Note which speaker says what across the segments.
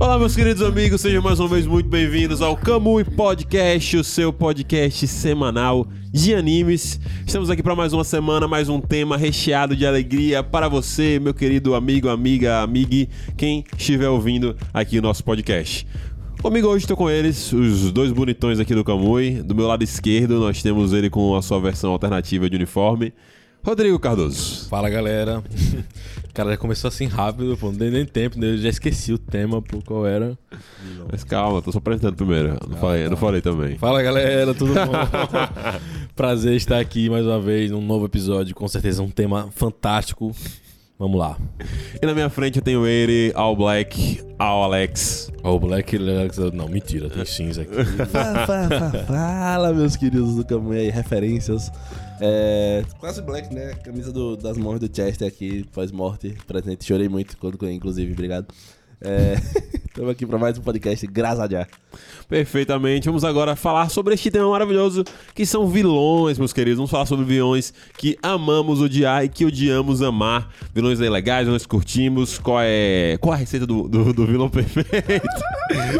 Speaker 1: Olá, meus queridos amigos, sejam mais uma vez muito bem-vindos ao Kamui Podcast, o seu podcast semanal de animes. Estamos aqui para mais uma semana, mais um tema recheado de alegria para você, meu querido amigo, amiga, amigue, quem estiver ouvindo aqui o nosso podcast. Comigo hoje estou com eles, os dois bonitões aqui do Kamui. Do meu lado esquerdo, nós temos ele com a sua versão alternativa de uniforme, Rodrigo Cardoso.
Speaker 2: Fala galera. Cara, já começou assim rápido, pô. Não dei nem tempo, né? eu já esqueci o tema, pô, qual era.
Speaker 1: Mas calma, tô só apresentando primeiro. Não falei, não falei também.
Speaker 2: Fala galera, tudo bom? Prazer estar aqui mais uma vez num novo episódio, com certeza um tema fantástico. Vamos lá.
Speaker 1: E na minha frente eu tenho ele, ao Black, ao Alex.
Speaker 2: Ó, o Black. Não, mentira, tem cinza aqui. Fa- fa- fa- Fala, meus queridos do Camunha aí, referências.
Speaker 3: É, quase black, né? Camisa do- das mãos do Chester aqui, pós-morte, presente. Chorei muito quando ganhei, inclusive, obrigado. Estamos aqui para mais um podcast, graças a Deus.
Speaker 1: Perfeitamente. Vamos agora falar sobre este tema maravilhoso que são vilões, meus queridos. Vamos falar sobre vilões que amamos odiar e que odiamos amar. Vilões legais, vilões que curtimos. Qual é, qual a receita do, do, do vilão perfeito?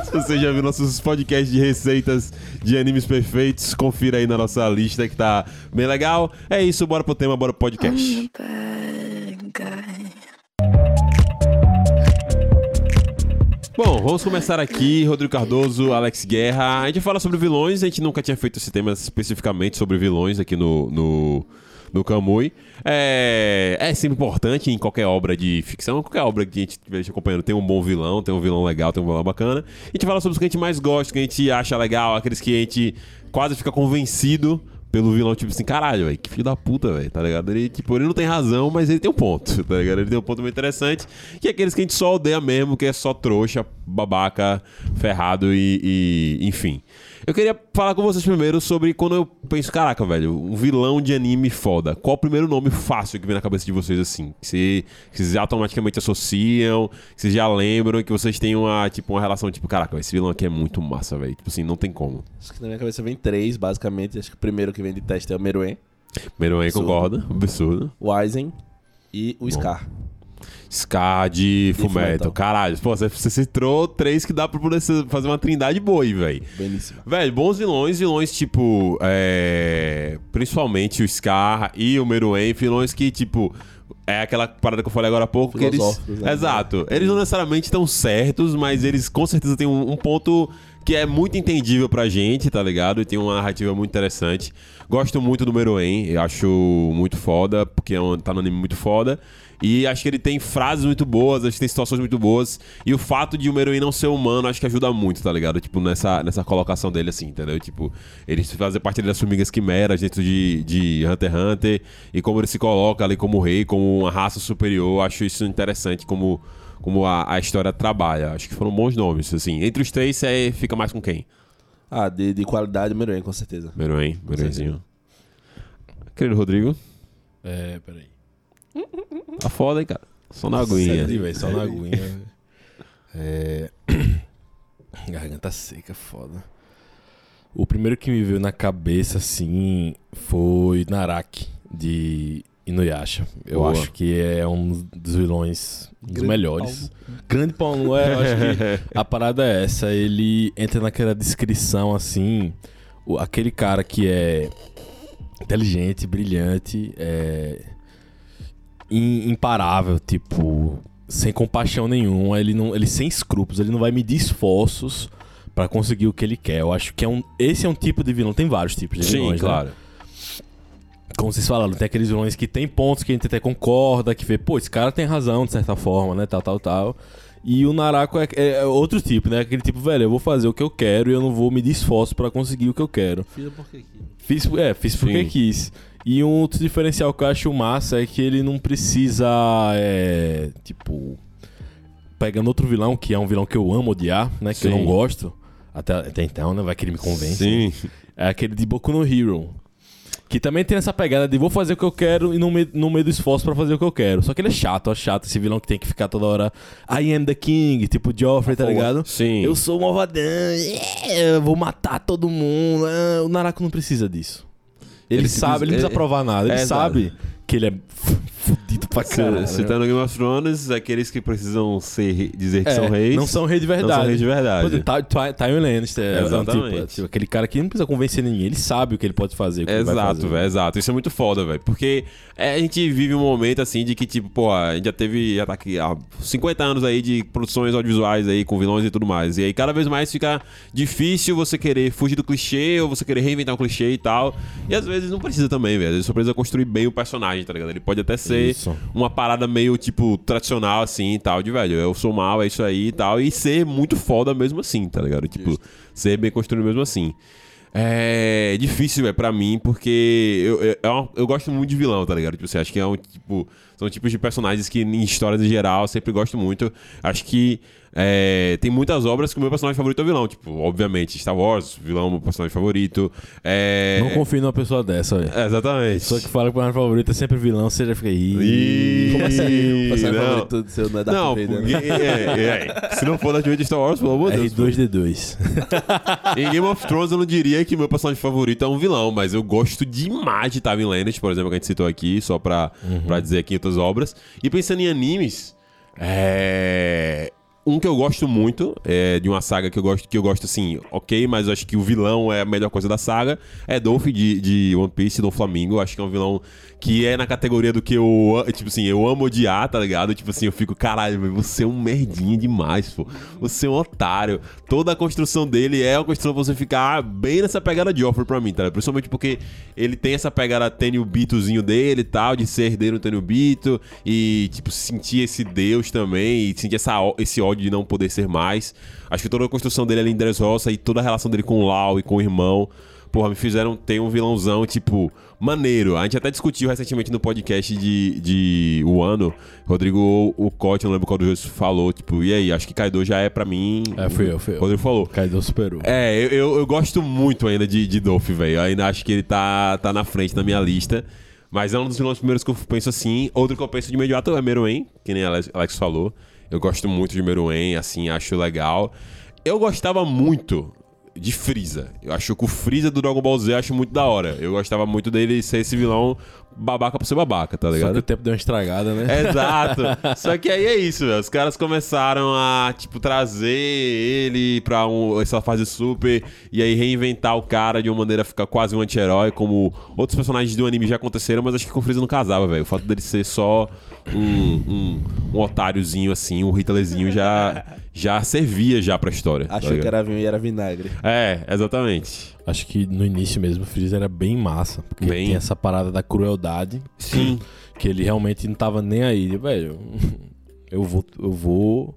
Speaker 1: Se você já viu nossos podcasts de receitas de animes perfeitos, confira aí na nossa lista que tá bem legal. É isso, bora pro tema, bora pro podcast.
Speaker 4: I'm a bad guy.
Speaker 1: Bom, vamos começar aqui, Rodrigo Cardoso, Alex Guerra. A gente fala sobre vilões, a gente nunca tinha feito esse tema especificamente sobre vilões aqui no, no, no Kamui. É, é sempre importante em qualquer obra de ficção, qualquer obra que a gente esteja acompanhando, tem um bom vilão, tem um vilão legal, tem um vilão bacana. A gente fala sobre os que a gente mais gosta, que a gente acha legal, aqueles que a gente quase fica convencido pelo vilão, tipo assim, caralho, velho, que filho da puta, velho, tá ligado? Ele, tipo, ele não tem razão, mas ele tem um ponto, tá ligado? Ele tem um ponto muito interessante, que é aqueles que a gente só odeia mesmo, que é só trouxa, babaca, ferrado e, e- enfim. Eu queria falar com vocês primeiro sobre quando eu penso, caraca, velho, um vilão de anime foda. Qual o primeiro nome fácil que vem na cabeça de vocês, assim? Que, cê- que vocês automaticamente associam, que vocês já lembram, que vocês têm uma, tipo, uma relação, tipo, caraca, esse vilão aqui é muito massa, velho. Tipo assim, não tem como.
Speaker 3: Acho que na minha cabeça vem três, basicamente. Acho que o primeiro que vem de teste é o Meruem,
Speaker 1: Primeiro aí,
Speaker 3: Absurdo.
Speaker 1: concorda? Absurdo.
Speaker 3: o Aizen e o Scar.
Speaker 1: Ska de Fumeto.
Speaker 3: Fullmetal.
Speaker 1: Caralho, pô, você, você citrou três que dá pra poder se- fazer uma trindade boa, aí, velho.
Speaker 3: Belíssima.
Speaker 1: Velho, bons vilões, vilões tipo. é, Principalmente o Scar e o Meruem, vilões que, tipo. É aquela parada que eu falei agora há pouco que eles.
Speaker 3: Filosóficos, né?
Speaker 1: Exato. Eles não necessariamente estão certos, mas eles com certeza têm um, um ponto que é muito entendível pra gente, tá ligado? E tem uma narrativa muito interessante. Gosto muito do Meruem, eu acho muito foda, porque é um, tá num anime muito foda. E acho que ele tem frases muito boas, acho que tem situações muito boas. E o fato de o Meruem não um ser humano, acho que ajuda muito, tá ligado? Tipo, nessa, nessa colocação dele, assim, entendeu? Tipo, ele fazer parte das formigas quimeras dentro de, de Hunter x Hunter. E como ele se coloca ali como rei, como uma raça superior, acho isso interessante como, como a, a história trabalha. Acho que foram bons nomes, assim. Entre os três, você fica mais com quem?
Speaker 3: Ah, de, de qualidade, o Meruem, com certeza.
Speaker 1: Meruem, Meruemzinho. Querido Rodrigo,
Speaker 2: É, peraí.
Speaker 1: tá foda, hein, cara? Só na aguinha.
Speaker 2: Sério, velho, só na aguinha. velho. É... Garganta seca, é foda. O primeiro que me veio na cabeça, assim, foi Naraki, de Inuyasha. Eu
Speaker 1: Boa.
Speaker 2: acho que é um dos vilões, um dos melhores. Grande pau no é, eu acho que a parada é essa. Ele entra naquela descrição, assim, o- aquele cara que é inteligente, brilhante, é, im- imparável, tipo, sem compaixão nenhuma, ele não, ele sem escrúpulos, ele não vai medir esforços pra conseguir o que ele quer. Eu acho que é um, esse é um tipo de vilão, tem vários tipos de vilões,
Speaker 1: Sim,
Speaker 2: né?
Speaker 1: claro.
Speaker 2: Como vocês falaram, tem aqueles vilões que tem pontos que a gente até concorda, que vê, pô, esse cara tem razão de certa forma, né, tal, tal, tal. E o Narako é, é- é outro tipo, né? Aquele tipo, velho, eu vou fazer o que eu quero e eu não vou medir esforço pra conseguir o que eu quero.
Speaker 3: Fiz por quê?
Speaker 2: Fiz, é, fiz porque
Speaker 1: Sim.
Speaker 2: quis. E um outro diferencial que eu acho massa é que ele não precisa, é, tipo, pegando outro vilão, que é um vilão que eu amo odiar, né? Que eu
Speaker 1: Sim.
Speaker 2: não gosto. Até, até então, né? Vai que ele me convence.
Speaker 1: Sim.
Speaker 2: É aquele de Boku no Hero. Que também tem essa pegada de vou fazer o que eu quero e não me- não medo do esforço pra fazer o que eu quero. Só que ele é chato, ó, chato esse vilão que tem que ficar toda hora I am the king, tipo Joffrey, tá ligado?
Speaker 1: Sim.
Speaker 2: Eu sou malvadão, é, eu vou matar todo mundo. é. O Narako não precisa disso. Ele,
Speaker 1: Ele
Speaker 2: sabe, ele não
Speaker 1: precisa-
Speaker 2: precisa provar nada. Ele
Speaker 1: é,
Speaker 2: sabe que ele é f- fedido pra caralho.
Speaker 1: Se tá no Game of Thrones, aqueles que precisam ser, re- dizer que
Speaker 2: É,
Speaker 1: são reis.
Speaker 2: Não são rei de verdade.
Speaker 1: reis de verdade.
Speaker 2: Pois é, Ty- Ty- Tyrion Lannister. é um
Speaker 1: Exatamente.
Speaker 2: tipo- é tipo aquele cara que não precisa convencer ninguém. Ele sabe o que ele pode fazer. o que ele vai
Speaker 1: Exato,
Speaker 2: fazer.
Speaker 1: velho, exato. Isso é muito foda, velho. Porque é, a gente vive um momento assim de que, tipo, pô, a gente já teve, já tá aqui há 50 anos aí de produções audiovisuais aí com vilões e tudo mais. E aí cada vez mais fica difícil você querer fugir do clichê ou você querer reinventar um clichê e tal. E às vezes não precisa também, velho. Às vezes só precisa construir bem o personagem, tá ligado? Ele pode até ser
Speaker 2: Isso.
Speaker 1: uma parada meio, tipo, tradicional assim e tal, de velho, eu sou mal, é isso aí e tal. E ser muito foda mesmo assim, tá ligado? Tipo, ser bem construído mesmo assim. É difícil, velho, pra mim, porque eu, eu, é uma- eu gosto muito de vilão, tá ligado? Tipo, você acha que é um tipo. São tipos de personagens que, em histórias em geral, eu sempre gosto muito. Acho que é, tem muitas obras que o meu personagem favorito é o vilão. Tipo, obviamente, Star Wars, vilão é o meu personagem favorito. É.
Speaker 2: Não confio numa pessoa dessa, velho.
Speaker 1: É, exatamente.
Speaker 2: Pessoa que fala que o personagem favorito é sempre vilão, você já fica aí.
Speaker 1: Ih,
Speaker 3: Como assim? O personagem
Speaker 1: não.
Speaker 3: favorito do seu não é Darth
Speaker 1: não,
Speaker 3: Vader,
Speaker 1: porque,
Speaker 3: né?
Speaker 1: é, é, é. se não for da de Star Wars, pelo amor de Deus.
Speaker 2: R2D2.
Speaker 1: Em Game of Thrones, eu não diria que meu personagem favorito é um vilão, mas eu gosto demais de Tywin Lannister, por exemplo, que a gente citou aqui, só pra, pra dizer aqui em outras obras. E pensando em animes, é... Um que eu gosto muito, é, de uma saga que eu gosto, que eu gosto assim, ok, mas eu acho que o vilão é a melhor coisa da saga, é Dolph de, de One Piece, do Flamingo. Acho que é um vilão que é na categoria do que eu, a- tipo assim, eu amo odiar, tá ligado? Tipo assim, eu fico, caralho, velho, você é um merdinha demais, pô. Você é um otário. Toda a construção dele é uma construção pra você ficar bem nessa pegada de Joffrey pra mim, tá ligado? Principalmente porque ele tem essa pegada Tenryubitozinho dele e tal, de ser herdeiro Tenryubito e, tipo, sentir esse deus também e sentir essa, ó- esse ódio de não poder ser mais. Acho que toda a construção dele ali em Dressrosa e toda a relação dele com o Lau e com o irmão Porra, me fizeram ter um vilãozão, tipo, maneiro. A gente até discutiu recentemente no podcast de, de o ano. Rodrigo o Cote, não lembro qual dos dois falou, tipo, e aí, acho que Kaido já é pra mim.
Speaker 2: É, fui eu, fui eu.
Speaker 1: Rodrigo falou.
Speaker 2: Kaido superou.
Speaker 1: É, eu, eu, eu gosto muito ainda de, de Dolph, velho. Eu Ainda acho que ele tá, tá na frente na minha lista. Mas é um dos vilões primeiros que eu penso assim. Outro que eu penso de imediato é Meruem, que nem Alex, Alex falou. Eu gosto muito de Meruem, assim, acho legal. Eu gostava muito de Freeza. Eu acho que o Freeza do Dragon Ball Z eu acho muito da hora. Eu gostava muito dele ser esse vilão babaca por ser babaca, tá
Speaker 2: Só
Speaker 1: ligado?
Speaker 2: que o tempo deu uma estragada, né?
Speaker 1: Exato. Só que aí é isso, velho. Os caras começaram a, tipo, trazer ele pra um, essa fase super e aí reinventar o cara de uma maneira a ficar quase um anti-herói, como outros personagens do anime já aconteceram, mas acho que com o Freeza não casava, velho. O fato dele ser só um, um, um otáriozinho, assim, um Hitlerzinho já, já servia já pra história. tá
Speaker 3: Achou que
Speaker 1: ligado?
Speaker 3: era vinho e era vinagre.
Speaker 1: É, exatamente.
Speaker 2: Acho que no início mesmo o Freezer era bem massa. Porque
Speaker 1: Bem.
Speaker 2: tem essa parada da crueldade.
Speaker 1: Sim.
Speaker 2: Que ele realmente não tava nem aí. Velho, eu vou, eu vou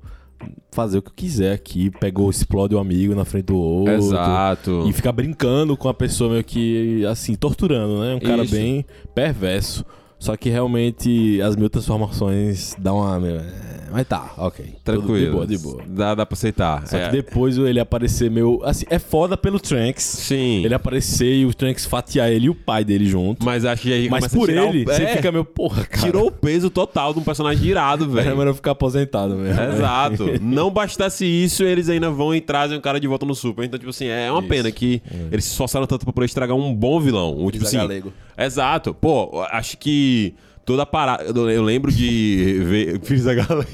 Speaker 2: fazer o que eu quiser aqui. Pegou, explode o amigo na frente do outro.
Speaker 1: Exato.
Speaker 2: E ficar brincando com a pessoa meio que, assim, torturando, né? Um cara
Speaker 1: Isso.
Speaker 2: bem perverso. Só que realmente as mil transformações dão uma. é, Mas tá, ok. Tudo
Speaker 1: Tranquilo.
Speaker 2: De boa, de boa.
Speaker 1: Dá, dá pra aceitar.
Speaker 2: Só
Speaker 1: É.
Speaker 2: que depois ele aparecer meio. Assim, é foda pelo Trunks.
Speaker 1: Sim.
Speaker 2: Ele aparecer e o Trunks fatiar ele e o pai dele junto.
Speaker 1: Mas acho que aí
Speaker 2: Mas,
Speaker 1: começa a
Speaker 2: por
Speaker 1: tirar
Speaker 2: ele,
Speaker 1: o...
Speaker 2: você
Speaker 1: É.
Speaker 2: fica meio, porra, cara.
Speaker 1: Tirou o peso total de um personagem irado,
Speaker 2: Era
Speaker 1: velho.
Speaker 2: melhor ficar aposentado mesmo. né?
Speaker 1: Exato. Não bastasse isso, eles ainda vão e trazem o cara de volta no Super. Então, tipo assim, é uma
Speaker 2: Isso.
Speaker 1: pena que eles se forçaram tanto pra poder estragar um bom vilão. Um, tipo assim,
Speaker 3: Zagalego.
Speaker 1: Exato. Pô, acho que toda a parada. Eu eu lembro de ver. Fiz a galera.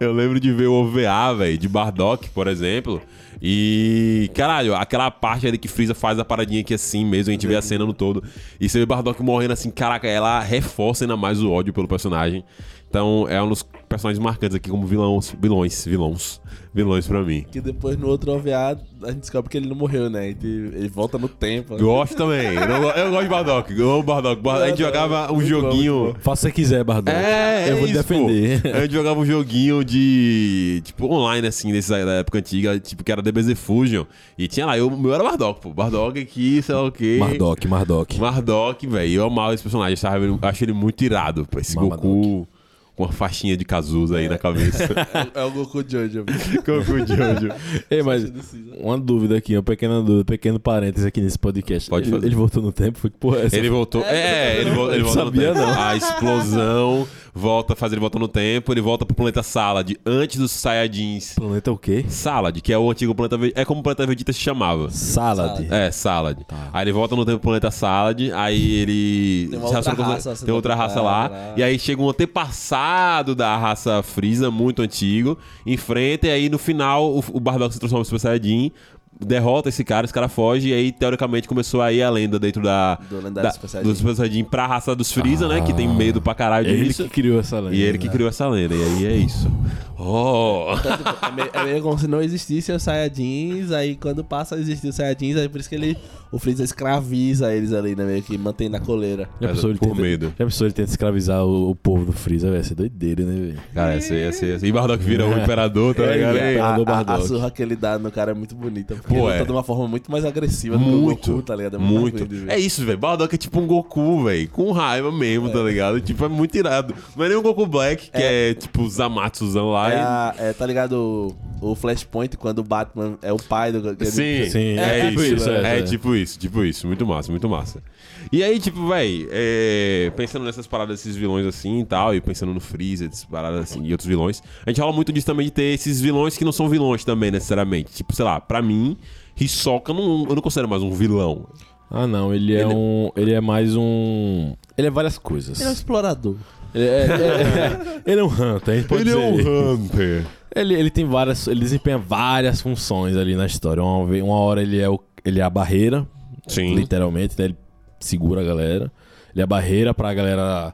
Speaker 1: Eu lembro de ver o OVA, velho, de Bardock, por exemplo. E, caralho, aquela parte ali que Freeza faz a paradinha aqui assim mesmo, a gente vê a cena no todo. E você vê Bardock morrendo assim, caraca, ela reforça ainda mais o ódio pelo personagem. Então, é um dos personagens marcantes aqui como vilões, vilões, vilões, vilões pra mim.
Speaker 3: Que depois no outro OVA a gente descobre que ele não morreu, né? Ele, ele volta no tempo.
Speaker 1: Gosto também. Eu, não go- eu gosto de Bardock. Eu amo Bardock. Bar- A gente jogava um
Speaker 3: Muito bom, muito
Speaker 1: joguinho.
Speaker 3: bom.
Speaker 2: Faça o que quiser, Bardock.
Speaker 1: É,
Speaker 2: Eu vou
Speaker 1: isso, pô.
Speaker 2: defender.
Speaker 1: A gente jogava um joguinho de. Tipo, online, assim, desse, da época antiga, tipo, que era DBZ Fusion. E tinha lá, eu, o meu era Bardock, pô. Bardock aqui, sei lá o quê.
Speaker 2: Bardock, Bardock.
Speaker 1: Bardock, velho. Eu amava esse personagem. Achava ele, acho ele muito irado, pô. Esse
Speaker 2: Mamadoc.
Speaker 1: Goku com uma faixinha de Cazuza aí na cabeça.
Speaker 3: É, o Goku Jojo.
Speaker 1: Goku Jojo.
Speaker 2: Ei, mas uma dúvida aqui, uma pequena dúvida, um pequeno parênteses aqui nesse podcast.
Speaker 1: Pode
Speaker 2: ele,
Speaker 1: fazer.
Speaker 2: ele voltou no tempo, foi que porra é essa?
Speaker 1: Ele voltou. É, ele, vo- ele
Speaker 2: Eu
Speaker 1: voltou. no
Speaker 2: sabia,
Speaker 1: tempo.
Speaker 2: não.
Speaker 1: A explosão. volta, faz ele voltar no tempo, ele volta pro planeta Salad, antes dos Saiyajins.
Speaker 2: Planeta o quê?
Speaker 1: Salad, que é o antigo planeta Ve- É como o planeta Vegeta se chamava.
Speaker 2: Salad.
Speaker 1: É, Salad. Aí ele volta no tempo pro planeta Salad, aí ele.
Speaker 3: Tá. Tem uma
Speaker 1: se
Speaker 3: outra
Speaker 1: relaciona com-
Speaker 3: raça, se
Speaker 1: tem outra
Speaker 3: adaptar,
Speaker 1: raça lá.
Speaker 3: lá.
Speaker 1: E aí chega um antepassado da raça Freeza, muito antigo, enfrenta, e aí no final o, o Bardock se transforma em Super Saiyajin. Derrota esse cara, esse cara foge, e aí teoricamente começou aí a lenda dentro da.
Speaker 3: Do lendário
Speaker 1: da-
Speaker 3: Super Saiyajin. Ah.
Speaker 1: do Super Saiyajin pra raça dos Freeza, né? Que tem medo pra caralho
Speaker 2: É Ele
Speaker 1: disso.
Speaker 2: que criou né? essa lenda.
Speaker 1: E é ele
Speaker 3: né.
Speaker 1: que criou essa lenda, e aí é isso. Oh!
Speaker 3: É meio, é meio como se não existissem os Saiyajins, aí quando passa a existir os Saiyajins, aí por isso que ele, o Freeza escraviza eles ali, né? Meio que mantém na coleira.
Speaker 2: Já pensou ele
Speaker 1: Por
Speaker 2: tenta-
Speaker 1: medo.
Speaker 2: Já pensou ele tenta escravizar o, o povo do Freeza, velho? Isso é doideira, né, velho?
Speaker 1: Cara, essa aí, essa aí, essa aí. E Bardock vira o imperador, tá
Speaker 2: É,
Speaker 1: ligado?
Speaker 2: é,
Speaker 1: Ei,
Speaker 2: tá.
Speaker 3: A,
Speaker 2: do
Speaker 3: a, a
Speaker 2: Bardock.
Speaker 3: surra que ele dá no cara é muito bonita, porque
Speaker 1: Pô,
Speaker 3: ele
Speaker 1: é.
Speaker 3: luta de uma forma muito mais agressiva do que
Speaker 1: Muito,
Speaker 3: o Goku, tá ligado? É
Speaker 1: muito.
Speaker 3: doido,
Speaker 1: É
Speaker 3: velho.
Speaker 1: isso, velho. Bardock é tipo um Goku, velho. Com raiva mesmo, tá ligado? Tipo, é muito irado. Não é nem o Goku Black, que é, tipo Zamatsuzão lá. e-
Speaker 3: É a- é, tá ligado o, o Flashpoint quando o Batman é o pai do Goku.
Speaker 1: Sim,
Speaker 2: Sim,
Speaker 1: é, isso.
Speaker 2: é tipo isso,
Speaker 1: é,
Speaker 2: é, é.
Speaker 1: tipo isso, tipo isso. Muito massa, muito massa. E aí, tipo, véi, é, pensando nessas paradas, desses vilões assim e tal, e pensando no Freezer, essas paradas assim, e outros vilões, a gente fala muito disso também de ter esses vilões que não são vilões também, necessariamente. Tipo, sei lá, pra mim, Hisoka não, eu não considero mais um vilão.
Speaker 2: Ah, não, ele é
Speaker 1: Ele-
Speaker 2: um. Ele é mais um. Ele é várias coisas.
Speaker 3: Ele é um explorador.
Speaker 2: Ele é, é- é- ele é um hunter, a gente pode dizer.
Speaker 1: um Hunter.
Speaker 2: Ele, ele tem várias. Ele desempenha várias funções ali na história. Uma, ve- uma hora ele é, o, ele é a barreira,
Speaker 1: Sim.
Speaker 2: literalmente, né? Ele segura a galera. Ele é a barreira pra galera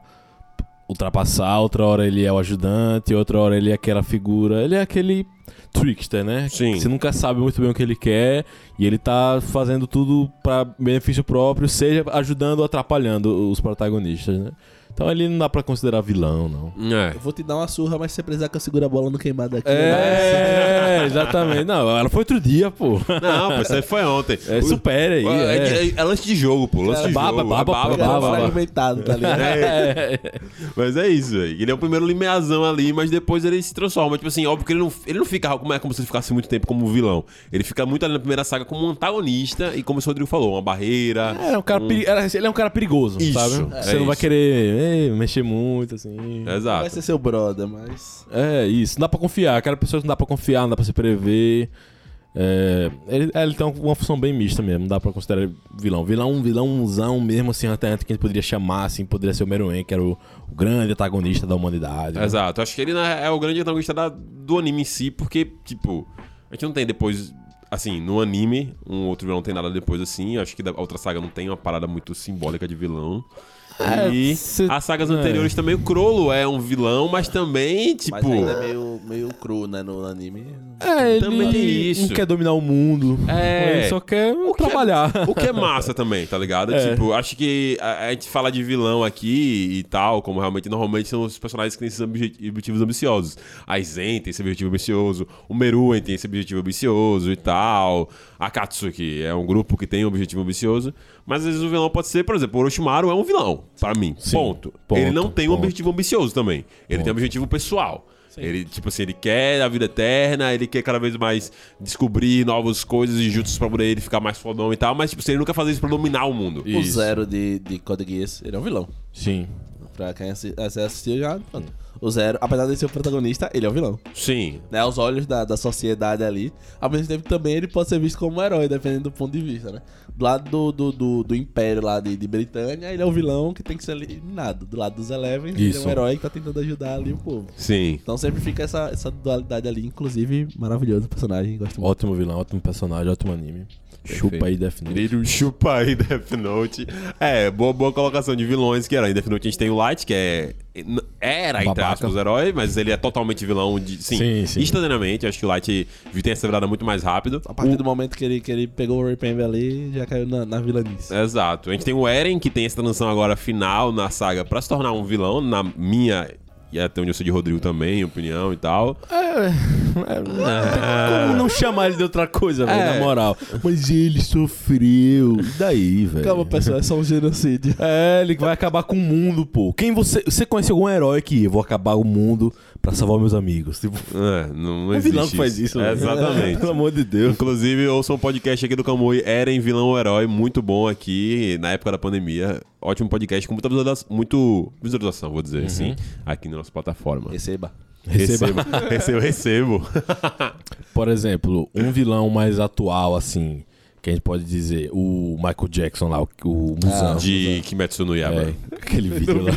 Speaker 2: ultrapassar, outra hora ele é o ajudante, outra hora ele é aquela figura. Ele é aquele trickster, né?
Speaker 1: Sim.
Speaker 2: Que Você nunca sabe muito bem o que ele quer e ele tá fazendo tudo pra benefício próprio, seja ajudando ou atrapalhando os protagonistas, né? Então ele não dá pra considerar vilão, não.
Speaker 1: É.
Speaker 3: Eu vou te dar uma surra, mas se você precisar que eu segure a bola no queimado aqui.
Speaker 2: É, exatamente. Não, ela foi outro dia, pô.
Speaker 1: Não, pô, isso aí foi ontem.
Speaker 2: É, supera aí.
Speaker 1: O- é,
Speaker 2: É.
Speaker 1: é- é lance de jogo, pô. Lance
Speaker 2: É,
Speaker 1: de
Speaker 2: baba,
Speaker 1: jogo.
Speaker 2: baba,
Speaker 3: Eu
Speaker 1: baba,
Speaker 3: quero
Speaker 2: baba, baba.
Speaker 3: fragmentado, tá ligado?
Speaker 1: É, Mas é isso, velho. Ele é o primeiro limeazão ali, mas depois ele se transforma. Tipo assim, óbvio que ele não, ele não fica como, é, como se ele ficasse muito tempo como vilão. Ele fica muito ali na primeira saga como um antagonista e, como o Rodrigo falou, uma barreira.
Speaker 2: É, é um cara peri- era- Ele é um cara perigoso,
Speaker 1: Isso,
Speaker 2: sabe?
Speaker 1: é
Speaker 2: Você não
Speaker 1: isso.
Speaker 2: vai
Speaker 1: É.
Speaker 2: querer ei, mexer muito, assim.
Speaker 1: Exato.
Speaker 3: um Vai ser seu brother, mas...
Speaker 2: É, isso. Não dá pra confiar. Cara, pessoas não dá pra confiar, não dá pra se prever. É, ele, é, ele tem uma função bem mista mesmo, não dá pra considerar ele vilão. Vilão, vilãozão mesmo, assim, até que a gente poderia chamar, assim, poderia ser o Meruem, que era o, o grande antagonista da humanidade. né?
Speaker 1: Exato. Acho que ele né, é o grande antagonista da- do anime em si, porque, tipo, a gente não tem depois. Assim, no anime, um outro vilão não tem nada depois assim. Acho que da a outra saga não tem uma parada muito simbólica de vilão.
Speaker 2: É,
Speaker 1: e
Speaker 2: cê-
Speaker 1: as sagas
Speaker 2: é.
Speaker 1: anteriores também, o Crollo é um vilão, mas também, tipo.
Speaker 3: Mas ainda é meio, meio cru, né, no anime.
Speaker 2: É, ele
Speaker 1: Também tem isso.
Speaker 2: não quer dominar o mundo.
Speaker 1: É.
Speaker 2: Ele só quer
Speaker 1: que é-
Speaker 2: trabalhar.
Speaker 1: O que é massa também, tá ligado?
Speaker 2: É.
Speaker 1: Tipo, acho que a, a gente fala de vilão aqui e tal, como realmente normalmente são os personagens que têm esses obje- objetivos ambiciosos. A Zen tem esse objetivo ambicioso, o Meruem tem esse objetivo ambicioso e tal. A Katsuki é um grupo que tem um objetivo ambicioso, mas às vezes o vilão pode ser, por exemplo, o Orochimaru é um vilão, pra mim. ponto.
Speaker 2: ponto,
Speaker 1: Ele não tem um
Speaker 2: ponto.
Speaker 1: objetivo ambicioso também. Ele tem um objetivo pessoal. Ele, tipo assim, ele quer a vida eterna, ele quer cada vez mais descobrir novas coisas e juntos pra poder ele ficar mais fodão e tal, mas, tipo assim, ele nunca faz isso pra dominar o mundo.
Speaker 3: O
Speaker 2: Isso.
Speaker 3: Zero de, de Code Geass, ele é um vilão.
Speaker 2: Sim.
Speaker 3: Pra quem assi- assi- assistiu já, pronto. O Zero, apesar de ser o protagonista, ele é um vilão.
Speaker 1: Sim.
Speaker 3: Né, aos olhos da, da sociedade ali. Ao mesmo tempo também ele pode ser visto como um herói, dependendo do ponto de vista, né? Do lado do, do, do, do Império lá de, de Britânia, ele é o vilão que tem que ser eliminado. Do lado dos Eleven, ele é
Speaker 2: Isso.
Speaker 3: um herói que tá tentando ajudar ali o povo.
Speaker 1: Sim.
Speaker 3: Então sempre fica essa, essa dualidade ali, inclusive maravilhoso o personagem, gosto muito.
Speaker 2: Ótimo vilão, ótimo personagem, ótimo anime. Chupa aí, Death Note.
Speaker 1: Chupa aí Death Note. É, boa, boa colocação de vilões que era. Em Death Note a gente tem o Light, que é. Era, entre
Speaker 2: Babaca.
Speaker 1: aspas, herói, mas ele é totalmente vilão de. Sim,
Speaker 2: Sim, sim.
Speaker 1: instantaneamente. Acho que o Light tem essa virada muito mais rápido.
Speaker 3: A partir do momento que ele, que ele pegou o Ray Pembe ali, já caiu na, na vilanice.
Speaker 1: Exato. A gente tem o Eren, que tem essa transição agora final na saga pra se tornar um vilão, na minha. E até onde eu sei de Rodrigo também, opinião e tal.
Speaker 2: Como não chamar ele de outra coisa, velho? Na moral. Mas ele sofreu. E daí, velho?
Speaker 3: Calma, pessoal, é só um genocídio.
Speaker 2: É, ele vai acabar com o mundo, pô. Quem você. Você conhece algum herói que eu vou acabar o mundo pra salvar meus amigos? Tipo,
Speaker 1: É, não, não
Speaker 2: é
Speaker 1: existe
Speaker 2: vilão que faz isso,
Speaker 1: É,
Speaker 2: velho.
Speaker 1: Exatamente.
Speaker 2: Pelo amor de Deus.
Speaker 1: Inclusive, ouçam um podcast aqui do Camui, Eren, vilão ou herói, muito bom aqui, na época da pandemia. ótimo podcast com muita visualização, muito visualização vou dizer
Speaker 2: Uhum.
Speaker 1: assim, aqui na nossa plataforma.
Speaker 3: Receba.
Speaker 1: Recebo, recebo, recebo.
Speaker 2: Por exemplo, um vilão mais atual, assim, que a gente pode dizer, o Michael Jackson lá, o, o Muzan.
Speaker 1: De Kimetsu no Yaba.
Speaker 2: É, aquele vídeo lá.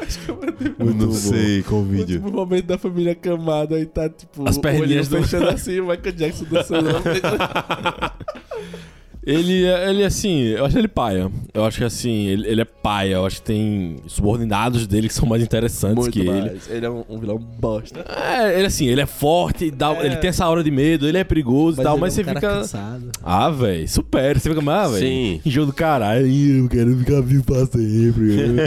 Speaker 2: É,
Speaker 1: Eu não sei qual
Speaker 3: Último momento da família camada, aí tá tipo.
Speaker 2: As
Speaker 3: o
Speaker 2: perninhas
Speaker 3: olhinho
Speaker 2: do-
Speaker 3: fechando assim, o Michael Jackson dançando.
Speaker 2: Ele, é- ele, assim, eu acho ele paia. Eu acho que, assim, ele, ele é paia. Eu acho que tem subordinados dele que são mais interessantes
Speaker 3: Muito
Speaker 2: que ele.
Speaker 3: mais. Ele é um, um vilão bosta.
Speaker 2: É, ele, assim, ele é forte, dá-
Speaker 3: É.
Speaker 2: ele tem essa aura de medo, ele é perigoso e tal, mas você fica...
Speaker 3: um Cansado.
Speaker 2: Ah, velho, supera. Você fica, ah, velho.
Speaker 1: Sim.
Speaker 2: Jogo do caralho. Ih, Eu quero ficar vivo pra sempre.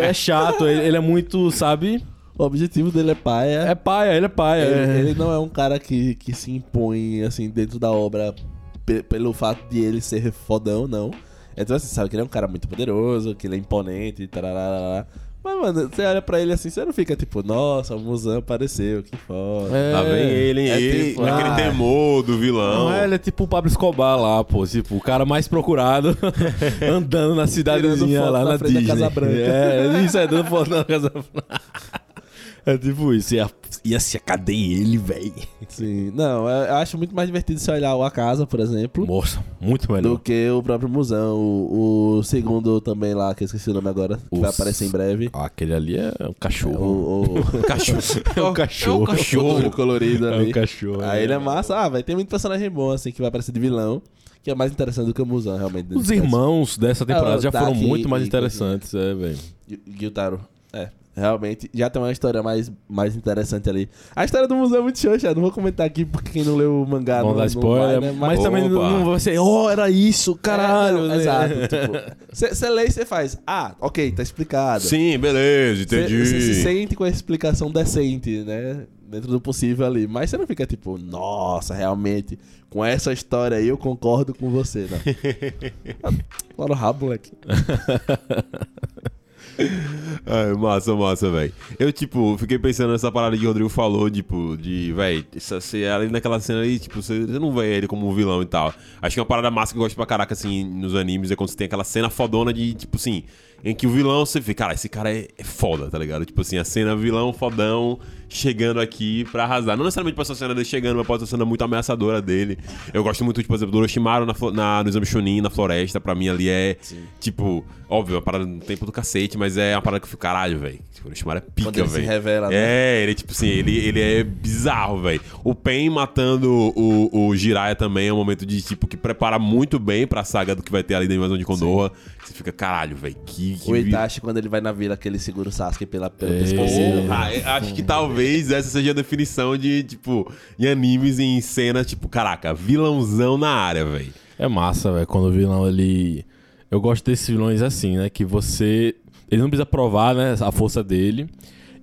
Speaker 2: é, é chato, ele, ele é muito, sabe?
Speaker 3: O objetivo dele é paia.
Speaker 2: É paia, ele é paia.
Speaker 3: Ele,
Speaker 2: é.
Speaker 3: ele não é um cara que, que se impõe, assim, dentro da obra pe- pelo fato de ele ser fodão, não. Então, assim, sabe que ele é um cara muito poderoso, que ele é imponente, tarará. Mas, mano, você olha pra ele assim, você não fica tipo, nossa, o Muzan apareceu, que foda.
Speaker 1: Lá vem ele, hein?
Speaker 3: É
Speaker 1: ele,
Speaker 3: tipo,
Speaker 1: aquele
Speaker 3: ah.
Speaker 1: temor do
Speaker 2: Não,
Speaker 1: vilão.
Speaker 2: é, ele é tipo o Pablo Escobar lá, pô. Tipo, o cara mais procurado andando na cidadezinha
Speaker 3: foto
Speaker 2: lá
Speaker 3: na
Speaker 2: na,
Speaker 3: frente da
Speaker 2: Disney.
Speaker 3: Casa Branca.
Speaker 2: É, isso é, dando foto na Casa Branca. É tipo isso. Ia, ia se acadeia ele, velho.
Speaker 3: Sim, não, eu eu acho muito mais divertido você olhar o Akasa, por exemplo,
Speaker 2: Moça, muito
Speaker 3: do
Speaker 2: melhor.
Speaker 3: que o próprio Muzan. O, o segundo também lá, que eu esqueci o nome agora, que vai
Speaker 2: Os-
Speaker 3: aparecer em breve.
Speaker 2: Ah, aquele ali é um cachorro.
Speaker 3: O, o...
Speaker 1: Cachorro.
Speaker 2: É um cachorro.
Speaker 1: É um cachorro.
Speaker 3: colorido
Speaker 2: É
Speaker 3: ali.
Speaker 2: um cachorro.
Speaker 3: Aí ele é massa. Ah, vai ter muito personagem bom, assim, que vai aparecer de vilão. Que é mais interessante do que o Muzan, realmente.
Speaker 2: Os irmãos dessa temporada
Speaker 3: Ah,
Speaker 2: já
Speaker 3: tá
Speaker 2: foram
Speaker 3: aqui,
Speaker 2: muito mais
Speaker 3: e-
Speaker 2: interessantes, é, velho.
Speaker 3: Gy- Gyutaro. É, realmente. Já tem uma história mais, mais interessante ali. A história do Muzan é muito xoxa. Não vou comentar aqui porque quem não leu o mangá
Speaker 2: Não
Speaker 3: Ah, não,
Speaker 2: dá
Speaker 3: não
Speaker 2: spoiler,
Speaker 3: vai, né?
Speaker 2: mas também não,
Speaker 1: Opa.
Speaker 2: não vai ser, oh, era isso, caralho.
Speaker 3: É, não,
Speaker 2: né?
Speaker 3: Exato. Tipo, você lê e você faz. Ah, ok, tá explicado.
Speaker 1: Sim, beleza, entendi.
Speaker 3: Você se sente com a explicação decente, né? Dentro do possível ali. Mas você não fica tipo, nossa, realmente, com essa história aí eu concordo com você, não. Fala o rabo, moleque.
Speaker 1: É, massa, massa, velho. Eu, tipo, fiquei pensando nessa parada que o Rodrigo falou, tipo, de, velho, ali naquela cena ali, tipo, você você não vê ele como um vilão e tal. Acho que é uma parada massa que eu gosto pra caraca, assim, nos animes, é quando você tem aquela cena fodona de, tipo, assim, em que o vilão você fica, cara, esse cara é, é foda, tá ligado? Tipo assim, a cena vilão fodão chegando aqui pra arrasar. Não necessariamente pode ser a cena dele chegando, mas pode ser a cena muito ameaçadora dele. Eu gosto muito, tipo, por exemplo, do Orochimaru na, flo- na, no Exame Chunin, na floresta, pra mim ali é, tipo, óbvio, é uma parada no tempo do cacete, mas é uma parada que eu fico, caralho, velho. Tipo, o Orochimaru é
Speaker 3: Quando
Speaker 1: pica,
Speaker 3: ele se
Speaker 1: velho.
Speaker 3: revela, né?
Speaker 1: É, ele, tipo assim, ele, ele é bizarro, velho. O Pen matando o, o Jiraiya também é um momento de, tipo, que prepara muito bem pra saga do que vai ter ali da invasão de Konoha. Você fica, caralho, velho, que... que
Speaker 3: O
Speaker 1: vi-
Speaker 3: Itachi, quando ele vai na vila, que ele segura o Sasuke pela pelo
Speaker 2: É.
Speaker 3: pescoço.
Speaker 1: Porra, eu acho que talvez essa seja a definição de, tipo, em animes, em cenas, tipo, caraca, vilãozão na área, velho.
Speaker 2: É massa, velho, quando o vilão ele. Eu gosto desses vilões assim, né? Que você. Ele não precisa provar, né? A força dele.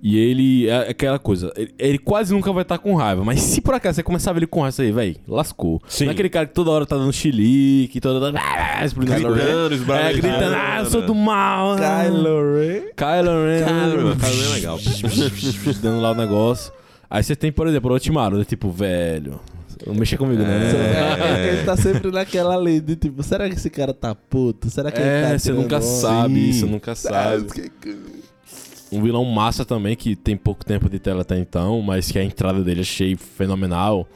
Speaker 2: E ele. É aquela coisa. Ele, ele quase nunca vai estar com raiva. Mas se por acaso você começar a ver ele com raiva, aí, velho, lascou.
Speaker 1: Sim.
Speaker 2: Não é aquele cara que toda hora tá dando chilique, toda hora. Ah, explodindo.
Speaker 1: Gritando,
Speaker 2: é,
Speaker 1: esbravejando.
Speaker 2: gritando, ah, eu sou do mal. né?"
Speaker 3: Kylo Ren.
Speaker 2: Kylo Ren.
Speaker 1: Kylo Ren, Kylo Ren é legal.
Speaker 2: Dando lá o negócio. Aí você tem, por exemplo, o Otimaru, né? Tipo, velho. Não mexa comigo, né?
Speaker 3: É, Ele tá sempre naquela lei de tipo, será que esse cara tá puto? Será que ele tá
Speaker 2: É, você
Speaker 3: tirando
Speaker 2: nunca
Speaker 3: onda?
Speaker 2: sabe,
Speaker 1: Sim.
Speaker 2: você nunca sabe.
Speaker 3: que-
Speaker 2: Um vilão massa também, que tem pouco tempo de tela até então, mas que a entrada dele achei fenomenal,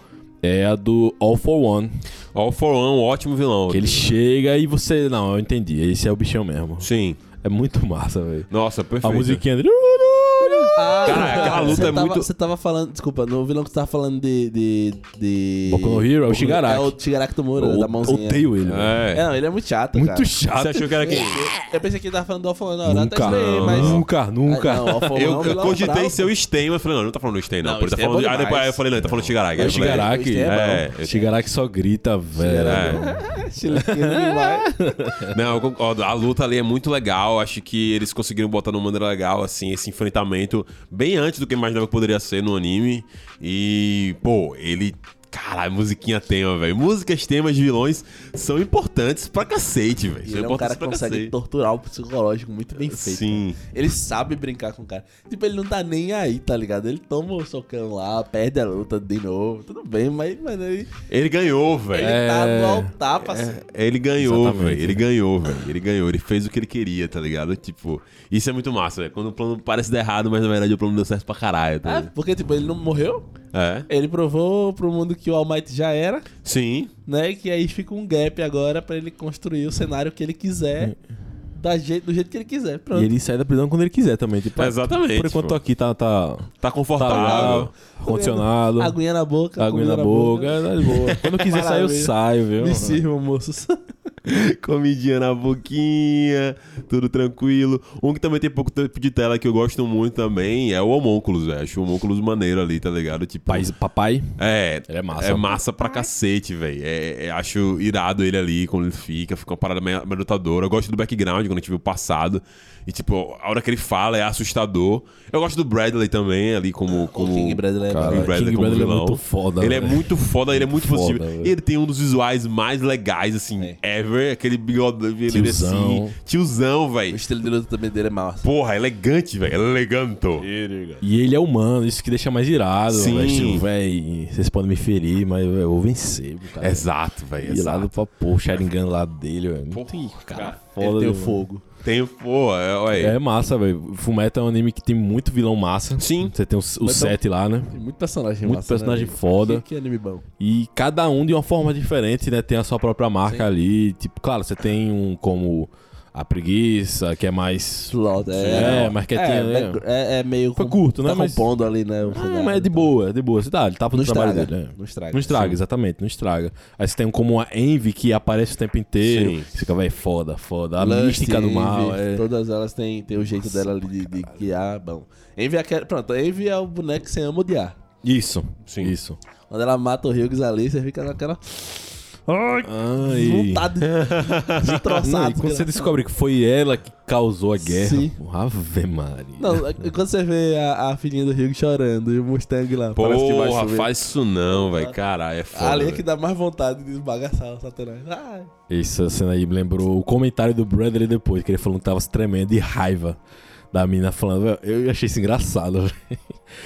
Speaker 2: é a do All for One.
Speaker 1: All for One, um ótimo vilão.
Speaker 2: Que ele chega e você. Não, eu entendi. Esse é o bichão mesmo.
Speaker 1: Sim.
Speaker 2: É muito massa, velho.
Speaker 1: Nossa,
Speaker 2: A
Speaker 1: perfeito.
Speaker 2: musiquinha dele.
Speaker 3: Ah,
Speaker 1: Cara, aquela luta
Speaker 3: você
Speaker 1: é
Speaker 3: tava-
Speaker 1: muito-
Speaker 3: Você tava falando, desculpa, no vilão que você tava falando de. de, de...
Speaker 2: Boku no Hero, é o Shigaraki.
Speaker 3: É o Shigaraki Tomura,
Speaker 2: Eu
Speaker 3: da mãozinha.
Speaker 2: odeio ele. velho.
Speaker 1: É.
Speaker 3: É, não, ele é muito chato.
Speaker 2: Muito
Speaker 3: cara.
Speaker 2: chato.
Speaker 1: Você achou que tá era que...
Speaker 3: Eu pensei que ele tava falando do Alpha Não, até
Speaker 2: Nunca,
Speaker 3: estranhei, mas.
Speaker 2: nunca, nunca.
Speaker 3: Ah, não, Alpha One é um
Speaker 1: Eu, eu
Speaker 3: vilão
Speaker 1: cogitei
Speaker 3: bravo.
Speaker 1: ser o Stein, mas falei, não, ele não tá falando do Stein, não.
Speaker 3: Não,
Speaker 1: pô, ele tá
Speaker 3: Stein é
Speaker 1: falando...
Speaker 3: bom
Speaker 1: ah, depois,
Speaker 3: demais.
Speaker 1: aí eu falei, não, ele tá falando do Shigaraki. é
Speaker 2: É
Speaker 1: Aí
Speaker 2: o
Speaker 1: eu falei,
Speaker 2: Shigaraki.
Speaker 3: É,
Speaker 1: É, eu-
Speaker 2: Shigaraki só grita, velho.
Speaker 3: né, Chilequinho demais.
Speaker 1: Não, eu concordo. A luta ali é muito legal. Acho que eles conseguiram botar de uma maneira legal, assim, esse enfrentamento bem antes do que eu imaginava que poderia ser no anime. E, pô, ele. Caralho, musiquinha tema, velho. Músicas, temas de vilões são importantes pra cacete, velho.
Speaker 3: E
Speaker 1: São
Speaker 3: ele é um
Speaker 1: importantes
Speaker 3: cara que
Speaker 1: pra
Speaker 3: consegue
Speaker 1: cacete.
Speaker 3: torturar o né? psicológico muito bem feito.
Speaker 1: Sim.
Speaker 3: Ele sabe brincar com o cara. Tipo, ele não tá nem aí, tá ligado? Ele toma o socão lá, perde a luta de novo. Tudo bem, mas, mano, ele,
Speaker 1: Ele ganhou,
Speaker 3: ele
Speaker 1: velho.
Speaker 3: tá
Speaker 2: É.
Speaker 3: no altar, parceiro.
Speaker 1: É, Ele ganhou,
Speaker 2: Exatamente,
Speaker 1: velho. Ele
Speaker 2: né?
Speaker 1: ganhou, velho. Ele ganhou. Ele fez o que ele queria, tá ligado? Tipo, isso é muito massa, velho. Quando o plano parece dar errado, mas na verdade o plano deu certo pra caralho, tá
Speaker 2: É?
Speaker 3: Ah,
Speaker 1: ligado?
Speaker 3: porque, tipo, ele não morreu.
Speaker 1: É.
Speaker 3: Ele provou pro mundo que o All Might já era,
Speaker 1: Sim.
Speaker 3: né? Que aí fica um gap agora pra ele construir o cenário que ele quiser, da jeito, do jeito que ele quiser. Pronto.
Speaker 2: É. E ele sai da prisão quando ele quiser também. Tipo,
Speaker 1: Exatamente,
Speaker 2: Por enquanto
Speaker 1: pô.
Speaker 2: aqui tá, tá,
Speaker 1: Tá
Speaker 2: tá
Speaker 1: confortável.
Speaker 2: legal, ar-condicionado, aguinha,
Speaker 3: Aguinha na boca, comida
Speaker 2: na boca, é, tá de boa. Quando quiser sair, eu
Speaker 3: Maravilha.
Speaker 2: saio, viu?
Speaker 3: Me sirva, moços.
Speaker 1: Comidinha na boquinha, tudo tranquilo. Um que também tem pouco tempo de tela que eu gosto muito também é o Homúnculos, velho. Acho o Homúnculos maneiro ali, tá ligado? Tipo,
Speaker 2: Pais- papai,
Speaker 1: É,
Speaker 2: Ele é massa.
Speaker 1: É massa pra cacete, velho. É, é- acho irado ele ali, quando ele fica, fica uma parada meio meio lutadora. Eu gosto do background, quando a gente vê o passado. E, tipo, a hora que ele fala é assustador. Eu gosto do Bradley também, ali, como. como...
Speaker 3: King Bradley é
Speaker 1: Cara,
Speaker 2: King
Speaker 1: King Bradley, como
Speaker 2: Bradley é
Speaker 1: vilão.
Speaker 2: muito foda,
Speaker 1: Ele é
Speaker 2: velho.
Speaker 1: muito foda, ele é muito
Speaker 2: Foda,
Speaker 1: possível.
Speaker 2: velho. É.
Speaker 1: E ele tem um dos visuais mais legais, assim, ever. Aquele bigode ele
Speaker 2: Tiozão.
Speaker 1: assim. Tiozão,
Speaker 3: O
Speaker 1: velho.
Speaker 3: estilo de luta também dele é massa.
Speaker 1: Porra, elegante, velho. Elegante.
Speaker 2: E ele é humano, isso que deixa mais irado.
Speaker 1: Sim.
Speaker 2: Sim. Tipo, véi, vocês podem me ferir, mas véi, eu vou vencer, cara.
Speaker 3: É,
Speaker 1: Exato, velho.
Speaker 2: E lá
Speaker 1: Exato.
Speaker 2: do papo, o Sharingan lá dele, velho.
Speaker 1: Porra, cara.
Speaker 2: Foda,
Speaker 3: ele tem o
Speaker 2: demais.
Speaker 3: fogo.
Speaker 1: Tem, pô, é, olha aí.
Speaker 2: É massa, velho. Fullmetal é um anime que tem muito vilão massa.
Speaker 1: Sim.
Speaker 2: Você tem os, os sete lá, né?
Speaker 3: Tem muito personagem
Speaker 2: Muito
Speaker 3: massa, né,
Speaker 2: personagem
Speaker 3: velho?
Speaker 2: foda.
Speaker 3: Que, que anime bom.
Speaker 2: E cada um de uma forma diferente, né? Tem a sua própria marca ali. Tipo, claro, você tem um como a preguiça, que é mais.
Speaker 3: Slaughter.
Speaker 2: É, mas que
Speaker 3: é,
Speaker 2: tem, né?
Speaker 3: back- é, é meio...
Speaker 2: Foi
Speaker 3: com-
Speaker 2: curto, né,
Speaker 3: Tá
Speaker 2: mas-
Speaker 3: compondo ali, né? o
Speaker 2: Ah,
Speaker 3: cenário,
Speaker 2: mas é de
Speaker 3: tá.
Speaker 2: boa, é de boa. Você tá, ele tava
Speaker 3: Não
Speaker 2: no trabalho
Speaker 3: estraga.
Speaker 2: dele, né?
Speaker 3: Não estraga.
Speaker 2: Não estraga, exatamente, não estraga. Aí você tem um como a Envy que aparece o tempo inteiro.
Speaker 1: Sim.
Speaker 2: Fica, velho, foda, foda. A
Speaker 3: Lust,
Speaker 2: mística do mal.
Speaker 3: Envy,
Speaker 2: é.
Speaker 3: Todas elas têm, têm o jeito dela ali de, de guiar. Bom. Envy é aquele- Pronto, Envy é o boneco que você ama odiar.
Speaker 2: Isso,
Speaker 1: Sim.
Speaker 2: isso.
Speaker 3: Quando ela mata o Hughes ali, você fica naquela
Speaker 1: Ah,
Speaker 2: Ai.
Speaker 3: vontade de
Speaker 2: Não,
Speaker 3: troçar.
Speaker 2: e quando você descobre que foi ela que causou a guerra,
Speaker 3: Sim.
Speaker 2: pô, Ave Maria.
Speaker 3: Não, é- quando você vê a, a filhinha do Hughes chorando e o Mustang lá, parece que vai
Speaker 1: Porra,
Speaker 3: chover.
Speaker 1: faz isso não, velho. Caralho, é foda.
Speaker 3: Ali é
Speaker 1: velho.
Speaker 3: que dá mais vontade de esbagaçar o Satanás. Ah,
Speaker 2: Essa cena aí me lembrou o comentário do Bradley depois, que ele falou que tava tremendo de raiva da mina falando, "Velho, eu achei isso engraçado. velho."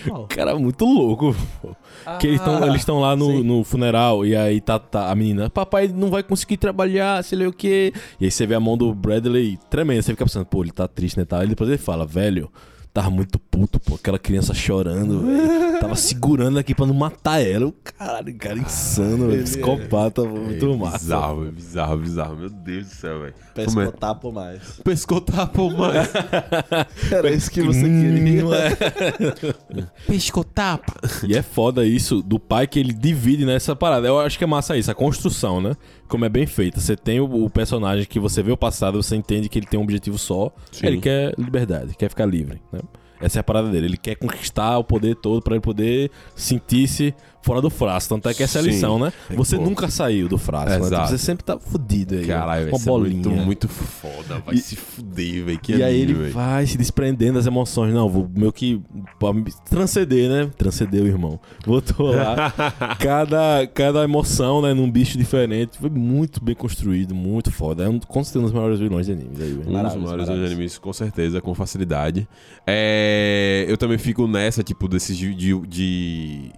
Speaker 3: Qual?
Speaker 2: O cara é muito louco. pô. que eles tão-
Speaker 3: Ah,
Speaker 2: eles estão lá no,
Speaker 3: sim.
Speaker 2: no funeral e aí tá, tá a menina, papai não vai conseguir trabalhar, sei lá o quê. E aí você vê a mão do Bradley tremendo, você fica pensando, pô, ele tá triste, né? Tá? Ele depois ele fala, velho, tava muito puto, pô, aquela criança chorando, velho. Tava segurando aqui pra não matar ela. Eu, Caralho,
Speaker 3: Ah,
Speaker 2: cara insano, velho. Psicopata, pô,
Speaker 3: É
Speaker 2: muito um massa.
Speaker 1: Bizarro, velho, bizarro, bizarro. Meu Deus do céu, velho. Como é?
Speaker 3: pescotapo mais.
Speaker 1: Pescou tapo mais.
Speaker 3: Era isso que você queria.
Speaker 1: Hum, é. Pescotapa.
Speaker 2: E é foda isso do pai que ele divide nessa parada. Eu acho que é massa isso, a construção, né? Como é bem feita. Você tem o, o personagem que você vê o passado, você entende que ele tem um objetivo só.
Speaker 1: Sim.
Speaker 2: Ele quer liberdade, quer ficar livre, né? Essa é a parada dele. Ele quer conquistar o poder todo pra ele poder sentir-se fora do frasco. Tanto é que essa é a
Speaker 1: Sim.
Speaker 2: lição, né? Você
Speaker 1: Pô.
Speaker 2: nunca saiu do frasco, né?
Speaker 1: Exato.
Speaker 2: Você sempre tá fudido aí.
Speaker 1: Caralho, velho.
Speaker 2: com a
Speaker 1: isso é
Speaker 2: bolinha.
Speaker 1: muito, muito foda. Vai
Speaker 2: E-
Speaker 1: se fuder, velho. Que é
Speaker 2: E aí ele
Speaker 1: anime, velho.
Speaker 2: vai se desprendendo das emoções. Não, vou meio que pra me transcender, né? Transcendeu, irmão. Botou lá cada, cada emoção, né? Num bicho diferente. Foi muito bem construído, muito foda. É um, com certeza um dos melhores vilões de animes aí, velho.
Speaker 1: Um dos
Speaker 3: Maravilhas,
Speaker 1: maiores
Speaker 3: maravilhas.
Speaker 1: animes, com certeza, com facilidade. É, eu também fico nessa, tipo, desses de, de, de,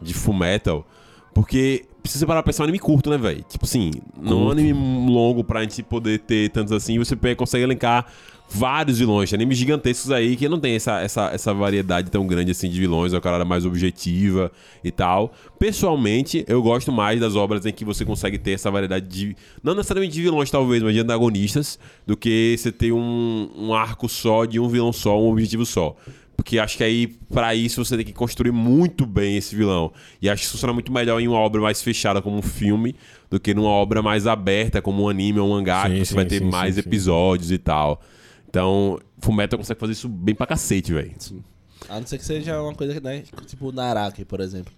Speaker 1: de full metal. Porque precisa parar pra pensar um anime curto, né, velho? Tipo assim, não é um
Speaker 2: Curto.
Speaker 1: anime longo pra gente poder ter tantos assim. Você pe- consegue elencar vários vilões. Tem Animes gigantescos aí que não tem essa, essa, essa variedade tão grande assim de vilões. É uma cara mais objetiva e tal. Pessoalmente, eu gosto mais das obras em que você consegue ter essa variedade de... Não necessariamente de vilões, talvez, mas de antagonistas. Do que você ter um, um arco só de um vilão só, um objetivo só. Porque acho que aí, pra isso, você tem que construir muito bem esse vilão. E acho que isso funciona muito melhor em uma obra mais fechada, como um filme, do que numa obra mais aberta, como um anime ou um mangá,
Speaker 2: Sim,
Speaker 1: que você
Speaker 2: sim,
Speaker 1: vai ter
Speaker 2: sim,
Speaker 1: mais
Speaker 2: sim, sim.
Speaker 1: episódios e tal. Então, Fullmetal consegue fazer isso bem pra cacete, velho.
Speaker 3: A não ser que seja uma coisa que, né? Tipo o Naraki, por exemplo.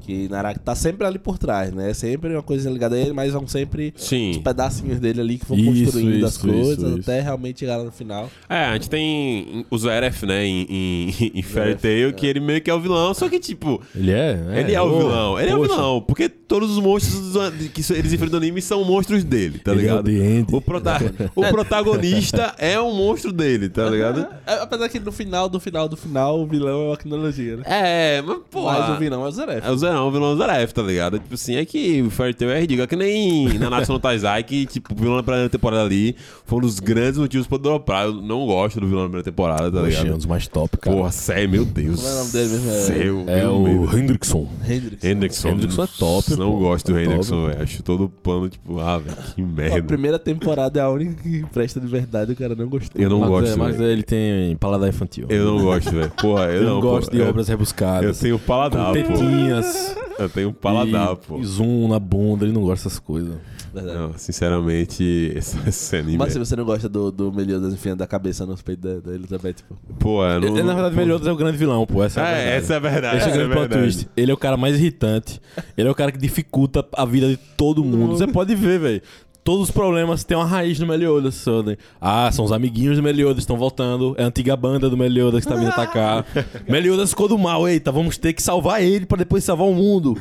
Speaker 3: Que Naraka tá sempre ali por trás, né? Sempre uma coisa ligada a ele, mas vão sempre os
Speaker 1: Sim.
Speaker 3: pedacinhos dele ali que vão
Speaker 2: Isso,
Speaker 3: construindo
Speaker 2: isso,
Speaker 3: as coisas
Speaker 2: isso,
Speaker 3: até realmente chegar lá no final.
Speaker 1: É, a gente tem os Zeref, né, em, em, em Fairy Tail, que ele meio que é o vilão, só que, tipo,
Speaker 2: Ele é, né?
Speaker 1: ele é o
Speaker 2: Pô,
Speaker 1: vilão. Ele é o
Speaker 2: poxa.
Speaker 1: vilão, porque todos os monstros do- que eles enfrentam no anime são monstros dele, tá
Speaker 2: Ele é o
Speaker 1: ligado?
Speaker 2: The End.
Speaker 1: o, prota- o protagonista é um monstro dele, tá ligado?
Speaker 3: É, apesar que no final, do final, do final, o vilão é uma quinologia, né?
Speaker 1: É, mas, pô.
Speaker 3: Mas o vilão é o Zeref.
Speaker 1: É o Zerão, o vilão do Zeref, tá ligado? Tipo assim, é que o Fairy Tail é ridículo. É que nem na Nação Taizai, que tipo, o vilão da primeira temporada ali foi um dos grandes motivos pra eu dropar. Eu não gosto do vilão da primeira temporada, tá
Speaker 2: Poxa, é um
Speaker 1: ligado?
Speaker 2: dos mais top, cara.
Speaker 1: Porra, sério, meu Deus.
Speaker 3: Como é o nome dele mesmo? É-
Speaker 1: Seu,
Speaker 2: é
Speaker 1: meu
Speaker 2: o
Speaker 1: medo.
Speaker 2: Hendrickson.
Speaker 3: Hendrix.
Speaker 1: Hendrickson.
Speaker 2: Hendrickson é top,
Speaker 1: Não
Speaker 2: pô.
Speaker 1: gosto do
Speaker 2: É top.
Speaker 1: Hendrickson, velho. Acho todo pano, tipo, ah, velho, que
Speaker 3: A
Speaker 1: merda.
Speaker 3: primeira temporada é a única que presta de verdade, o cara não gostou.
Speaker 1: Eu não
Speaker 2: mas
Speaker 1: gosto,
Speaker 2: é, mas
Speaker 1: velho.
Speaker 2: ele tem paladar infantil.
Speaker 1: Eu não gosto, velho. Porra, eu,
Speaker 2: Eu
Speaker 1: não pô.
Speaker 2: gosto de
Speaker 1: Eu-
Speaker 2: obras
Speaker 1: Eu
Speaker 2: rebuscadas.
Speaker 1: tenho paladar, pô.
Speaker 2: tetinhas.
Speaker 1: Eu tenho um paladar,
Speaker 2: e-
Speaker 1: pô.
Speaker 2: e zoom na bunda, ele não gosta dessas coisas.
Speaker 3: Verdade.
Speaker 1: Não, sinceramente, esse, esse anime. é-
Speaker 3: Mas
Speaker 1: Mas,
Speaker 3: se você não gosta do, do Meliodas enfiando a cabeça nos peitos da, da Elizabeth, pô.
Speaker 1: pô, eu não,
Speaker 2: Ele, na verdade,
Speaker 1: pô,
Speaker 2: Meliodas é o grande vilão, pô. Essa é, a
Speaker 1: É,
Speaker 2: verdade.
Speaker 1: essa é a verdade.
Speaker 2: Esse
Speaker 1: essa
Speaker 2: é o
Speaker 1: é a
Speaker 2: grande plot
Speaker 1: verdade.
Speaker 2: twist. Ele é o cara mais irritante. Ele é o cara que dificulta a vida de todo mundo. Você pode ver, velho. Todos os problemas têm uma raiz no Meliodas. só, né? Ah, são os amiguinhos do Meliodas, estão voltando. É a antiga banda do Meliodas que tá vindo atacar. Meliodas ficou do mal, eita, vamos ter que salvar ele pra depois salvar o mundo.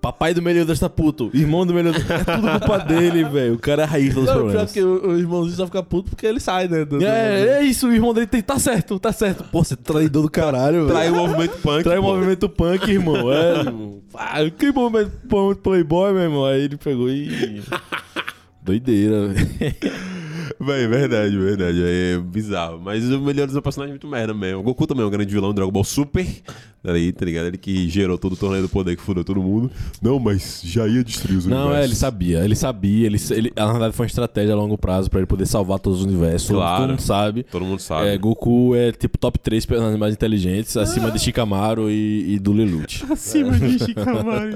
Speaker 2: Papai do Meliodas tá puto. Irmão do Meliodas. É tudo culpa dele, velho. O cara é a raiz dos
Speaker 3: Não, pior
Speaker 2: problemas.
Speaker 3: que o, o irmãozinho só fica puto porque ele sai, né? do- do-
Speaker 2: É, é isso, o irmão dele tem. Tá certo, tá certo. Pô, você é traidor do caralho, velho.
Speaker 1: Trai o um movimento punk.
Speaker 2: Trai o
Speaker 1: pô.
Speaker 2: um movimento punk, irmão. É, irmão. Ah, que movimento punk playboy, meu irmão. Aí ele pegou e. Doideira, velho.
Speaker 1: Véi, é verdade, verdade. É bizarro. Mas o Meliodas é um personagem muito merda mesmo. O Goku também é um grande vilão do Dragon Ball Super. Daí, tá ligado? Ele que gerou todo o torneio do poder que fudeu todo mundo. Não, mas já ia destruir os
Speaker 2: Não, é, ele
Speaker 1: universos.
Speaker 2: sabia, ele sabia. Ele, ele, na verdade, foi uma estratégia a longo prazo pra ele poder salvar todos os universos. Todo-
Speaker 1: Claro.
Speaker 2: Todo mundo sabe.
Speaker 1: Todo mundo sabe.
Speaker 2: É, Goku é tipo top 3 personagens mais inteligentes, acima de Shikamaru e, e do Lelouch.
Speaker 1: Acima de Shikamaru,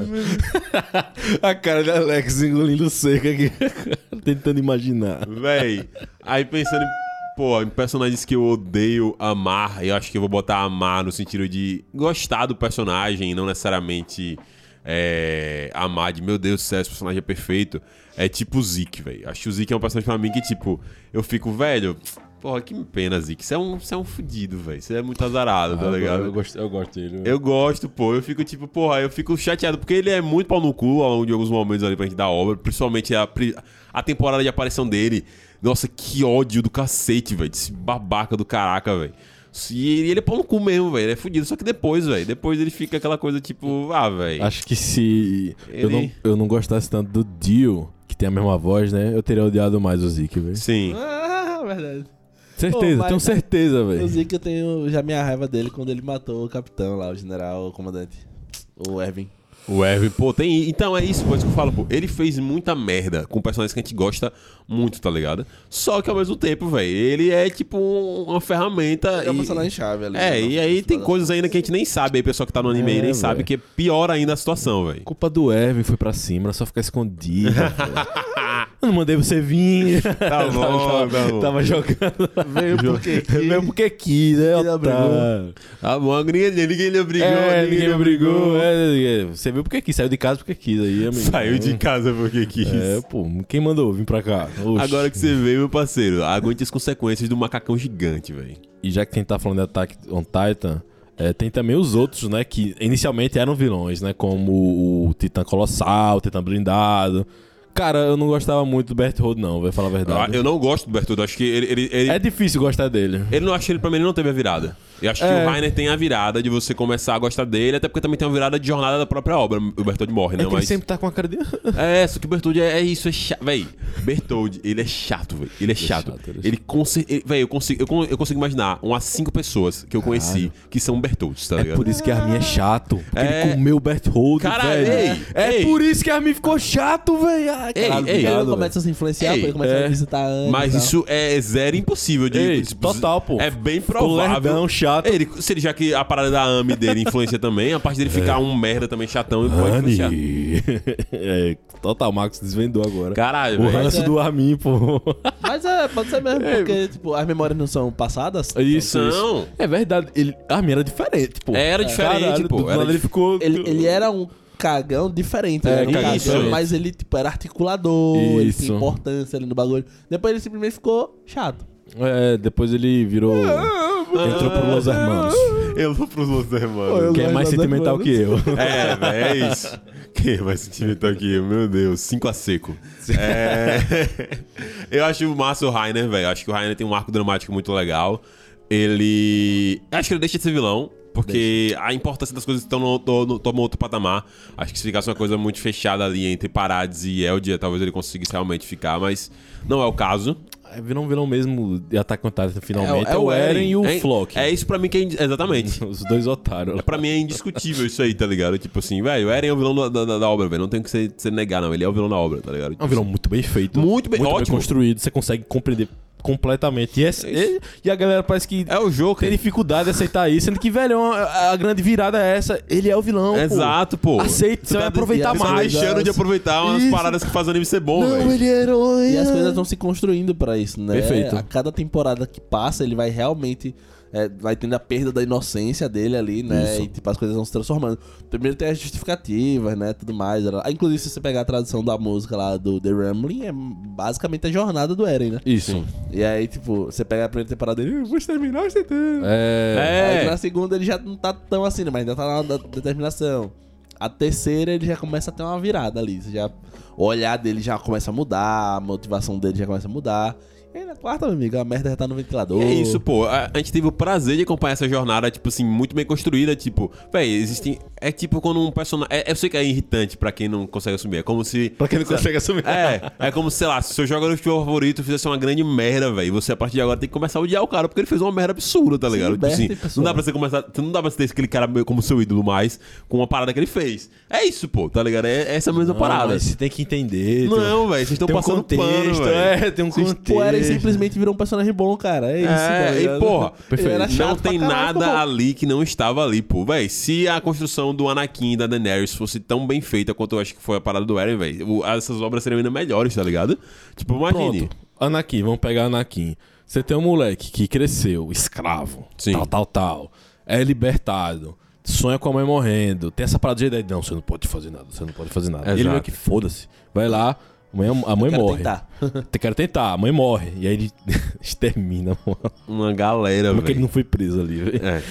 Speaker 2: a cara de Alex engolindo seca aqui, tentando imaginar.
Speaker 1: Véi, aí pensando em, pô, em personagens que eu odeio amar, eu acho que eu vou botar amar no sentido de gostar do personagem, não necessariamente é, amar de, meu Deus do céu, esse personagem é perfeito. É tipo o Zeke, véi. Acho que o Zeke é um personagem pra mim que, tipo, eu fico, velho, porra, que pena, Zeke. Você é um, você é um fudido, velho. Você é muito azarado, tá ligado?
Speaker 2: Ah, Eu gosto, eu gosto dele.
Speaker 1: Eu gosto, pô. Eu fico tipo, porra, eu fico chateado, porque ele é muito pau no cu ao longo de alguns momentos ali pra gente da obra, principalmente a, pri- a temporada de aparição dele. Nossa, que ódio do cacete, velho. Esse babaca do caraca, velho. E ele é pau no cu mesmo, velho. Ele é fudido. Só que depois, velho. Depois ele fica aquela coisa tipo, ah, velho.
Speaker 2: Acho que se eu,
Speaker 1: Ele-
Speaker 2: não, eu não gostasse tanto do Dio, que tem a mesma voz, né? Eu teria odiado mais o Zeke, velho.
Speaker 1: Sim.
Speaker 3: Ah, verdade.
Speaker 2: Certeza,
Speaker 3: Ô, mas-
Speaker 2: tenho
Speaker 1: é
Speaker 2: certeza,
Speaker 3: Eu
Speaker 2: velho.
Speaker 3: sei que eu tenho já minha raiva dele quando ele matou o capitão lá, o general, o comandante. O Erwin.
Speaker 1: O Erwin, pô, tem. Então é isso, pô, é isso que eu falo, pô. Ele fez muita merda com personagens que a gente gosta muito, tá ligado? Só que ao mesmo tempo, velho, ele é tipo um- uma ferramenta.
Speaker 3: É um
Speaker 1: e-
Speaker 3: personagem chave ali.
Speaker 1: É,
Speaker 3: né?
Speaker 1: e aí tem
Speaker 3: Não,
Speaker 1: coisas ainda que a gente nem sabe, aí pessoal que tá no anime aí
Speaker 2: É,
Speaker 1: nem
Speaker 2: véi.
Speaker 1: sabe, que é pior ainda a situação, velho.
Speaker 2: Culpa do Erwin foi pra cima, era só ficar escondido. eu não mandei você vir.
Speaker 1: Tá bom, tá bom.
Speaker 2: Tava jogando.
Speaker 3: Veio porque quis.
Speaker 2: Mesmo porque quis, né?
Speaker 3: Ele
Speaker 2: otário?
Speaker 1: Tá bom, ninguém, ninguém lhe obrigou,
Speaker 2: É, ninguém me brigou.
Speaker 1: obrigou.
Speaker 2: é, é, você viu porque quis, saiu de casa porque quis aí, amigo.
Speaker 1: Saiu de casa porque quis.
Speaker 2: É, pô, quem mandou vir pra cá? Oxe.
Speaker 1: Agora que você veio, meu parceiro, aguente as consequências do macacão gigante, velho.
Speaker 2: E já que a gente tá falando de Attack on Titan, é, tem também os outros, né? Que inicialmente eram vilões, né? Como o Titã Colossal, o Titã Blindado. Cara, eu não gostava muito do Bert Hold, não, vou falar a
Speaker 1: Ah,
Speaker 2: verdade.
Speaker 1: Eu não gosto do Bertoldo, acho que ele. ele, ele...
Speaker 2: É difícil gostar dele.
Speaker 1: Ele não acha ele, pra mim, ele não teve a virada. Eu acho que
Speaker 2: É.
Speaker 1: o Rainer tem a virada de você começar a gostar dele, até porque também tem uma virada de jornada da própria obra. O Bertold morre, né?
Speaker 2: É que ele
Speaker 1: Mas-
Speaker 2: sempre tá com a cara de.
Speaker 1: É, só que o Bertold é, é isso, é chato. Véi, Bertold, ele é chato, véi. Ele é chato.
Speaker 2: chato, ele é
Speaker 1: Ele consegue. Véi, eu consigo, eu, con- eu consigo imaginar umas cinco pessoas que eu conheci que são Bertolds, tá
Speaker 2: É
Speaker 1: ligado?
Speaker 2: por isso que a Armin é chato. Porque
Speaker 1: É.
Speaker 2: ele comeu o Bert Hold,
Speaker 1: Caralho,
Speaker 2: velho.
Speaker 1: ei,
Speaker 2: é
Speaker 1: ei.
Speaker 2: por isso que a Armin ficou chato, velho. Ai,
Speaker 1: Ei,
Speaker 2: caralho,
Speaker 1: ei,
Speaker 2: obrigado,
Speaker 3: Ele
Speaker 1: eu
Speaker 2: velho.
Speaker 3: começa a se influenciar,
Speaker 1: Ei,
Speaker 3: ele começa
Speaker 2: é.
Speaker 3: a visitar Anne
Speaker 1: Mas
Speaker 3: e tal.
Speaker 1: isso é zero impossível de.
Speaker 2: Ei,
Speaker 1: tipo,
Speaker 2: total, pô.
Speaker 1: É bem
Speaker 2: Ficou
Speaker 1: provável.
Speaker 2: lerdão, chato.
Speaker 1: Ele, se ele já que a parada da AMI dele influencia também, a parte dele
Speaker 2: É.
Speaker 1: ficar um merda também chatão e pode influenciar.
Speaker 2: Honey. é, total, Max desvendou agora.
Speaker 1: Caralho,
Speaker 2: o
Speaker 1: velho.
Speaker 2: ranço
Speaker 3: é-
Speaker 2: do Armin, pô.
Speaker 3: Mas é, pode ser mesmo, porque, tipo, as memórias não são passadas.
Speaker 2: Isso,
Speaker 1: Não.
Speaker 2: isso. Então. É verdade. Ele, a minha era diferente, pô.
Speaker 1: Era diferente,
Speaker 2: Caralho,
Speaker 1: pô.
Speaker 2: Do
Speaker 1: Era
Speaker 2: nada ele
Speaker 1: dif-
Speaker 2: ficou...
Speaker 3: Ele, ele era um cagão diferente,
Speaker 2: É,
Speaker 3: né? No
Speaker 2: cagão
Speaker 3: caso,
Speaker 1: diferente.
Speaker 3: mas ele, tipo, era articulador, ele
Speaker 2: Isso.
Speaker 3: tinha importância ali no bagulho. Depois ele simplesmente ficou chato.
Speaker 2: É, depois ele virou. Entrou pro Los Hermanos.
Speaker 1: Eu vou pros Los Hermanos.
Speaker 3: Pô, eu-
Speaker 2: Que é mais
Speaker 3: Los
Speaker 2: sentimental que eu.
Speaker 1: É, velho, é isso. Quem é mais sentimental que eu? Meu Deus, 5 a seco. É... eu acho massa o Rainer, velho. Acho que o Rainer tem um arco dramático muito legal. Ele. Acho que ele deixa de ser vilão. Porque a importância das coisas estão no, to- no- toma outro patamar. Acho que se ficasse uma coisa muito fechada ali entre Parades e Eldia, talvez ele conseguisse realmente ficar, mas não é o caso.
Speaker 2: É, Virou um vilão mesmo de Attack on Titan, finalmente.
Speaker 3: É o- é o Eren
Speaker 2: e o
Speaker 1: É-
Speaker 2: Flock.
Speaker 1: É isso pra mim que é. ind- Exatamente.
Speaker 2: Os dois otários.
Speaker 1: É, Pra mim é indiscutível isso aí, tá ligado? Tipo assim, velho, o Eren é o vilão da, da- da- da obra, velho. Não tem que ser, ser negar, não. Ele é o vilão da obra, tá ligado? Tipo,
Speaker 2: É um vilão muito bem feito.
Speaker 1: Muito bem- ótimo.
Speaker 2: construído. Você consegue compreender completamente. E, essa-
Speaker 1: É isso.
Speaker 2: e- e a galera parece que
Speaker 1: É o Joker.
Speaker 2: tem dificuldade de aceitar isso. Sendo que, velho, é a, a grande virada é essa. Ele é o vilão. pô.
Speaker 1: Exato, pô.
Speaker 2: Aceita, você vai aproveitar
Speaker 1: Você tá
Speaker 2: mais.
Speaker 1: deixando de aproveitar umas
Speaker 2: Isso.
Speaker 1: paradas que fazem o anime ser bom, velho.
Speaker 2: ele é herói.
Speaker 3: E as coisas estão se construindo pra isso, né?
Speaker 2: Perfeito.
Speaker 3: A cada temporada que passa, ele vai realmente. é, vai tendo a perda da inocência dele ali, né? E tipo, as coisas vão se transformando. Primeiro tem as justificativas, né? Tudo mais. Ah, Inclusive, se você pegar a tradução da música lá do The Rambling, é basicamente a jornada do Eren, né?
Speaker 2: Isso.
Speaker 3: E aí, tipo, você pega a primeira temporada dele, "Eu vou terminar os tentando.
Speaker 2: É.
Speaker 3: Aí
Speaker 1: É.
Speaker 3: na segunda ele já não tá tão assim, né? Mas ainda tá na da- determinação. A terceira ele já começa a ter uma virada ali. Você já, o olhar dele já começa a mudar, a motivação dele já começa a mudar. E aí na quarta, meu amigo, a merda já tá no ventilador.
Speaker 1: É isso, pô. A, a gente teve o prazer de acompanhar essa jornada, tipo assim, muito bem construída. Tipo, velho, existem. É tipo quando um personagem. É, eu sei que é irritante pra quem não consegue assumir. É como se.
Speaker 2: Pra quem não consegue assumir.
Speaker 1: É, é como, sei lá, se o seu jogador de futebol favorito fizesse uma grande merda, velho, você a partir de agora tem que começar a odiar o cara, porque ele fez uma merda absurda, tá ligado? Tipo
Speaker 3: liberta
Speaker 1: assim,
Speaker 3: aí, pessoal.
Speaker 1: não dá pra você começar. Não dá pra você ter aquele cara meio como seu ídolo mais com uma parada que ele fez. É isso, pô, tá ligado? É, é essa mesma
Speaker 2: Não,
Speaker 1: parada.
Speaker 2: mas Você tem que entender. tem-
Speaker 1: Não, velho, vocês estão
Speaker 2: tem um
Speaker 1: passando
Speaker 2: contexto,
Speaker 1: pano, velho.
Speaker 2: É, tem um contexto.
Speaker 3: Pô, o Eren simplesmente virou um personagem bom, cara. É isso,
Speaker 1: É,
Speaker 3: tá ligado?
Speaker 1: e porra,
Speaker 2: Perfeito.
Speaker 3: Ele era chato
Speaker 1: não
Speaker 3: pra
Speaker 1: tem
Speaker 3: caralho, ficou bom.
Speaker 1: nada ali que não estava ali, pô. Véi, se a construção do Anakin e da Daenerys fosse tão bem feita quanto eu acho que foi a parada do Eren, velho, essas obras seriam ainda melhores, tá ligado? Tipo, imagine.
Speaker 2: Pronto. Anakin, vamos pegar Anakin. Você tem um moleque que cresceu, escravo,
Speaker 1: Sim.
Speaker 2: tal, tal, tal. É libertado. Sonha com a mãe morrendo. Tem essa parada de ideia. Não, você não pode fazer nada, você não pode fazer nada. Ele
Speaker 1: Exato.
Speaker 2: meio que foda-se. Vai lá, amanhã a mãe
Speaker 3: Quero
Speaker 2: morre.
Speaker 3: tentar.
Speaker 2: Te- Quero tentar, a mãe morre. E aí ele extermina, mano.
Speaker 1: Uma galera,
Speaker 2: Como é que ele
Speaker 1: velho.
Speaker 2: não foi preso ali, velho?
Speaker 1: É.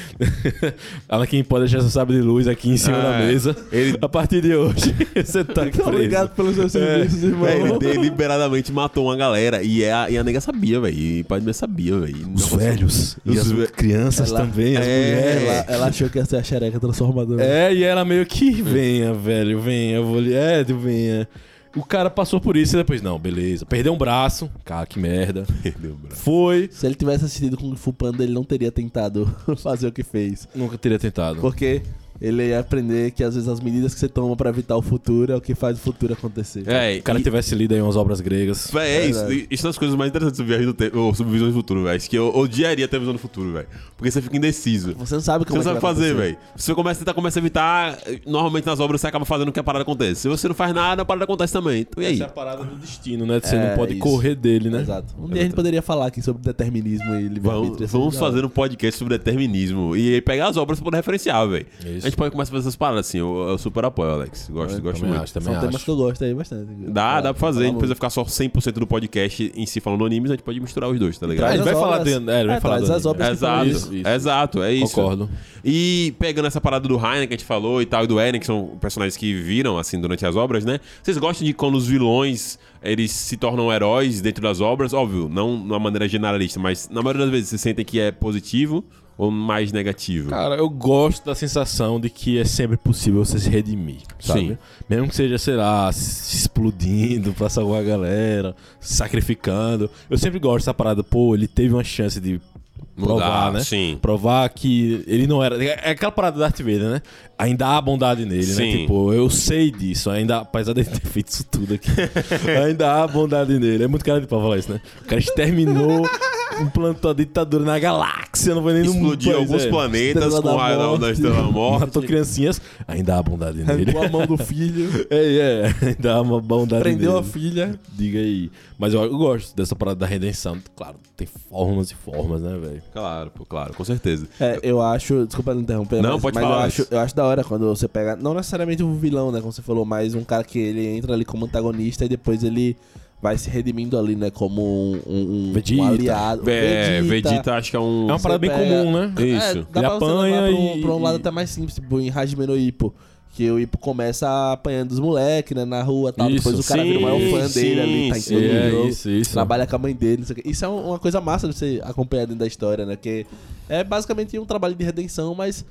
Speaker 2: Anakin pode deixar seu sabre de luz aqui em cima
Speaker 1: Ah,
Speaker 2: da mesa.
Speaker 1: ele-
Speaker 2: A partir de hoje, você tá preso.
Speaker 3: Obrigado pelos seus serviços, irmão.
Speaker 1: Véi, É, ele deliberadamente matou uma galera. E é a, e a nega sabia, velho. E pai minha sabia, velho.
Speaker 2: Os velhos e
Speaker 1: Os
Speaker 2: as
Speaker 1: ve-
Speaker 2: crianças
Speaker 3: Ela-
Speaker 2: também, as
Speaker 1: É,
Speaker 2: mulheres.
Speaker 3: Ela, ela achou que ia ser a xereca transformadora.
Speaker 2: É, e ela meio que venha, velho, venha, eu vou lhe. É, tu venha. O cara passou por isso e depois, não, beleza. Perdeu um braço. Cara, que merda. Foi.
Speaker 3: Se ele tivesse assistido Kung Fu Panda, ele não teria tentado fazer o que fez.
Speaker 2: Nunca teria tentado.
Speaker 3: Porque ele ia aprender que às vezes as medidas que você toma pra evitar o futuro é o que faz o futuro acontecer.
Speaker 1: É,
Speaker 2: O cara
Speaker 1: e-
Speaker 2: tivesse lido aí umas obras gregas.
Speaker 1: Véi, é isso.
Speaker 3: Verdade.
Speaker 1: Isso é das coisas mais interessantes sobre viagem do tempo, ou sobre visões do futuro, velho. Acho que eu odiaria ter visão do futuro, velho. Porque você fica indeciso.
Speaker 3: Você não sabe
Speaker 1: Você
Speaker 3: como
Speaker 1: não
Speaker 3: é
Speaker 1: sabe
Speaker 3: que vai
Speaker 1: fazer,
Speaker 3: acontecer.
Speaker 1: velho. Você começa a tentar, começa a evitar. Normalmente nas obras você acaba fazendo que a parada acontece. Se você não faz nada, a parada acontece também. Então e aí?
Speaker 2: Essa é a parada do destino, né? Você
Speaker 3: É,
Speaker 2: não pode
Speaker 3: isso.
Speaker 2: correr dele, né?
Speaker 3: Exato. Um dia a gente poderia falar aqui sobre determinismo e
Speaker 1: Vamos,
Speaker 3: livre-arbítrio.
Speaker 1: vamos
Speaker 3: Assim,
Speaker 1: fazer um podcast sobre determinismo e aí pegar as obras pra poder referenciar, velho.
Speaker 2: Isso.
Speaker 1: A gente pode começar a fazer essas paradas assim. Eu, eu super apoio, Alex. Gosto, gosto
Speaker 2: Também
Speaker 1: muito.
Speaker 2: acho,
Speaker 3: São
Speaker 2: também
Speaker 3: temas que
Speaker 2: acho.
Speaker 3: eu gosto aí bastante. né?
Speaker 1: Dá, dá pra
Speaker 2: tá
Speaker 1: fazer. A gente
Speaker 3: Fala
Speaker 1: precisa ficar só 100% do podcast em si falando anime, a gente pode misturar os dois, tá
Speaker 2: Ah,
Speaker 1: ligado?
Speaker 3: Traz
Speaker 2: ele vai
Speaker 3: as
Speaker 2: falar
Speaker 3: obras.
Speaker 2: dentro. É, ele vai
Speaker 3: É,
Speaker 2: falar
Speaker 3: traz
Speaker 2: do
Speaker 3: as
Speaker 2: anime.
Speaker 3: obras que
Speaker 1: Exato,
Speaker 2: Isso, isso.
Speaker 1: exato, é isso.
Speaker 2: Concordo.
Speaker 1: E pegando essa parada do Rainer que a gente falou e tal, e do Eren, que são personagens que viram, assim, durante as obras, né? Vocês gostam de quando os vilões, eles se tornam heróis dentro das obras? Óbvio, não de uma maneira generalista, mas na maioria das vezes vocês sentem que é positivo ou mais negativo?
Speaker 2: Cara, eu gosto da sensação de que é sempre possível você se redimir, sabe?
Speaker 1: Sim.
Speaker 2: Mesmo que seja, sei lá, se explodindo pra salvar a galera, se sacrificando. Eu sempre gosto dessa parada, pô, ele teve uma chance de
Speaker 1: Mudar,
Speaker 2: provar, né?
Speaker 1: sim.
Speaker 2: Provar que ele não era... É aquela parada da Darth Vader, né? Ainda há bondade nele,
Speaker 1: Sim.
Speaker 2: né? Tipo, eu sei disso, ainda... Apesar de ter feito isso tudo aqui, ainda há bondade nele. É muito cara de pau falar isso, né? O cara exterminou... implantou a ditadura na galáxia, não foi nem
Speaker 1: Explodiu
Speaker 2: no mundo.
Speaker 1: alguns
Speaker 2: Pois é.
Speaker 1: planetas
Speaker 3: Estrela
Speaker 1: com
Speaker 3: da
Speaker 1: o raio da
Speaker 3: morte.
Speaker 1: Estrela Morte.
Speaker 2: Matou criancinhas, ainda há bondade nele.
Speaker 3: Arrancou a mão do filho,
Speaker 2: É, é, ainda há uma bondade
Speaker 3: prendeu a
Speaker 2: nele.
Speaker 3: filha.
Speaker 2: Diga aí. Mas eu, eu gosto dessa parada da redenção. Claro, tem formas e formas, né, velho?
Speaker 1: Claro, pô, claro, com certeza.
Speaker 3: É, eu acho. Desculpa interromper,
Speaker 1: Não,
Speaker 3: mas,
Speaker 1: pode
Speaker 3: mas
Speaker 1: falar,
Speaker 3: eu,
Speaker 1: Alex.
Speaker 3: acho, eu acho da hora quando você pega. Não necessariamente um vilão, né? Como você falou, mas um cara que ele entra ali como antagonista e depois ele vai se redimindo ali, né? Como um, um, um
Speaker 2: Vegeta.
Speaker 3: aliado.
Speaker 1: É, Vegeta acho que é um.
Speaker 2: É uma parada bem
Speaker 3: pega- É,
Speaker 2: comum, né?
Speaker 1: Isso.
Speaker 3: dá
Speaker 2: Ele
Speaker 3: pra você levar
Speaker 2: apanha
Speaker 3: pra um,
Speaker 2: e-
Speaker 3: pra um lado
Speaker 2: e-
Speaker 3: até mais simples, tipo em Hajime no Ippo. Que o Ippo começa apanhando os moleques, né? Na rua e tal.
Speaker 2: Isso,
Speaker 3: depois o cara
Speaker 1: sim,
Speaker 3: vira o maior fã
Speaker 1: sim,
Speaker 3: dele ali, tá
Speaker 1: sim.
Speaker 3: em cima do
Speaker 2: É,
Speaker 3: jogo.
Speaker 2: isso, isso.
Speaker 3: Trabalha com a mãe dele, não sei o quê. Isso é um- uma coisa massa de você acompanhar dentro da história, né? Porque é basicamente um trabalho de redenção, mas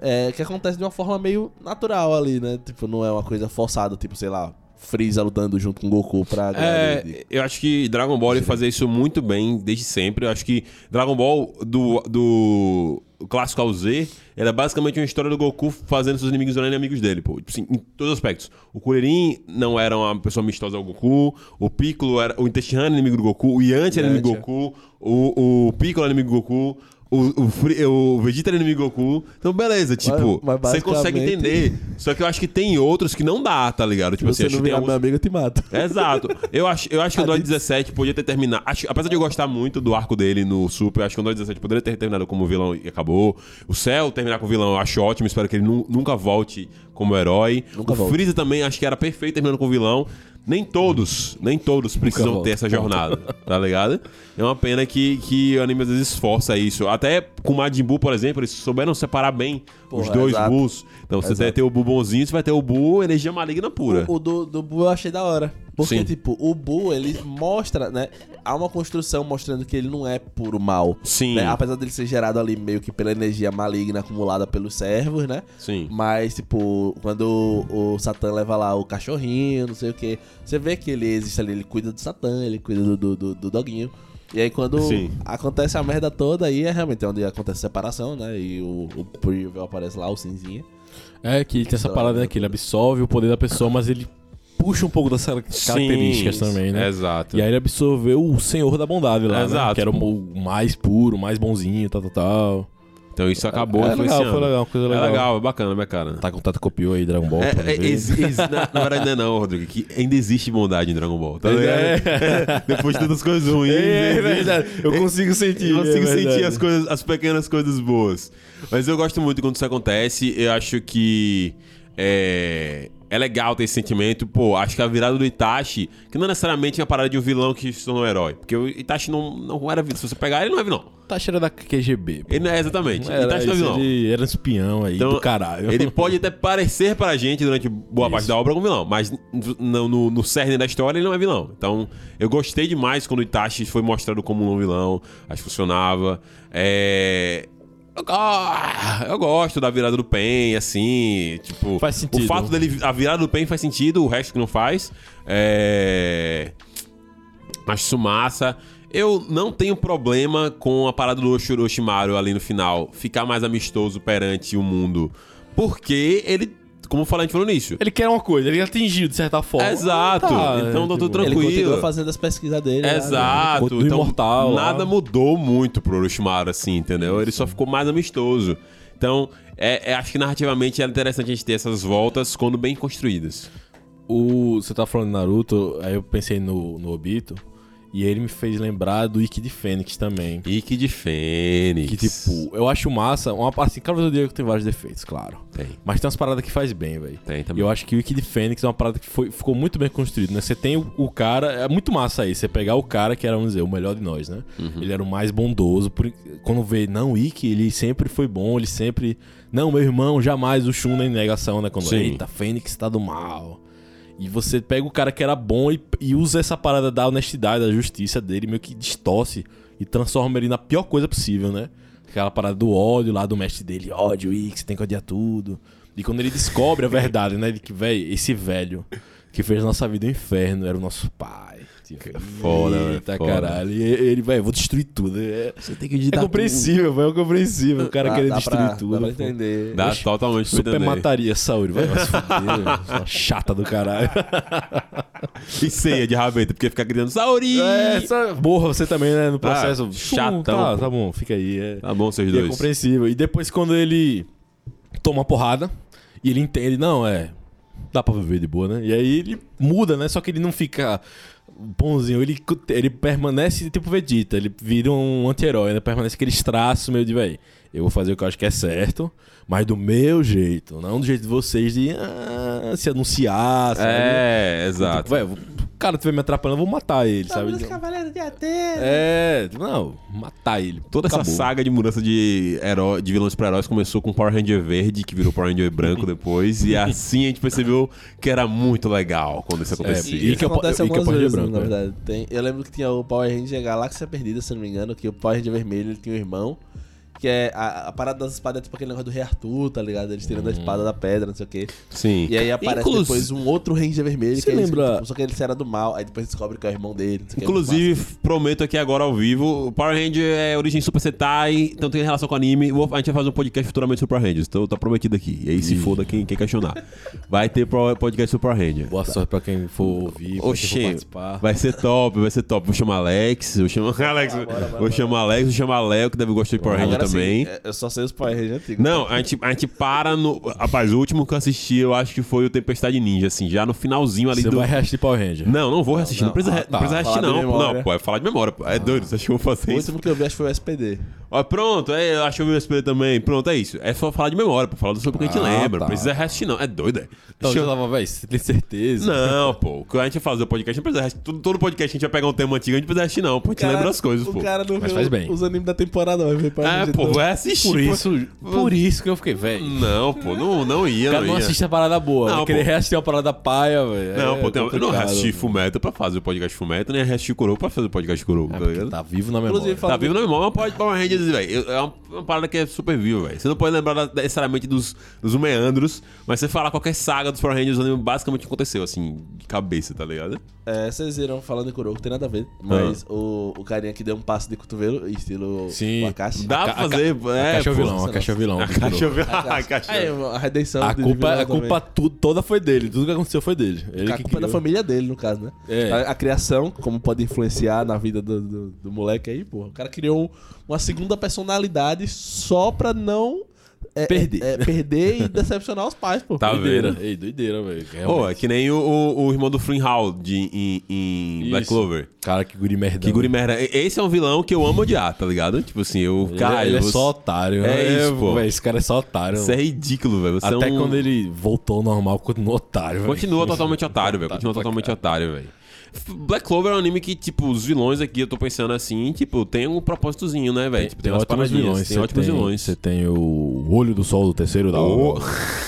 Speaker 3: é, que acontece de uma forma meio natural ali, né? Tipo, não é uma coisa forçada, tipo, sei lá, Freeza lutando junto com Goku pra ganhar de- de-
Speaker 1: É, eu acho que Dragon Ball ele fazia isso muito bem desde sempre. Eu acho que Dragon Ball do, do clássico ao Z era basicamente uma história do Goku fazendo seus inimigos virarem amigos dele, pô. Tipo assim, em todos os aspectos. O Kuririn não era uma pessoa amistosa ao Goku, o Piccolo era. O Intestino era inimigo do Goku, o Yanti era
Speaker 3: é.
Speaker 1: inimigo do Goku, o, o Piccolo era inimigo do Goku. O, o, Fri- o Vegeta era inimigo do Goku. Então, beleza, tipo,
Speaker 3: mas
Speaker 1: você consegue
Speaker 3: basicamente-
Speaker 1: entender. Só que eu acho que tem outros que não dá, tá ligado? Tipo assim,
Speaker 3: você
Speaker 1: acho
Speaker 3: não
Speaker 1: que tem
Speaker 3: virar
Speaker 1: alguns-
Speaker 3: meu amigo, eu te mato.
Speaker 1: Exato. Eu acho, eu acho que o Android 17 podia ter terminado. Acho- apesar de eu gostar muito do arco dele no Super, eu acho que o Android 17 poderia ter terminado como vilão e acabou. O Cell terminar com vilão eu acho ótimo. Espero que ele nu- nunca volte como herói.
Speaker 3: Nunca
Speaker 1: o
Speaker 3: volta.
Speaker 1: Freeza também acho que era perfeito terminando com vilão. Nem todos, nem todos precisam
Speaker 2: volta,
Speaker 1: ter essa jornada, tá ligado? É uma pena que, que o anime às vezes força isso. Até com o Majin Buu, por exemplo, eles souberam separar bem os
Speaker 3: Porra,
Speaker 1: dois
Speaker 3: exato.
Speaker 1: Bulls. Então você vai ter o Buu bonzinho, você vai ter o Buu energia maligna pura.
Speaker 3: O, o do, do Boo eu achei da hora. Porque,
Speaker 1: Sim.
Speaker 3: tipo, o Boo, ele mostra, né? Há uma construção mostrando que ele não é puro mal.
Speaker 1: Sim.
Speaker 3: né, Apesar dele ser gerado ali meio que pela energia maligna acumulada pelos servos, né?
Speaker 1: Sim.
Speaker 3: Mas, tipo, quando o, o Satã leva lá o cachorrinho, não sei o que, você vê que ele existe ali, ele cuida do Satã, ele cuida do, do, do- do doguinho. E aí quando
Speaker 1: Sim.
Speaker 3: acontece a merda toda, aí é realmente onde acontece a separação, né? E o, o Privel aparece lá, o Cinzinha.
Speaker 2: É que tem essa parada, né? Que ele absorve o poder da pessoa, mas ele puxa um pouco das car- características
Speaker 1: Sim,
Speaker 2: também, né?
Speaker 1: Exato.
Speaker 2: E aí ele absorveu o Senhor da Bondade lá, né?
Speaker 1: Exato.
Speaker 2: Que era o mais puro, o mais bonzinho, tal, tal, tal.
Speaker 1: Então isso acabou
Speaker 2: É legal,
Speaker 1: influenciando.
Speaker 2: foi legal, coisa
Speaker 1: É
Speaker 2: legal.
Speaker 1: legal, é bacana, bacana.
Speaker 2: Tá com contato copiou aí Dragon Ball. pra
Speaker 1: É, é,
Speaker 2: ver.
Speaker 1: ex- ex- na, na verdade, ainda não, Rodrigo, que ainda existe bondade em Dragon Ball, tá ligado?
Speaker 2: É.
Speaker 1: Depois de tantas coisas ruins. existe-
Speaker 2: Eu consigo sentir.
Speaker 1: Eu consigo
Speaker 2: é verdade.
Speaker 1: sentir as, coisas, as pequenas coisas boas. Mas eu gosto muito quando isso acontece. Eu acho que é, é legal ter esse sentimento. Pô, acho que a virada do Itachi, que não necessariamente é uma parada de um vilão que se tornou um herói. Porque o Itachi não, não era vilão. Se você pegar ele, não é vilão.
Speaker 2: Tá cheira da QGB. pô.
Speaker 1: Ele não é exatamente.
Speaker 2: Não era
Speaker 1: Itachi não é
Speaker 2: isso,
Speaker 1: vilão.
Speaker 2: Ele era um espião aí
Speaker 1: Então,
Speaker 2: do caralho.
Speaker 1: Ele pode até parecer pra gente durante boa
Speaker 2: Isso.
Speaker 1: parte da obra um vilão, mas n- no, no, no cerne da história ele não é vilão. Então, eu gostei demais quando o Itachi foi mostrado como um vilão, acho que funcionava. É. eu go- ah, Eu gosto da virada do Pen, assim, tipo...
Speaker 2: Faz sentido.
Speaker 1: O fato dele... A virada do Pen faz sentido, o resto que não faz. É... Acho isso massa. Eu não tenho problema com a parada do Oshiro Oshimaru ali no final. Ficar mais amistoso perante o mundo. Porque ele, como eu falei, a gente falou no início.
Speaker 2: Ele quer uma coisa, ele atingiu de certa forma.
Speaker 1: Exato.
Speaker 2: Ah, tá,
Speaker 1: então tá tudo
Speaker 2: tipo,
Speaker 3: Ele continua
Speaker 1: tranquilo.
Speaker 3: fazendo as pesquisas dele. lá, né?
Speaker 1: Exato.
Speaker 2: Continua
Speaker 1: Então,
Speaker 2: É, imortal lá.
Speaker 1: nada mudou muito pro Orochimaru, assim, entendeu? Ele só ficou mais amistoso. Então, é- é- acho que narrativamente é interessante a gente ter essas voltas quando bem construídas.
Speaker 2: O, você tá falando de Naruto, aí eu pensei no, no Obito. E ele me fez lembrar do Ikki de Fênix também.
Speaker 1: E que de Fênix.
Speaker 2: Que tipo, eu acho massa. Uma parte assim, Cavaleiro do Zodíaco tem vários defeitos, claro.
Speaker 1: Tem.
Speaker 2: Mas tem umas paradas que faz bem, velho.
Speaker 1: Tem
Speaker 2: E
Speaker 1: também.
Speaker 2: eu acho que o Wiki de Fênix é uma parada que foi, ficou muito bem construído, né? Você tem o, o cara. É muito massa aí. Você pegar o cara que era, vamos dizer, o melhor de nós, né?
Speaker 1: Uhum.
Speaker 2: Ele era o mais bondoso. por- quando vê, não, o Wiki, ele sempre foi bom, ele sempre. Não, meu irmão, jamais o Shun nem negação, né? Quando
Speaker 1: Sim.
Speaker 2: eita, Fênix tá do mal. E você pega o cara que era bom e, e usa essa parada da honestidade, da justiça dele, meio que distorce e transforma ele na pior coisa possível, né? Aquela parada do ódio lá do mestre dele, ódio, Ix, tem que odiar tudo. E quando ele descobre a verdade, né? De que, velho, esse velho que fez nossa vida um inferno era o nosso pai. tio.
Speaker 1: foda,
Speaker 3: né?
Speaker 2: Eita,
Speaker 1: velho, foda.
Speaker 2: caralho. E ele, vai, vou destruir tudo. É,
Speaker 3: Você tem que digitar
Speaker 2: é compreensível, velho, é compreensível. O cara
Speaker 3: Dá-
Speaker 2: querer
Speaker 3: dá
Speaker 2: destruir
Speaker 3: pra-
Speaker 2: tudo. né?
Speaker 3: Dá pra
Speaker 2: pô.
Speaker 3: entender.
Speaker 1: Dá totalmente pra
Speaker 2: Super
Speaker 1: entender.
Speaker 2: mataria Saúde, vai, vai se fuder, sua chata do caralho.
Speaker 1: E ceia de rabeta, porque fica gritando Saori!
Speaker 2: É, só- Morra você também, né? No processo.
Speaker 1: Ah,
Speaker 2: Pum,
Speaker 1: chatão,
Speaker 2: Tá,
Speaker 1: pô.
Speaker 2: tá bom, fica aí. É,
Speaker 1: Tá bom, vocês
Speaker 2: E é
Speaker 1: dois.
Speaker 2: compreensível. E depois quando ele toma uma porrada e ele entende, não, é. Dá pra viver de boa, né? E aí ele muda, né? Só que ele não fica bonzinho, ele, cu- ele permanece tipo Vegeta, ele vira um anti-herói, né? Permanece aqueles traços meio de, véi, eu vou fazer o que eu acho que é certo, mas do meu jeito, não do jeito de vocês de ah, se anunciar, sabe?
Speaker 1: É,
Speaker 2: Tipo,
Speaker 1: exato.
Speaker 2: véi, o cara estiver me atrapalhando, eu vou matar ele, sabe?
Speaker 3: Cavaleiro de Atena.
Speaker 2: um- É, não, matar ele.
Speaker 1: Toda essa
Speaker 2: Acabou.
Speaker 1: saga de mudança de, heró- de vilões pra heróis começou com Power Ranger verde, que virou Power Ranger branco depois, e assim a gente percebeu que era muito legal quando isso acontecia.
Speaker 2: e que é o-
Speaker 3: acontece
Speaker 2: e que é o
Speaker 3: algumas
Speaker 2: Power
Speaker 3: vezes,
Speaker 2: Ranger
Speaker 3: na
Speaker 2: branco,
Speaker 3: verdade. Tem- eu lembro que tinha o Power Ranger Galáxia Perdida, se não me engano, que o Power Ranger Vermelho ele tinha um irmão. Que é a, a parada das espadas é tipo aquele negócio do Rei Arthur, tá ligado? Eles
Speaker 2: Hum.
Speaker 3: tirando a espada da pedra, não sei o quê.
Speaker 1: Sim.
Speaker 3: E aí aparece
Speaker 1: Inclus-
Speaker 3: depois um outro Ranger Vermelho
Speaker 2: Você
Speaker 3: que é isso,
Speaker 2: lembra-
Speaker 3: tipo, só que ele era do mal, aí depois descobre que é o irmão dele. não sei o quê, é muito
Speaker 1: Inclusive, prometo aqui agora ao vivo, o Power Ranger é origem Super Sentai, então tem relação com anime. Vou- a gente vai fazer um podcast futuramente sobre Power Rangers, então tá prometido aqui. E aí se foda quem, quem questionar. Vai ter pro- podcast sobre Power Ranger.
Speaker 2: Boa sorte pra quem for ouvir, pra quem for
Speaker 1: Oxê,
Speaker 2: participar.
Speaker 1: vai ser top, vai ser top. Vou chamar Alex, vou chamar Alex, vou chamar Alex, vou chamar Léo, que deve gostar de Power
Speaker 3: massa.
Speaker 1: Ranger
Speaker 3: Agora,
Speaker 1: também.
Speaker 3: Assim, é- eu só sei os Power Rangers antigos.
Speaker 1: Não, a gente, a gente para no. Rapaz, o último que eu assisti, eu acho que foi o Tempestade Ninja, assim, já no finalzinho ali
Speaker 2: Você
Speaker 1: do.
Speaker 2: vai reagir Power Ranger.
Speaker 1: Não, não vou reassistir. Não,
Speaker 3: não.
Speaker 1: precisa,
Speaker 3: Ah,
Speaker 1: re-
Speaker 2: tá.
Speaker 1: não precisa reassistir,
Speaker 3: Falar de
Speaker 1: não. Não,
Speaker 3: memória.
Speaker 1: pô, é falar de memória. pô. É doido, você acha que eu vou fazer
Speaker 3: O
Speaker 1: isso?
Speaker 3: último que eu vi acho que foi o SPD.
Speaker 1: Ó, pronto, é, eu acho que eu vi o SPD também. Pronto, é isso. É só falar de memória, pô. Falar do sobre o que a gente
Speaker 2: Ah,
Speaker 1: lembra.
Speaker 2: tá.
Speaker 1: Não precisa reassistir, não. É doido, é.
Speaker 2: Então,
Speaker 1: Deixa
Speaker 2: eu
Speaker 1: eu-
Speaker 2: tava, véi, você tem certeza?
Speaker 1: Não, pô. O que a gente vai fazer o podcast, não precisa reassistir. Todo, todo podcast a gente vai pegar um tema antigo, a gente precisa reassistir, não. Pô, a gente lembra as coisas, pô.
Speaker 3: O cara não
Speaker 2: Mas
Speaker 3: vê
Speaker 2: faz
Speaker 3: o-
Speaker 2: bem.
Speaker 3: os animes da temporada, vai ver então. Power
Speaker 1: É,
Speaker 3: Ranger
Speaker 1: pô,
Speaker 3: todo.
Speaker 1: vai assistir.
Speaker 2: Por
Speaker 1: pô.
Speaker 2: isso, por isso que eu fiquei, véi.
Speaker 1: Não, pô, não, não ia,
Speaker 2: O cara
Speaker 1: não
Speaker 2: não
Speaker 1: ia.
Speaker 2: assiste a parada boa,
Speaker 1: Não,
Speaker 2: vai querer
Speaker 1: pô.
Speaker 2: reagir a parada paia, É velho.
Speaker 1: Não, pô, tem- eu não assisti
Speaker 2: fumo.
Speaker 1: Fumeto pra fazer o podcast Fumeto, nem assisti Kuroko pra fazer o podcast Kuroko, tá ligado?
Speaker 2: Tá vivo na memória.
Speaker 3: Inclusive,
Speaker 1: Tá vivo na memória, mas pode Power Rangers, velho. Eu- É uma, uma parada que é super viva, velho. Você não pode lembrar da- necessariamente dos, dos meandros, mas você falar qualquer saga dos Power Rangers, o anime basicamente aconteceu, assim, de cabeça, tá ligado?
Speaker 3: É, vocês viram falando de Kuroko, tem nada a ver. Mas o, o carinha que deu um passo de cotovelo, estilo
Speaker 2: Sim.
Speaker 3: Wakashi.
Speaker 1: Dá
Speaker 2: ca-
Speaker 1: pra
Speaker 2: a ca-
Speaker 1: fazer, é.
Speaker 2: a caixa é o
Speaker 1: pô.
Speaker 2: vilão, a caixa é o vilão.
Speaker 1: A caixa é o vilão, a caixa
Speaker 3: Aí,
Speaker 1: é o vilão.
Speaker 3: a redenção
Speaker 2: A
Speaker 3: de
Speaker 2: culpa,
Speaker 3: vilão
Speaker 2: a culpa
Speaker 3: também.
Speaker 2: tu- toda foi dele, tudo que aconteceu foi dele. Ele
Speaker 3: A
Speaker 2: que
Speaker 3: culpa é da
Speaker 2: criou.
Speaker 3: família dele, no caso, né?
Speaker 2: É.
Speaker 3: A, a criação, como pode influenciar na vida do, do, do moleque aí, porra. O cara criou um- uma segunda personalidade só pra não... é,
Speaker 2: Perder.
Speaker 3: é, é, perder e decepcionar os pais, pô.
Speaker 1: Tá
Speaker 2: Doideira.
Speaker 1: vendo?
Speaker 2: Ei, doideira, velho.
Speaker 1: Pô,
Speaker 2: realmente.
Speaker 1: é que nem o, o, o irmão do Flynn Hall de, em, em Black
Speaker 2: Isso.
Speaker 1: Clover.
Speaker 2: Cara, que guri merdão.
Speaker 1: Que guri merda. E- Esse é um vilão que eu amo odiar, tá ligado? Tipo assim, eu.
Speaker 2: Ele,
Speaker 1: Cara,
Speaker 2: ele é
Speaker 1: eu-
Speaker 2: só otário.
Speaker 1: É isso, pô.
Speaker 2: velho, esse cara é só otário.
Speaker 1: Isso é ridículo, velho. Você é
Speaker 2: Até
Speaker 1: um-
Speaker 2: quando ele voltou ao normal, continua otário, velho.
Speaker 1: Continua totalmente otário, velho. Continua
Speaker 2: Otário pra
Speaker 1: totalmente otário, velho. F- Black Clover é um anime que, tipo, os vilões aqui, eu tô pensando assim, tipo, tem um propósitozinho, né, velho? Tipo, tem, umas paradinhas, tem
Speaker 2: você
Speaker 1: ótimos
Speaker 2: tem-
Speaker 1: vilões.
Speaker 2: Você tem o olho do sol do terceiro da
Speaker 1: O-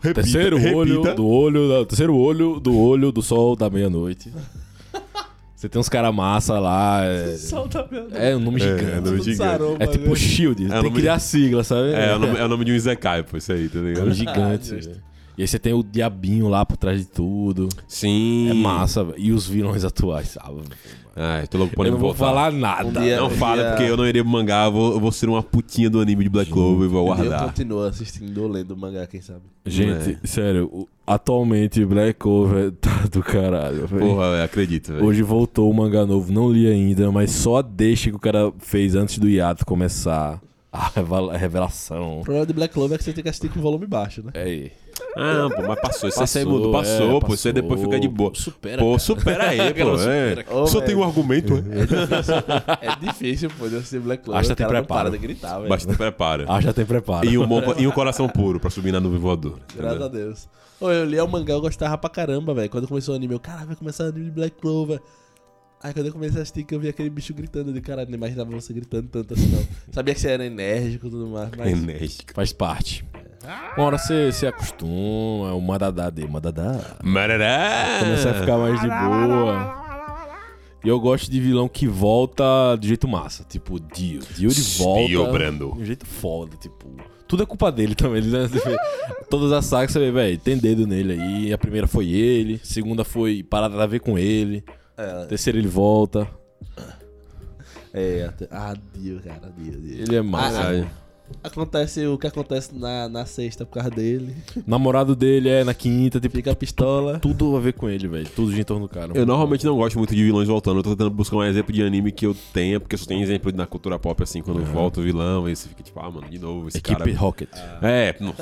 Speaker 1: Repita,
Speaker 2: terceiro olho
Speaker 1: repita.
Speaker 2: do olho da- terceiro olho do olho do sol da meia-noite. Você tem uns cara massa lá, é,
Speaker 3: Solta mesmo.
Speaker 2: é um nome gigante.
Speaker 1: é um nome
Speaker 3: Tudo
Speaker 1: gigante.
Speaker 3: sarou,
Speaker 2: É
Speaker 3: mano.
Speaker 2: tipo Shield,
Speaker 1: o
Speaker 2: tem
Speaker 1: nome
Speaker 2: que criar sigla, sabe?
Speaker 1: É, é o nome, é o nome de um Izekai, pô, isso aí, tá
Speaker 2: É um
Speaker 1: ligado?
Speaker 2: gigante.
Speaker 3: Ah, justo.
Speaker 2: velho. e aí você tem o diabinho lá por trás de tudo.
Speaker 1: Sim.
Speaker 2: É massa, velho. E os vilões atuais, sabe?
Speaker 1: Ai, tô louco pra
Speaker 2: Eu não vou
Speaker 1: voltar.
Speaker 2: falar nada.
Speaker 3: Um dia-
Speaker 1: Não fala,
Speaker 3: Yeah.
Speaker 1: porque eu não irei pro mangá, eu vou, eu vou ser uma putinha do anime de Black Clover e vou
Speaker 3: Eu
Speaker 1: aguardar.
Speaker 3: continuo assistindo ou lendo o mangá, quem sabe.
Speaker 2: Gente, sério, o- atualmente Black Clover tá do caralho, velho.
Speaker 1: Porra, velho, acredito, velho.
Speaker 2: Hoje voltou o mangá novo, não li ainda, mas só deixa que o cara fez antes do hiato começar a revela- a revelação.
Speaker 3: O problema de Black Clover é que você tem que assistir com volume baixo, né?
Speaker 2: É aí.
Speaker 1: Ah, pô, mas passou. Isso aí
Speaker 2: Passou,
Speaker 1: mudou. Passou,
Speaker 2: é,
Speaker 1: pô. Isso aí
Speaker 2: passou.
Speaker 1: depois fica de boa.
Speaker 2: Supera,
Speaker 1: Pô,
Speaker 2: cara.
Speaker 1: supera aí, pô.
Speaker 2: Cara,
Speaker 1: é.
Speaker 2: supera,
Speaker 3: cara.
Speaker 1: Só
Speaker 3: Ô,
Speaker 1: tem um
Speaker 3: velho.
Speaker 1: argumento, é.
Speaker 3: É difícil, pô, de eu assistir Black Clover.
Speaker 2: Acho que
Speaker 3: o
Speaker 2: tem
Speaker 3: cara não
Speaker 2: preparo.
Speaker 3: para de gritar, velho.
Speaker 1: Mas te prepara.
Speaker 2: Ah, já tem preparo.
Speaker 1: E um, bom, e um coração puro pra subir na nuvem voadora.
Speaker 3: Graças a Deus. Ô, eu li o mangá, eu gostava pra caramba, velho. Quando começou o anime, eu, caralho, vai começar o anime de Black Clover. Aí quando eu comecei a assistir, que eu vi aquele bicho gritando de caralho, não imaginava você gritando tanto assim, não. Sabia que você era enérgico e tudo mais, mas...
Speaker 1: Enérgica.
Speaker 2: Faz parte. Uma hora você se acostuma, é o madadá de madadá.
Speaker 1: Marará!
Speaker 2: Começa a ficar mais de boa. E eu gosto de vilão que volta de jeito massa. Tipo, Dio. Dio de
Speaker 1: Dio
Speaker 2: volta.
Speaker 1: Brando.
Speaker 2: De um jeito foda, tipo. Tudo é culpa dele também. Ele, né? Todas as sagas, você vê, velho, tem dedo nele aí. A primeira foi ele, a segunda foi parada a ver com ele.
Speaker 3: É,
Speaker 2: Terceiro ele volta.
Speaker 3: é. até- Ah, Dio, cara, Dio, Dio.
Speaker 2: Ele é massa.
Speaker 1: Caralho.
Speaker 3: Acontece o que acontece na, na sexta por causa dele.
Speaker 2: Namorado dele é na quinta, tipo,
Speaker 3: Fica a pistola.
Speaker 2: tudo a ver com ele, velho. Tudo de entorno do cara.
Speaker 1: Eu normalmente não gosto muito de vilões voltando. Eu tô tentando buscar um exemplo de anime que eu tenha, porque eu só tenho exemplo na cultura pop, assim, quando volta o vilão, aí você fica tipo, ah, mano, de novo, esse
Speaker 2: Equipe
Speaker 1: cara.
Speaker 2: Rocket.
Speaker 1: É, não.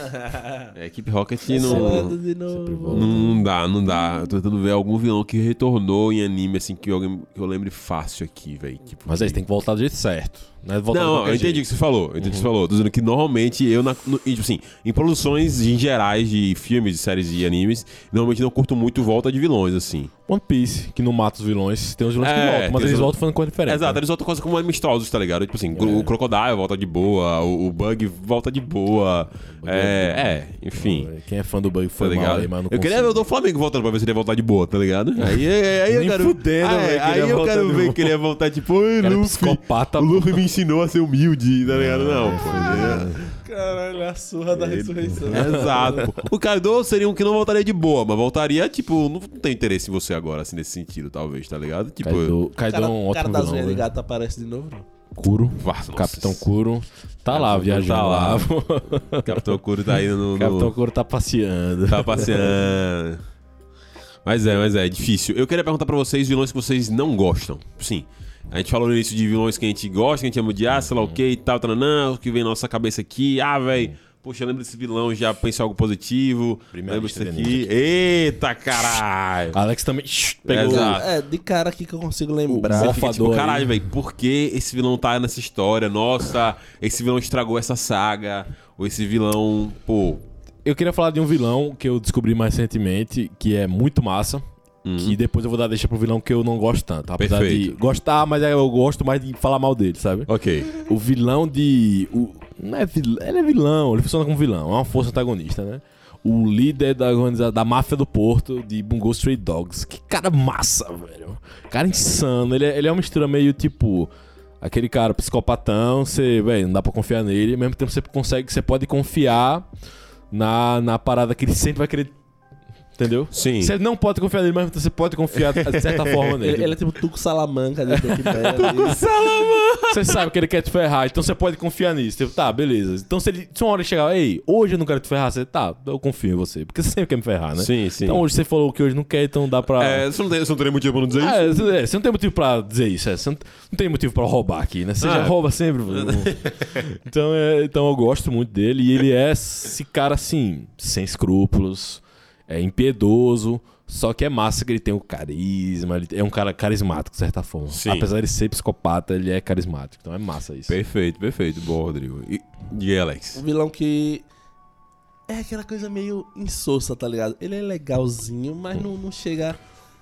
Speaker 1: É, Equipe Rocket não.
Speaker 3: Solando de novo.
Speaker 2: sempre volta.
Speaker 1: Não dá, não dá. Eu tô tentando ver algum vilão que retornou em anime, assim, que eu, que eu lembre fácil aqui, velho. Tipo,
Speaker 2: Mas aí você tem que voltar do jeito certo. Não, é voltar de
Speaker 1: Não,
Speaker 2: qualquer
Speaker 1: eu entendi o que
Speaker 2: jeito.
Speaker 1: você falou. Eu entendi o que você falou. Tô dizendo que normalmente eu, na, no- e, tipo assim, em produções em gerais de filmes, de séries e animes, normalmente não curto muito volta de vilões, assim.
Speaker 2: One Piece, que não mata os vilões, tem os vilões
Speaker 1: É,
Speaker 2: que voltam, mas
Speaker 1: tem
Speaker 2: eles
Speaker 1: os-
Speaker 2: voltam fazendo coisa diferente.
Speaker 1: Exato,
Speaker 2: né? É.
Speaker 1: eles voltam quase como amistosos, tá ligado? Tipo assim, o Crocodile volta de boa, o, o Bug volta de boa. É, é, enfim.
Speaker 2: Quem é fã do Bug
Speaker 1: Tá
Speaker 2: foi mal
Speaker 1: ligado?
Speaker 2: aí, mas não
Speaker 1: eu queria ver o
Speaker 2: consigo.
Speaker 1: do Flamengo voltando pra ver se ele ia voltar de boa, tá ligado? Aí, aí, aí eu
Speaker 2: Nem
Speaker 1: quero.
Speaker 2: fudendo,
Speaker 1: Ah, é,
Speaker 2: velho, que ele
Speaker 1: aí
Speaker 2: ia
Speaker 1: eu
Speaker 2: voltar
Speaker 1: quero
Speaker 2: de
Speaker 1: ver
Speaker 2: boa.
Speaker 1: que ele ia voltar, tipo, oi,
Speaker 2: Cara, é
Speaker 1: Luffy.
Speaker 2: psicopata. É,
Speaker 1: O Luffy me ensinou a ser humilde, tá ligado? Não, pô. é,
Speaker 3: Caralho, a surra da ressurreição.
Speaker 2: é.
Speaker 1: Exato. pô. O Kaido seria um que não voltaria de boa, mas voltaria, tipo, não tem interesse em você agora, assim, nesse sentido, talvez, tá ligado? Tipo,
Speaker 2: Kaido,
Speaker 3: O
Speaker 2: Kaido
Speaker 3: cara,
Speaker 2: é um
Speaker 3: o cara tá
Speaker 2: ótimo
Speaker 3: das
Speaker 2: vilão,
Speaker 3: unhas de
Speaker 2: velho.
Speaker 3: gato aparece de novo, não.
Speaker 2: Curo.
Speaker 1: Vá, nossa,
Speaker 2: Capitão Curo. Tá lá
Speaker 1: Capitão
Speaker 2: viajando
Speaker 1: tá lá.
Speaker 2: lá.
Speaker 1: Capitão Kuro tá indo no. no-
Speaker 2: Capitão Curo tá passeando.
Speaker 1: Tá passeando. Mas é, mas é, é difícil. Eu queria perguntar pra vocês vilões que vocês não gostam. Sim. A gente falou no início de vilões que a gente gosta, que a gente ama odiar, sei lá o que e tal, tananã, o que vem na nossa cabeça aqui. Ah, velho, poxa, lembra desse vilão, já pensei em algo positivo.
Speaker 2: Primeira
Speaker 1: lembra disso
Speaker 2: lista de
Speaker 1: aqui. Eita, caralho!
Speaker 2: Alex também shh, pegou.
Speaker 1: Exato.
Speaker 3: É, de cara aqui que eu consigo
Speaker 2: O
Speaker 3: lembrar.
Speaker 1: Você fica tipo,
Speaker 2: Mofador aí.
Speaker 1: caralho, velho, por que esse vilão tá nessa história? Nossa, esse vilão estragou essa saga. Ou esse vilão, pô.
Speaker 2: Eu queria falar de um vilão que eu descobri mais recentemente, que é muito massa. Que depois eu vou dar deixa pro vilão que eu não gosto tanto. Apesar
Speaker 1: Hum. Perfeito.
Speaker 2: de gostar, mas é, eu gosto mais de falar mal dele, sabe?
Speaker 1: Ok.
Speaker 2: O vilão de. O, não é vil, ele é vilão, ele funciona como vilão, é uma força antagonista, né? O líder da, organiza- da máfia do Porto, de Bungo Stray Dogs. Que cara massa, velho. Cara insano. Ele é, ele é uma mistura meio tipo. Aquele cara psicopatão, você, velho, não dá pra confiar nele. Ao mesmo tempo você consegue, você pode confiar na, na parada que ele sempre vai querer. Entendeu?
Speaker 1: Sim.
Speaker 2: Você não pode confiar nele, mas você pode confiar de certa forma nele.
Speaker 3: Ele, ele é tipo Tuco Salamanca de Breaking Bad. ali.
Speaker 2: Você sabe que ele quer te ferrar, então você pode confiar nisso. Tipo, tá, beleza. Então se, ele, se uma hora ele chegar, ei, hoje eu não quero te ferrar, você, tá, eu confio em você. Porque você sempre quer me ferrar, né?
Speaker 1: Sim, sim.
Speaker 2: Então hoje você falou que hoje não quer, então dá pra.
Speaker 1: É, você não, tem, você não teria motivo pra não dizer
Speaker 2: Ah,
Speaker 1: isso?
Speaker 2: é, você- é, você não tem motivo pra dizer isso, é, você não, não tem motivo pra roubar aqui, né? Você
Speaker 1: Ah,
Speaker 2: já
Speaker 1: é.
Speaker 2: rouba sempre. mano. então, é, então eu gosto muito dele e ele é esse cara assim, sem escrúpulos, é impiedoso, só que é massa que ele tem o carisma, ele é um cara carismático de certa forma.
Speaker 1: Sim.
Speaker 2: Apesar de ele ser psicopata, ele é carismático, então é massa isso.
Speaker 1: Perfeito, perfeito. Bom, Rodrigo. E, e
Speaker 3: um
Speaker 1: Alex?
Speaker 3: vilão que. É aquela coisa meio insossa, tá ligado? Ele é legalzinho, mas não, não chega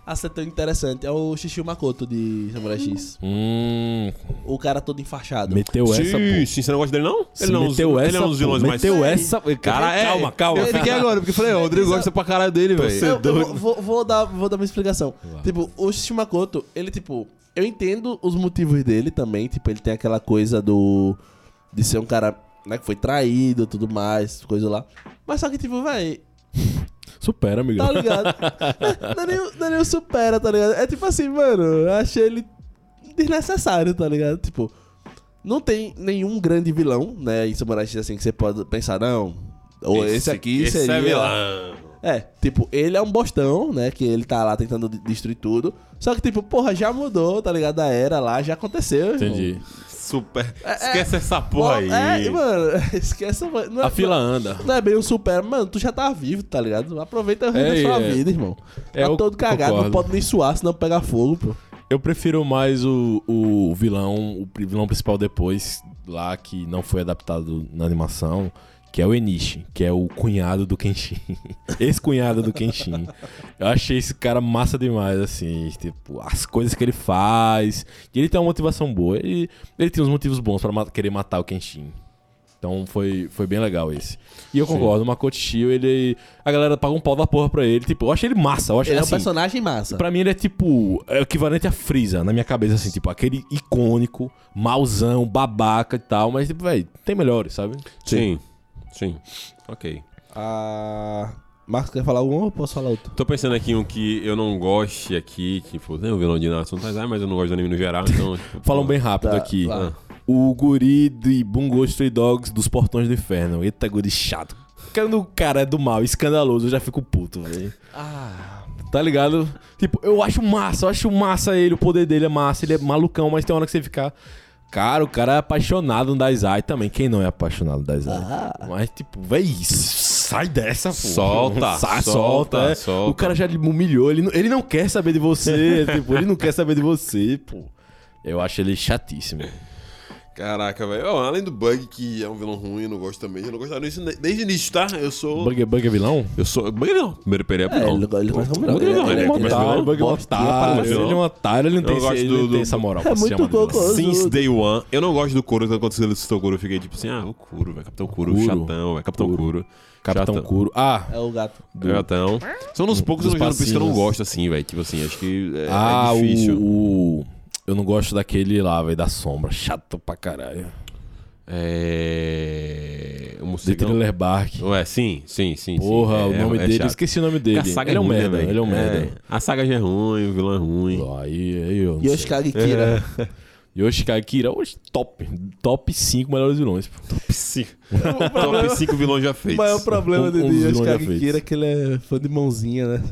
Speaker 3: a ser tão interessante. É o Shishio Makoto de Samurai X.
Speaker 2: Hum,
Speaker 3: O cara todo enfaixado.
Speaker 2: meteu
Speaker 1: sim,
Speaker 2: essa, pô.
Speaker 1: sim, você não gosta dele, não?
Speaker 2: Se
Speaker 1: ele não é um-
Speaker 2: meteu
Speaker 1: ele
Speaker 2: essa,
Speaker 1: é um dos vilões
Speaker 2: pô,
Speaker 1: mais.
Speaker 2: meteu essa,
Speaker 1: Cara, é-
Speaker 2: calma, calma.
Speaker 1: Eu fiquei agora, porque eu falei, ó, o Rodrigo gosta pra caralho dele, velho.
Speaker 3: Eu, eu vou, vou- vou dar, vou dar uma explicação. Tipo, o Shimakoto, ele, tipo, eu entendo os motivos dele também. Tipo, ele tem aquela coisa do. de ser um cara, né, que foi traído tudo mais, coisa lá. Mas só que, tipo, véi,
Speaker 2: Supera, amigão.
Speaker 3: tá ligado? não, é nem, o- não é nem o supera, tá ligado? É tipo assim, mano, eu achei ele desnecessário, tá ligado? Tipo, não tem nenhum grande vilão, né, em Samurai X assim, que você pode pensar, não. Ou esse, aqui
Speaker 1: esse
Speaker 3: seria.
Speaker 1: É vilão.
Speaker 3: É, tipo, ele é um bostão, né? Que ele tá lá tentando de- destruir tudo. Só que, tipo, porra, já mudou, tá ligado? A era lá, já aconteceu. irmão.
Speaker 2: Entendi.
Speaker 1: Super. Esquece essa porra aí.
Speaker 3: É, mano, esquece. mano,
Speaker 1: Tá
Speaker 3: Não é,
Speaker 2: A fila anda.
Speaker 3: Não é bem um super. Mano, tu já tá vivo, tá ligado? Aproveita o resto
Speaker 2: É,
Speaker 3: da sua
Speaker 2: é.
Speaker 3: vida, irmão.
Speaker 2: É,
Speaker 3: tá
Speaker 2: eu
Speaker 3: todo cagado, não
Speaker 2: concordo.
Speaker 3: pode nem suar, senão pega fogo, pô.
Speaker 2: Eu prefiro mais o, o vilão, o pri- vilão principal depois, lá que não foi adaptado na animação, que é o Enishi, que é o cunhado do Kenshin. Ex-cunhado do Kenshin. Eu achei esse cara massa demais, assim, tipo, as coisas que ele faz. E ele tem uma motivação boa. Ele, ele tem uns motivos bons pra ma- querer matar o Kenshin. Então foi, foi bem legal esse. E eu concordo, o Makoto Shio, ele. A galera paga um pau da porra pra ele. Tipo, eu achei ele massa. Eu achei,
Speaker 3: Ele é um
Speaker 2: assim,
Speaker 3: personagem massa.
Speaker 2: Pra mim ele é tipo. É o equivalente a Freeza na minha cabeça, assim, tipo, aquele icônico, mauzão, babaca e tal, mas, tipo, velho, tem melhores, sabe?
Speaker 1: Sim. Sim. Ok.
Speaker 3: Ah, Marcos, quer falar algum ou posso falar outro?
Speaker 1: Tô pensando aqui em um que eu não goste aqui, tipo, tem um vilão de Naruto Taizai, mas eu não gosto do anime no geral, então... tipo,
Speaker 2: Falam bem rápido
Speaker 3: Tá,
Speaker 2: aqui.
Speaker 3: vai.
Speaker 2: O guri de Bungo Stray Dogs dos Portões do Inferno. Eita, guri chato. Quando o cara é do mal, escandaloso, eu já fico puto, velho. Tá ligado? Tipo, eu acho massa, eu acho massa ele, o poder dele é massa, ele é malucão, mas tem hora que você fica. Cara, o cara é apaixonado no Dazai também. Quem não é apaixonado no Dazai? Mas, tipo, véi, sai dessa, pô.
Speaker 1: Solta,
Speaker 2: sai,
Speaker 1: solta,
Speaker 2: solta, é.
Speaker 1: solta.
Speaker 2: O cara já lhe humilhou, ele não, ele não quer saber de você, tipo, ele não quer saber de você, pô. Eu acho ele chatíssimo.
Speaker 1: Caraca, velho. Ó, além do Bug, que é um vilão ruim, eu não gosto também. Eu não gostava disso ne- desde o início, tá? Eu sou...
Speaker 2: Bug é bug é vilão?
Speaker 1: Eu sou... Bug não. Primeiro Pereira é,
Speaker 3: É,
Speaker 1: não.
Speaker 3: ele- ele começa como
Speaker 1: Bug
Speaker 3: vilão.
Speaker 1: não, ele
Speaker 3: Ele é
Speaker 1: é
Speaker 3: como
Speaker 1: começa como vilão.
Speaker 2: Bug é um otário.
Speaker 1: vilão.
Speaker 2: Ele é um otário, ele não tem,
Speaker 1: Eu gosto
Speaker 2: esse-
Speaker 1: do-
Speaker 2: ele não tem
Speaker 1: do-
Speaker 2: essa moral
Speaker 3: É
Speaker 2: pra se
Speaker 3: muito
Speaker 2: chamar de vilão.
Speaker 3: cocô.
Speaker 1: Since day one, eu não gosto do Kuro. Então, quando ele citou o Kuro, eu fiquei tipo assim, ah, o Kuro, velho. Capitão Kuro,
Speaker 2: Kuro.
Speaker 1: chatão, velho. Capitão Kuro.
Speaker 2: Capitão
Speaker 1: Chatão.
Speaker 2: Kuro. Ah,
Speaker 3: É o gato.
Speaker 1: Chatão. São uns poucos
Speaker 2: dos
Speaker 1: dos que eu não
Speaker 2: passinhos.
Speaker 1: gosto, assim, velho. Tipo assim, acho que é, é
Speaker 2: ah
Speaker 1: difícil.
Speaker 2: o, o- Eu não gosto daquele lá, velho, da sombra. Chato pra caralho.
Speaker 1: É... O
Speaker 2: The
Speaker 1: morcegão.
Speaker 2: Thriller Bark.
Speaker 1: Ué, sim, sim, sim.
Speaker 2: Porra,
Speaker 1: sim.
Speaker 2: o nome dele.
Speaker 1: chato.
Speaker 2: Esqueci o nome dele.
Speaker 1: A saga
Speaker 2: Ele é um
Speaker 1: ruim, né,
Speaker 2: merda,
Speaker 1: velho?
Speaker 2: ele é um merda.
Speaker 1: É. A saga já é ruim, o vilão é ruim.
Speaker 2: Aí, aí eu. não sei.
Speaker 3: Yoshikage Kira.
Speaker 2: Yoshikage Kira, hoje top. Top 5 melhores vilões. pô.
Speaker 1: Psi- Top 5 vilões já fez.
Speaker 3: Mas o problema
Speaker 2: Um-
Speaker 3: de de
Speaker 2: um dos vilões já
Speaker 3: Yoshikage
Speaker 2: fez.
Speaker 3: Kira é que ele é fã de mãozinha, né?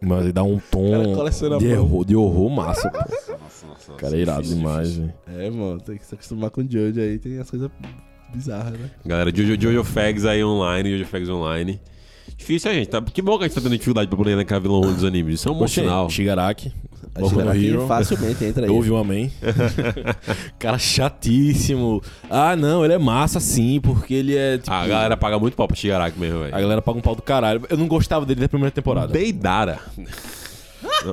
Speaker 2: Mas ele dá um
Speaker 3: cara
Speaker 2: tom
Speaker 3: coleciona
Speaker 2: de,
Speaker 3: mão.
Speaker 2: erro, de horror massa. pô. Cara, é irado demais, velho.
Speaker 3: É, mano, tem que se acostumar com o Jojo aí, tem as coisas bizarras, né?
Speaker 1: Galera, Jojo, Jojo Fags aí online, Jojo Fags online. Difícil, hein, gente. Tá, que bom que a gente tá tendo dificuldade pra poder elencar vilão ruim dos animes. Isso é um bom
Speaker 2: Poxa,
Speaker 1: sinal.
Speaker 2: Shigaraki.
Speaker 3: A
Speaker 2: Boku no
Speaker 3: Shigaraki
Speaker 2: Hero.
Speaker 3: facilmente entra aí.
Speaker 2: Eu ouvi um amém. cara chatíssimo. Ah, não, ele é massa sim, porque ele é tipo.
Speaker 1: Ah, a galera paga muito pau pra Shigaraki mesmo,
Speaker 2: a
Speaker 1: velho.
Speaker 2: galera paga um pau do caralho. Eu não gostava dele da primeira temporada.
Speaker 1: Deidara.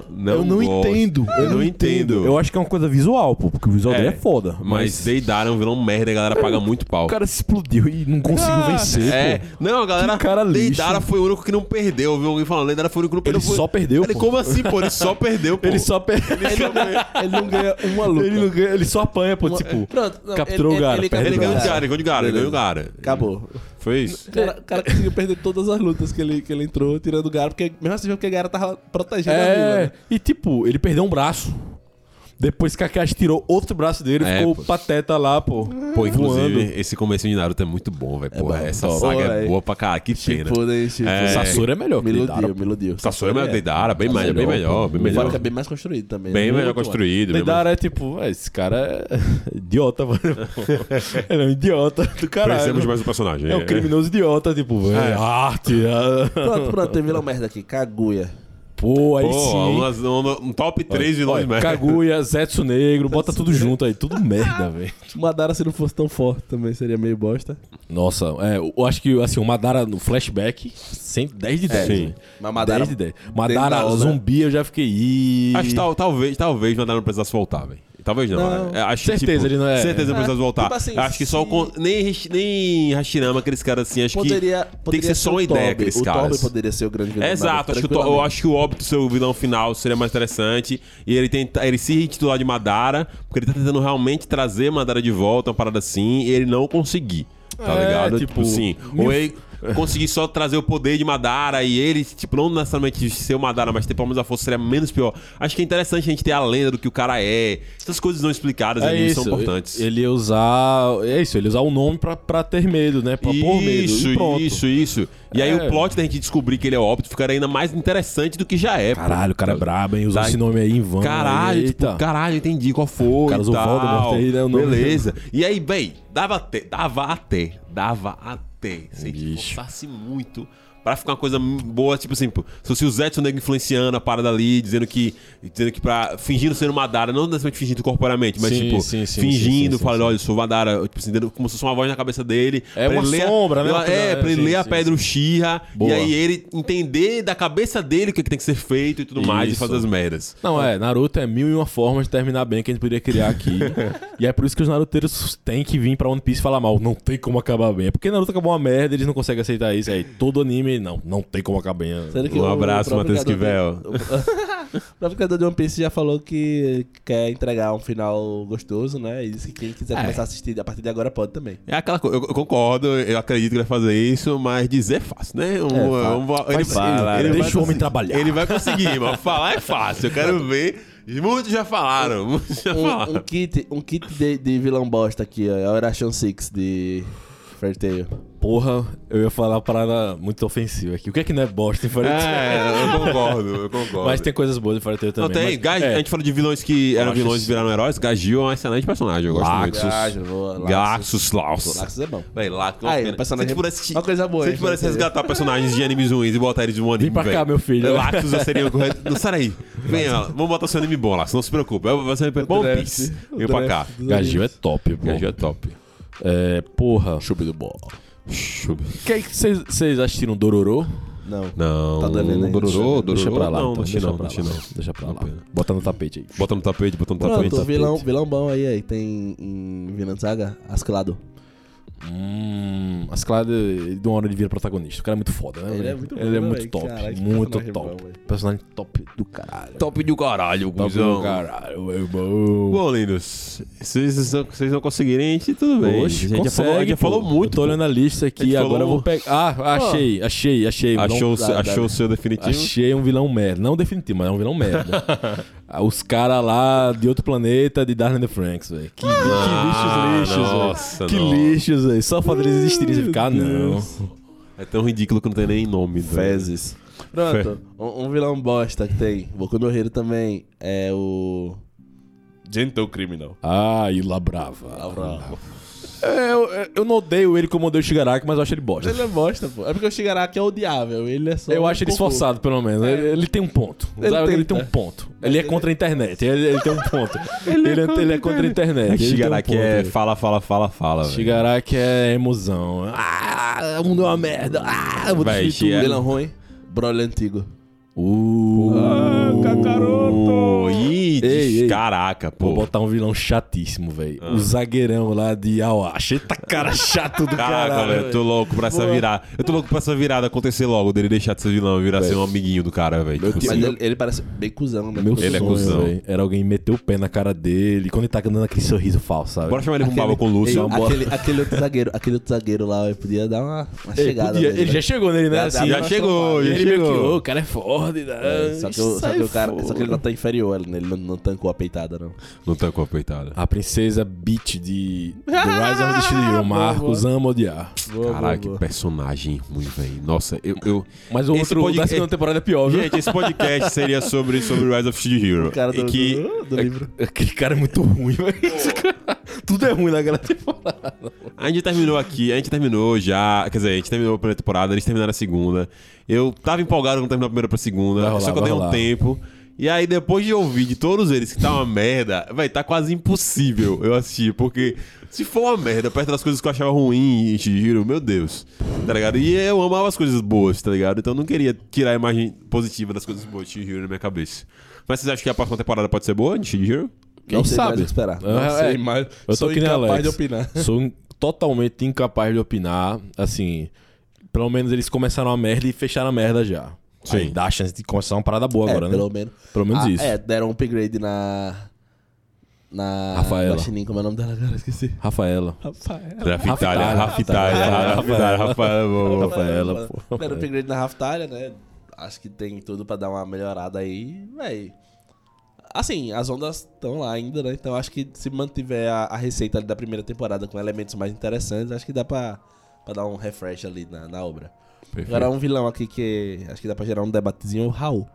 Speaker 1: Não,
Speaker 2: eu não
Speaker 1: gosto.
Speaker 2: entendo. Eu não entendo. Eu acho que é uma coisa visual, pô, porque o visual
Speaker 1: É,
Speaker 2: dele é foda.
Speaker 1: Mas Deidara é um vilão merda, a galera paga muito pau.
Speaker 2: o cara se explodiu e não conseguiu vencer,
Speaker 1: É,
Speaker 2: pô.
Speaker 1: não, a galera.
Speaker 2: Que cara lixo.
Speaker 1: Deidara foi o único que não perdeu, viu? Alguém falando, Deidara foi o único que não
Speaker 2: Ele
Speaker 1: perdeu. foi-
Speaker 2: só perdeu,
Speaker 1: Ele,
Speaker 2: pô.
Speaker 1: como assim, pô? Ele só perdeu, pô.
Speaker 2: Ele só perde.
Speaker 3: Ele não ganha, ele não ganha uma luta.
Speaker 2: Ele, não ganha, ele só apanha, pô, tipo.
Speaker 3: Pronto, não,
Speaker 2: capturou
Speaker 3: ele-
Speaker 2: o cara,
Speaker 3: ele- ele
Speaker 2: perdeu.
Speaker 1: Ele
Speaker 3: capturou
Speaker 1: ganhou
Speaker 3: o
Speaker 1: de cara, ele ganhou de cara, ele ganhou de cara.
Speaker 3: Acabou.
Speaker 1: Foi isso.
Speaker 3: O cara, o cara conseguiu perder todas as lutas que ele, que ele entrou, tirando o Gara, porque mesmo assim, porque o Gara tava protegendo a vila.
Speaker 2: É,
Speaker 3: né?
Speaker 2: e tipo, ele perdeu um braço. Depois que a Kakashi tirou outro braço dele,
Speaker 1: É,
Speaker 2: ficou
Speaker 1: pô.
Speaker 2: pateta lá, pô.
Speaker 1: Pô, inclusive,
Speaker 2: voando.
Speaker 1: esse começo de Naruto é muito bom, velho. Porra, essa
Speaker 3: Pô,
Speaker 1: saga é
Speaker 3: véi.
Speaker 1: boa pra caralho. Que pena.
Speaker 3: Tipo, né, tipo,
Speaker 1: É.
Speaker 2: Sasori é melhor que
Speaker 3: Me
Speaker 2: Deidara.
Speaker 3: iludiu, me iludiu.
Speaker 1: Sasori é melhor que Deidara, bem
Speaker 2: Sasori
Speaker 1: melhor, bem
Speaker 2: é
Speaker 1: melhor,
Speaker 2: bom,
Speaker 1: bem
Speaker 2: pô.
Speaker 3: Fora
Speaker 1: melhor.
Speaker 3: que é bem mais construído também.
Speaker 1: Bem
Speaker 3: né?
Speaker 1: melhor
Speaker 3: Muito
Speaker 1: construído. bem mais-
Speaker 2: Deidara é tipo, "Ué, esse cara é idiota, mano. Ele é um idiota do caralho.
Speaker 1: Precisamos de mais um personagem.
Speaker 2: É um criminoso idiota, tipo, velho. Arte. ah.
Speaker 3: Pronto, pronto, tem vilão merda aqui. Kaguya.
Speaker 2: Pô, aí
Speaker 1: Pô,
Speaker 2: sim.
Speaker 1: umas- um, um top 3 vilões
Speaker 2: Olha,
Speaker 1: merda.
Speaker 2: Kaguya, Zetsu Negro, bota tudo junto aí. Tudo merda, velho.
Speaker 3: Madara, se não fosse tão forte, também seria meio bosta.
Speaker 2: Nossa, é, eu acho que assim, o Madara no flashback, 110 de 10.
Speaker 1: sim.
Speaker 2: velho.
Speaker 3: Mas Madara-
Speaker 2: 10 de 10.
Speaker 3: da
Speaker 2: Madara
Speaker 3: obra.
Speaker 2: zumbi, eu já fiquei. "Ih".
Speaker 1: Acho que tal- talvez, talvez Madara não precisasse voltar, velho. Talvez não.
Speaker 3: Não.
Speaker 1: né? É, Acho
Speaker 2: Certeza,
Speaker 1: que, tipo,
Speaker 2: ele não é-
Speaker 1: Certeza não
Speaker 3: É,
Speaker 1: precisasse voltar.
Speaker 3: tipo assim,
Speaker 1: acho que só o.
Speaker 3: se-
Speaker 1: con- Nem, Hash- nem Hashirama, aqueles caras assim, acho
Speaker 3: Poderia,
Speaker 1: que. tem que
Speaker 3: poderia
Speaker 1: ser só
Speaker 3: o
Speaker 1: uma ideia,
Speaker 3: Toby.
Speaker 1: aqueles
Speaker 3: O
Speaker 1: caras.
Speaker 3: Toby poderia ser o grande vilão.
Speaker 1: Exato,
Speaker 3: Madara,
Speaker 1: acho que, o to- eu
Speaker 3: tranquilamente.
Speaker 1: acho que o óbito ser o vilão final seria mais interessante. E ele tenta, ele se titular de Madara, porque ele tá tentando realmente trazer Madara de volta, uma parada assim, e ele não conseguir. Tá
Speaker 2: É,
Speaker 1: ligado? Tipo,
Speaker 2: tipo,
Speaker 1: sim.
Speaker 2: mil-
Speaker 1: Ou ele conseguir só trazer o poder de Madara e ele, tipo, não necessariamente ser o Madara, mas ter pelo menos a força seria menos pior. Acho que é interessante a gente ter a lenda do que o cara é. Essas coisas não explicadas
Speaker 2: É
Speaker 1: ali
Speaker 2: isso,
Speaker 1: são importantes.
Speaker 2: Ele ia usar. É isso, ele ia usar o nome pra, pra ter medo, né? Pra pôr medo.
Speaker 1: Isso,
Speaker 2: e pronto.
Speaker 1: isso, isso. E aí
Speaker 2: É.
Speaker 1: o plot da gente descobrir que ele é óbito ficaria ainda mais interessante do que já é. pô.
Speaker 2: Caralho, o cara é brabo, hein? Usou
Speaker 1: Tá.
Speaker 2: esse nome aí em vão.
Speaker 1: Caralho,
Speaker 2: eita.
Speaker 1: tipo, caralho, entendi qual foi.
Speaker 2: Cara,
Speaker 1: e
Speaker 2: usou
Speaker 1: tal.
Speaker 2: Voldemort aí, né, o nome.
Speaker 1: Beleza. E aí, bem, dava até, dava até, dava até. Se ele
Speaker 2: Bicho.
Speaker 1: forçasse muito pra ficar uma coisa boa, tipo assim, pô, se fosse o Zetsu Negro influenciando a parada ali, dizendo que, dizendo que pra, fingindo ser uma Madara, não necessariamente fingindo corporalmente, mas
Speaker 2: Sim,
Speaker 1: tipo,
Speaker 2: sim, sim,
Speaker 1: fingindo,
Speaker 2: sim, sim, sim,
Speaker 1: falando,
Speaker 2: sim.
Speaker 1: olha, eu sou Madara, tipo assim, dando como se fosse uma voz na cabeça dele.
Speaker 2: É
Speaker 1: pra
Speaker 2: uma
Speaker 1: ele ler a-
Speaker 2: sombra, né?
Speaker 1: É, pra ele
Speaker 2: Sim,
Speaker 1: ler a
Speaker 2: sim,
Speaker 1: pedra do Shira, e
Speaker 2: Boa.
Speaker 1: aí ele entender da cabeça dele o que, é que tem que ser feito e tudo mais, e
Speaker 2: Isso.
Speaker 1: fazer as merdas.
Speaker 2: Não, é, Naruto é mil e uma formas de terminar bem que a gente poderia criar aqui. e é por isso que os naruteiros têm que vir pra One Piece falar mal. Não tem como acabar bem. É porque Naruto acabou uma merda, eles não conseguem aceitar isso. Aí todo anime Acabei, não. Não tem como acabar.
Speaker 3: Sendo
Speaker 1: Um
Speaker 3: o
Speaker 1: abraço,
Speaker 3: próprio
Speaker 1: Matheus
Speaker 3: criador de- O próprio criador de One Piece já falou que quer entregar um final gostoso, né? E disse que quem quiser
Speaker 2: É.
Speaker 3: começar a assistir a partir de agora pode também.
Speaker 1: É aquela coisa, eu eu concordo, eu acredito que ele vai fazer isso, mas dizer é fácil, né? Um,
Speaker 3: fa-
Speaker 1: um- ele,
Speaker 2: É, faz falar,
Speaker 1: ele
Speaker 2: né?
Speaker 1: vai
Speaker 2: Deixa o homem
Speaker 1: conseguir-
Speaker 2: trabalhar.
Speaker 1: Ele vai conseguir, mas falar é fácil, eu quero ver. E Muitos já falaram, muitos já falaram.
Speaker 3: Um, um kit, um kit de, de vilão bosta aqui, ó. É o Oration Six de Fairy Tail.
Speaker 2: Porra, eu ia falar uma parada muito ofensiva aqui. O que é que não é bosta em Fairy Tail?
Speaker 1: É, eu concordo, eu concordo.
Speaker 2: Mas tem coisas boas em Fairy Tail
Speaker 1: Não
Speaker 2: também.
Speaker 1: tem,
Speaker 2: mas-
Speaker 1: Gai-
Speaker 2: é.
Speaker 1: a gente falou de vilões que eram
Speaker 2: acho
Speaker 1: vilões e
Speaker 2: isso.
Speaker 1: viraram heróis. Gagil é um excelente personagem, eu gosto
Speaker 2: Laxus.
Speaker 1: muito. Laxus, Laxus.
Speaker 3: Laxus é bom.
Speaker 1: Véi, Laxus é uma
Speaker 3: Aí,
Speaker 1: pena.
Speaker 3: personagem-
Speaker 1: Se a gente pudesse-
Speaker 3: uma coisa boa,
Speaker 1: Se a
Speaker 3: hein,
Speaker 1: gente pudesse
Speaker 3: Fairy Tail.
Speaker 1: resgatar personagens de animes ruins e botar eles de um anime,
Speaker 2: Vem né? pra cá,
Speaker 1: véi.
Speaker 2: meu filho.
Speaker 1: Laxus eu seria o correto. Não, sai aí. Vem, ó, vamos botar seu anime bom, Laxus. Não se preocupe. Eu- Você vai Bom
Speaker 3: draft.
Speaker 1: Piece.
Speaker 3: O
Speaker 1: Vem pra cá.
Speaker 3: draft.
Speaker 2: Gagil é top, pô.
Speaker 1: Gagil é top.
Speaker 2: É, porra.
Speaker 3: Chubi do bom.
Speaker 2: Que aí que vocês- Vocês assistiram Dororô?
Speaker 3: Não.
Speaker 1: Não,
Speaker 3: Tá dando ainda.
Speaker 1: Dororô, Dororô.
Speaker 2: Deixa pra lá.
Speaker 1: Não,
Speaker 2: então,
Speaker 1: deixa
Speaker 2: deixa
Speaker 1: não,
Speaker 2: pra
Speaker 1: deixa
Speaker 2: lá.
Speaker 1: não.
Speaker 2: Deixa pra lá.
Speaker 1: pena.
Speaker 2: Bota no tapete aí.
Speaker 1: Bota no tapete, bota no tapete.
Speaker 3: Pronto, vilão, vilão bom aí, aí. Tem em Vinland Saga, Asclado.
Speaker 2: Hum, as claras de de uma hora ele vira protagonista. O cara é muito foda, né?
Speaker 3: Ele
Speaker 2: velho?
Speaker 3: é muito
Speaker 2: Ele é
Speaker 3: bom,
Speaker 2: muito
Speaker 3: velho.
Speaker 2: top.
Speaker 3: Caralho, que
Speaker 2: muito
Speaker 3: personagem é
Speaker 2: top.
Speaker 3: bom, velho.
Speaker 2: personagem top do caralho.
Speaker 1: Top do caralho,
Speaker 2: Top do
Speaker 1: cuzão.
Speaker 2: caralho, meu irmão.
Speaker 1: Bom, lindos, se vocês não, se vocês não conseguirem, a gente tudo bem.
Speaker 2: Oxe,
Speaker 1: a gente já
Speaker 2: consegue,
Speaker 1: falou, a gente já
Speaker 2: pô.
Speaker 1: falou muito.
Speaker 2: Eu tô olhando a lista
Speaker 1: A gente
Speaker 2: aqui, agora
Speaker 1: falou-
Speaker 2: eu vou pegar. Ah, achei, achei, achei.
Speaker 1: pô. Achou, o
Speaker 2: Não-
Speaker 1: seu- achou o seu definitivo?
Speaker 2: Achei um vilão merda. Não definitivo, mas é um vilão merda. Ah, Os caras lá de outro planeta de Darling and the Franks, velho. Que,
Speaker 1: Ah,
Speaker 2: que lixos lixos, velho.
Speaker 1: nossa,
Speaker 2: Que
Speaker 1: não.
Speaker 2: lixos, velho. Só fazer eles existirem e ficar, não.
Speaker 1: É tão ridículo que não tem nem nome. velho.
Speaker 3: Fezes. Pronto, um, um vilão bosta que tem. Boku no Hero também é o.
Speaker 1: Gentle Criminal.
Speaker 2: Ah, e La Brava. É, eu, eu não odeio ele como odeio o Shigaraki, mas eu acho ele bosta.
Speaker 3: Ele é bosta, pô. É porque o Shigaraki é odiável. Ele é só.
Speaker 2: Eu
Speaker 3: um
Speaker 2: acho ele
Speaker 3: cocô.
Speaker 2: esforçado, pelo menos. Ele, ele tem um ponto.
Speaker 3: Ele
Speaker 2: Ele, Sabe? ele
Speaker 3: tenta.
Speaker 2: tem um ponto. Ele é contra a internet. Ele, ele tem um ponto. ele, é, ele é contra a internet.
Speaker 1: É
Speaker 2: ele
Speaker 1: que
Speaker 2: tem um
Speaker 1: Shigaraki
Speaker 2: ponto,
Speaker 1: é
Speaker 2: velho.
Speaker 1: fala, fala, fala, fala. velho.
Speaker 2: Shigaraki é emoção. Ah, o mundo é uma merda. Ah, eu vou
Speaker 1: Véi,
Speaker 2: destruir tudo.
Speaker 1: Shigaraki-
Speaker 3: Vilão ruim, Broly é antigo.
Speaker 2: Uh,
Speaker 1: Pô, Ih,
Speaker 2: Ei, ei.
Speaker 1: caraca,
Speaker 2: Vou
Speaker 1: pô.
Speaker 2: botar um vilão chatíssimo, velho. O zagueirão lá de Awashi. Eita cara chato do
Speaker 1: Caraca,
Speaker 2: caralho.
Speaker 1: velho, eu tô louco pra essa virada. Eu tô louco pra essa virada acontecer logo, dele deixar de ser vilão e virar ser um amiguinho do cara, velho. Tipo
Speaker 3: Mas
Speaker 1: assim,
Speaker 3: ele, ele parece bem cuzão, né?
Speaker 2: Meu
Speaker 1: Ele é
Speaker 2: sonho,
Speaker 1: cuzão.
Speaker 2: véi, Era alguém meter o pé na cara dele. Quando ele tá dando aquele sorriso falso, sabe?
Speaker 1: Bora chamar ele pra um baba com o
Speaker 3: Ei,
Speaker 1: Lúcio.
Speaker 3: aquele, aquele outro zagueiro, aquele outro zagueiro lá, ele podia dar uma, uma
Speaker 2: Ele
Speaker 3: chegada.
Speaker 2: podia-
Speaker 3: nele,
Speaker 2: ele já
Speaker 3: né?
Speaker 2: chegou nele, né?
Speaker 3: Já-
Speaker 2: assim,
Speaker 1: já chegou, já
Speaker 2: ele meio que, "Ô,
Speaker 1: chegou.
Speaker 2: o cara é foda. né?
Speaker 3: É, só, que o, só
Speaker 2: Sai
Speaker 3: que o cara.
Speaker 2: fora.
Speaker 3: Só que ele não tá inferior ali, né? Ele não, não tancou a peitada, não.
Speaker 1: Não tá com a peitada.
Speaker 2: A princesa Beat de The Rise of the Shield Hero, Marcos, ama odiar.
Speaker 1: Caraca, que personagem ruim, velho. Nossa, eu. eu-
Speaker 2: Mas o
Speaker 1: Esse
Speaker 2: outro
Speaker 1: podcast-
Speaker 2: da segunda temporada é pior, viu?
Speaker 1: Gente, esse podcast seria sobre, sobre Rise of Shield Hero.
Speaker 3: O cara
Speaker 1: e
Speaker 2: tá
Speaker 3: do,
Speaker 1: que
Speaker 3: do, do livro.
Speaker 2: Aquele cara é muito ruim, velho. Esse cara- Tudo é ruim naquela temporada.
Speaker 1: a gente terminou aqui, a gente terminou já. Quer dizer, a gente terminou a primeira temporada, eles terminaram a segunda. Eu tava empolgado quando terminou a primeira pra segunda,
Speaker 2: Vai rolar,
Speaker 1: só que eu
Speaker 2: vai
Speaker 1: dei um
Speaker 2: rolar.
Speaker 1: tempo. E aí, depois de ouvir de todos eles que tá uma merda, velho, tá quase impossível eu assistir, porque se for uma merda, perto das coisas que eu achava ruim em Shihiro, meu Deus, tá ligado? E eu amava as coisas boas, tá ligado? Então eu não queria tirar a imagem positiva das coisas boas de Shihiro na minha cabeça. Mas vocês acham que a próxima temporada pode ser boa de Shihiro?
Speaker 2: Quem
Speaker 3: não sei mais
Speaker 2: sabe?
Speaker 3: o que esperar.
Speaker 2: É, é.
Speaker 3: mais.
Speaker 2: Eu tô que nem Alex.
Speaker 3: de opinar.
Speaker 2: Sou in- totalmente incapaz de opinar. Assim, pelo menos eles começaram a merda e fecharam a merda já.
Speaker 1: Sim.
Speaker 2: Aí dá a chance de começar uma parada boa
Speaker 3: É,
Speaker 2: agora,
Speaker 3: pelo
Speaker 2: né?
Speaker 3: menos.
Speaker 2: Pelo menos
Speaker 3: Ah,
Speaker 2: isso.
Speaker 3: É, deram um upgrade na. Na.
Speaker 2: Rafaela.
Speaker 3: na Chinin, como é o nome dela agora? Esqueci.
Speaker 2: Rafaela.
Speaker 1: Rafitalia, Rafitalia, Rafitalia, Rafaela, boa, boa.
Speaker 2: Rafaela, pô.
Speaker 3: Deram um upgrade na Raftalha, né? Acho que tem tudo pra dar uma melhorada aí, véi. Assim, as ondas estão lá ainda, né? Então acho que se mantiver a, a receita ali da primeira temporada com elementos mais interessantes, acho que dá pra, pra dar um refresh ali na, na obra. Agora um vilão aqui que acho que dá pra gerar um debatezinho é o Raul.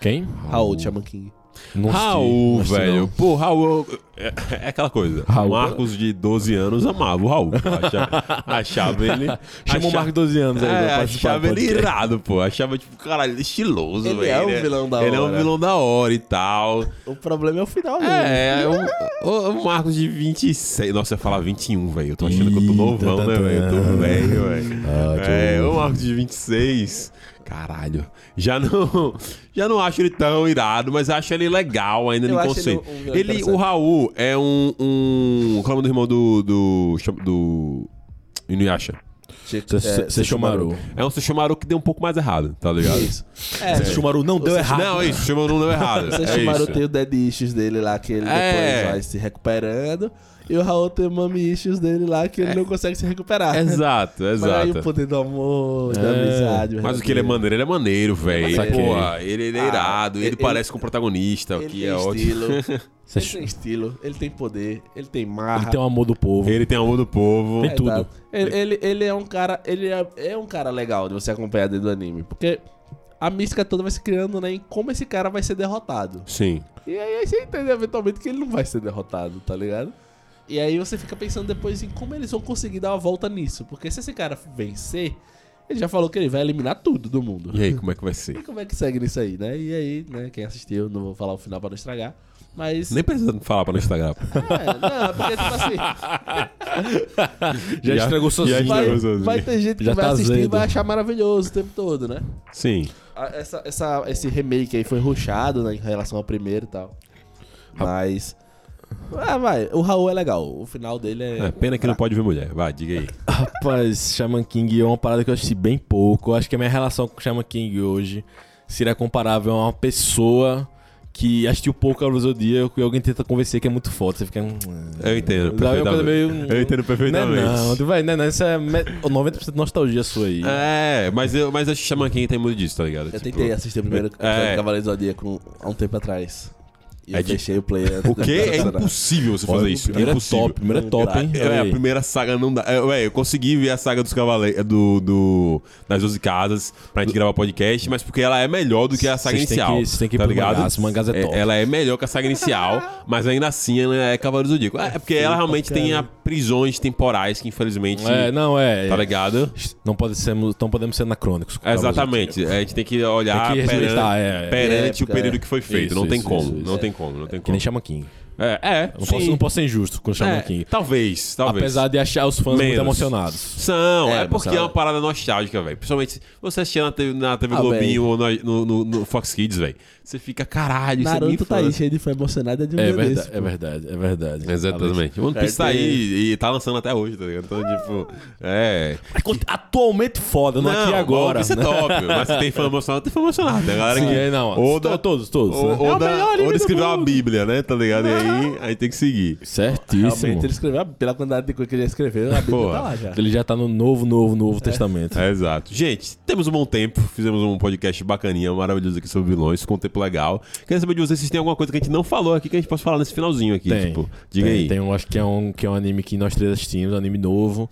Speaker 2: Quem?
Speaker 3: Raul, de Shaman King.
Speaker 2: Não assisti, não
Speaker 1: Raul,
Speaker 2: assisti,
Speaker 1: velho.
Speaker 2: não.
Speaker 1: Pô, Raul. eu- É, é aquela coisa.
Speaker 2: Raul.
Speaker 1: Marcos de 12 anos amava o Raul. pô. Achava, achava ele.
Speaker 2: Chama o
Speaker 1: achava-
Speaker 2: Marco 12 anos aí.
Speaker 1: É,
Speaker 2: pra participar do
Speaker 1: achava ele
Speaker 2: podcast.
Speaker 1: irado, pô. Achava, tipo, caralho, ele é estiloso,
Speaker 3: Ele
Speaker 1: velho.
Speaker 3: é um
Speaker 1: né?
Speaker 3: vilão da
Speaker 1: Ele é um
Speaker 3: hora.
Speaker 1: vilão da hora e tal.
Speaker 3: O problema é o final dele.
Speaker 1: É, o, o Marcos de 26. Nossa, eu ia falar 21, velho. Eu tô achando que eu tô
Speaker 3: tá,
Speaker 1: novão, né, velho? Eu tô velho, velho. É, o Marcos de 26. Caralho. Já não, já não acho ele tão irado, mas acho ele legal ainda
Speaker 3: Eu
Speaker 1: no
Speaker 3: acho
Speaker 1: conceito.
Speaker 3: ele um- um vilão
Speaker 1: Ele, o
Speaker 3: interessante.
Speaker 1: Raul é um. um qual é o nome do irmão do. do. do Inuyasha?
Speaker 2: Você chamaru.
Speaker 1: É um Sushimaru que deu um pouco mais errado, tá ligado?
Speaker 3: Isso. É,
Speaker 2: Você chamaru não deu errado.
Speaker 1: Não, é isso, Sushimaru não deu errado.
Speaker 3: Você
Speaker 1: é
Speaker 3: chamaram
Speaker 1: isso.
Speaker 3: tem o Dead Issues dele lá, que ele
Speaker 1: É.
Speaker 3: depois vai se recuperando. E o Raul tem o Mami Issues dele lá, que ele não consegue se recuperar.
Speaker 1: Exato,
Speaker 3: Mas aí o
Speaker 1: É. exato.
Speaker 3: poder do amor, da
Speaker 2: É.
Speaker 3: amizade.
Speaker 1: Mas o que ele é maneiro, ele é maneiro, velho.
Speaker 2: Saquei.
Speaker 1: Porra, ele, ele é
Speaker 3: Ah,
Speaker 1: irado, ele,
Speaker 3: ele-
Speaker 1: parece com o protagonista, o
Speaker 3: Ele
Speaker 1: que
Speaker 3: tem
Speaker 1: é ótimo.
Speaker 3: estilo.
Speaker 2: Cê
Speaker 3: ele
Speaker 2: ch-
Speaker 3: tem estilo, ele tem poder, ele tem marra. É, tá.
Speaker 2: Ele tem o amor do povo.
Speaker 1: Ele tem amor do povo.
Speaker 2: Tem tudo.
Speaker 3: Ele, ele, ele é um cara. Ele é, é um cara legal de você acompanhar dentro do anime. Porque a mística toda vai se criando, né? Em como esse cara vai ser derrotado.
Speaker 1: Sim.
Speaker 3: E aí, aí você entende eventualmente que ele não vai ser derrotado, tá ligado? E aí você fica pensando depois em como eles vão conseguir dar uma volta nisso. Porque se esse cara vencer, ele já falou que ele vai eliminar tudo do mundo.
Speaker 1: E aí, como é que vai
Speaker 3: E
Speaker 1: ser?
Speaker 3: como é que segue nisso aí, né? E aí, né, quem assistiu, não vou falar o final pra não estragar. Mas.
Speaker 1: Nem precisa falar pra no Instagram.
Speaker 3: É, não, porque tipo assim.
Speaker 2: Já estragou sozinho.
Speaker 1: Já
Speaker 3: vai,
Speaker 1: estragou sozinho.
Speaker 3: vai ter gente que
Speaker 2: Já
Speaker 3: vai
Speaker 2: tá
Speaker 3: assistir e
Speaker 2: azedo.
Speaker 3: vai achar maravilhoso o tempo todo, né?
Speaker 1: Sim.
Speaker 3: A- Essa, essa, esse remake aí foi rushado né, em relação ao primeiro e tal. Mas. Ah, vai. O Raul é legal. O final dele é.
Speaker 1: É, pena que não pode ver mulher. Vai, diga aí.
Speaker 2: Rapaz, Shaman King é uma parada que eu assisti bem pouco. Eu acho que a minha relação com Shaman King hoje seria comparável a uma pessoa que assistiu pouco ao Zodíaco e alguém tenta convencer que é muito foda. Você fica. "Hum,
Speaker 1: Eu entendo
Speaker 2: Dá uma
Speaker 1: perfeitamente.
Speaker 2: coisa meio-
Speaker 1: Eu entendo
Speaker 2: Não, é
Speaker 1: perfeitamente.
Speaker 2: não, tu vai, não, não, isso é me- 90% nostalgia sua aí.
Speaker 1: É, mas eu, mas eu acho que Shaman King tem muito disso, tá ligado?
Speaker 3: Eu
Speaker 1: Tipo,
Speaker 3: tentei assistir o primeiro episódio
Speaker 1: É.
Speaker 3: do Cavaleiro do Zodíaco há um tempo atrás. E
Speaker 1: É
Speaker 3: eu
Speaker 1: de-
Speaker 3: deixei o player. antes
Speaker 1: O
Speaker 3: da
Speaker 1: quê? É
Speaker 3: temporada.
Speaker 1: impossível você fazer
Speaker 2: Olha,
Speaker 1: isso.
Speaker 2: O primeiro é
Speaker 1: impossível.
Speaker 2: top, o primeiro é top, hein?
Speaker 1: É, a primeira saga não dá. É, ué, eu consegui ver a saga dos cavaleiros do, do- das 12 casas pra gente gravar podcast, mas porque ela é melhor do que a saga
Speaker 2: Vocês têm
Speaker 1: inicial.
Speaker 2: que- vocês têm que ir
Speaker 1: tá
Speaker 2: pro
Speaker 1: ligado?
Speaker 2: mangás, mangás é top.
Speaker 1: Ela é melhor que a saga inicial, mas ainda assim ela é Cavaleiros do Zodíaco. É, porque ela realmente tem a prisões temporais que infelizmente.
Speaker 2: É, não, é.
Speaker 1: Tá ligado?
Speaker 2: Não, pode sermos, não podemos ser anacrônicos. com o Cavaleiro
Speaker 1: Exatamente. A gente tem que olhar
Speaker 2: Tem que
Speaker 1: perante,
Speaker 2: respeitar, é, é.
Speaker 1: perante o
Speaker 3: Época,
Speaker 1: período
Speaker 3: é.
Speaker 1: que foi feito.
Speaker 2: Isso,
Speaker 1: não, tem
Speaker 2: isso,
Speaker 1: como,
Speaker 2: isso, isso.
Speaker 1: não tem como, não tem
Speaker 2: Zodíaco. Que
Speaker 1: como,
Speaker 2: nem Shaman King.
Speaker 1: É, é.
Speaker 2: Não
Speaker 1: sim.
Speaker 2: posso, não posso ser injusto com o Shaman
Speaker 1: É,
Speaker 2: King.
Speaker 1: Talvez, talvez.
Speaker 2: Apesar de achar os fãs
Speaker 1: Menos.
Speaker 2: muito emocionados.
Speaker 1: São, é,
Speaker 3: É,
Speaker 1: porque
Speaker 3: mas
Speaker 1: é
Speaker 3: ela-
Speaker 1: uma parada nostálgica, velho. Principalmente se você assistia na TV, na TV
Speaker 3: Ah,
Speaker 1: Globinho ou na- no, no- no Fox Kids, velho. Você fica, caralho, isso é minha
Speaker 3: Naruto tá aí
Speaker 1: infância.
Speaker 3: cheio de fã emocionada de um
Speaker 2: É
Speaker 3: dia desse,
Speaker 2: verdade, é verdade, é verdade.
Speaker 1: Exatamente. One Piece tá
Speaker 3: Cara,
Speaker 1: aí
Speaker 3: tem-
Speaker 2: é.
Speaker 1: e tá lançando até hoje, tá ligado? Então, tipo, é.
Speaker 2: Aconte- Atualmente foda, não, aqui agora.
Speaker 1: Isso é
Speaker 2: né?
Speaker 1: top, mas se tem fã emocionado, tem fã emocionado. Tem a galera
Speaker 2: Sim,
Speaker 1: que.
Speaker 2: é, não.
Speaker 1: ou
Speaker 2: to-
Speaker 1: da-
Speaker 2: todos, todos.
Speaker 1: Ou,
Speaker 2: né?
Speaker 1: ou, da-
Speaker 3: É melhor anime
Speaker 1: ou
Speaker 3: do
Speaker 1: escreveu a Bíblia, né? Tá ligado? E aí, aí tem que seguir.
Speaker 2: Certíssimo.
Speaker 3: Realmente ele escreveu, pela quantidade de coisa que ele já escreveu, a Bíblia
Speaker 1: Porra.
Speaker 3: tá lá já.
Speaker 2: Ele já tá no novo, novo, novo testamento.
Speaker 1: É, exato. Gente, temos um bom tempo. Fizemos um podcast bacaninha, maravilhoso aqui sobre vilões, com um tempo legal. Queria saber de vocês se tem alguma coisa que a gente não falou aqui que a gente possa falar nesse finalzinho aqui.
Speaker 2: Tem,
Speaker 1: tipo, diga
Speaker 2: tem,
Speaker 1: aí.
Speaker 2: Tem um, acho que é um, que é um anime que nós três assistimos, um anime novo.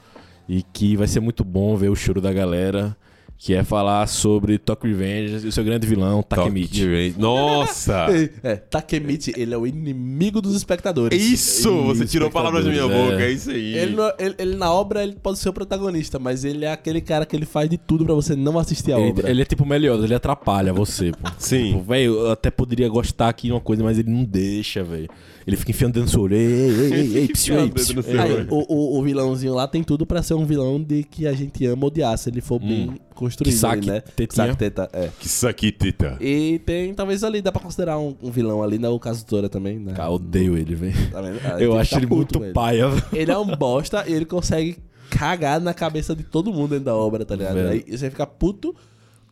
Speaker 2: E que vai ser muito bom ver o choro da galera. Que é falar sobre Tokyo Revenge e o seu grande vilão,
Speaker 1: Toque
Speaker 2: Takemichi.
Speaker 1: Rei. Nossa!
Speaker 3: É, Takemichi, ele é o inimigo dos espectadores.
Speaker 1: É isso! Você tirou palavras da minha
Speaker 2: espectadores,
Speaker 1: boca,
Speaker 2: é.
Speaker 1: é isso aí.
Speaker 3: Ele, não- ele- ele, na obra ele pode ser o protagonista, mas ele é aquele cara que ele faz de tudo pra você não assistir a
Speaker 2: Ele,
Speaker 3: obra.
Speaker 2: ele é tipo melhor, ele atrapalha você, pô.
Speaker 1: Sim.
Speaker 2: Tipo, velho, eu até poderia gostar aqui de uma coisa, mas ele não deixa, velho. Ele fica enfiando dentro do seu olho. Ei, ei, ei, ei, psiu, ei,
Speaker 1: Enfiando
Speaker 2: psiu,
Speaker 1: dentro do
Speaker 2: ei,
Speaker 1: seu
Speaker 3: Aí,
Speaker 1: olho.
Speaker 2: ei.
Speaker 3: o, o- o vilãozinho lá tem tudo pra ser um vilão de que a gente ama odiar, se ele
Speaker 1: Hum.
Speaker 3: for bem construído,
Speaker 2: Que saque,
Speaker 3: ali, né?
Speaker 2: tetinha.
Speaker 3: Saque, teta, é.
Speaker 1: Que isso aqui, Tita.
Speaker 3: E tem, talvez ali, dá pra considerar um, um vilão ali, né? O caso Tora também, né?
Speaker 2: Cara, eu odeio ele, velho.
Speaker 3: Tá vendo? Ah, tem
Speaker 2: Eu
Speaker 3: que
Speaker 2: acho
Speaker 3: tá
Speaker 2: ele
Speaker 3: puto
Speaker 2: muito
Speaker 3: com ele.
Speaker 2: paia, velho.
Speaker 3: Ele é um bosta e ele consegue cagar na cabeça de todo mundo dentro da obra, tá ligado?
Speaker 2: Velho.
Speaker 3: Aí você fica puto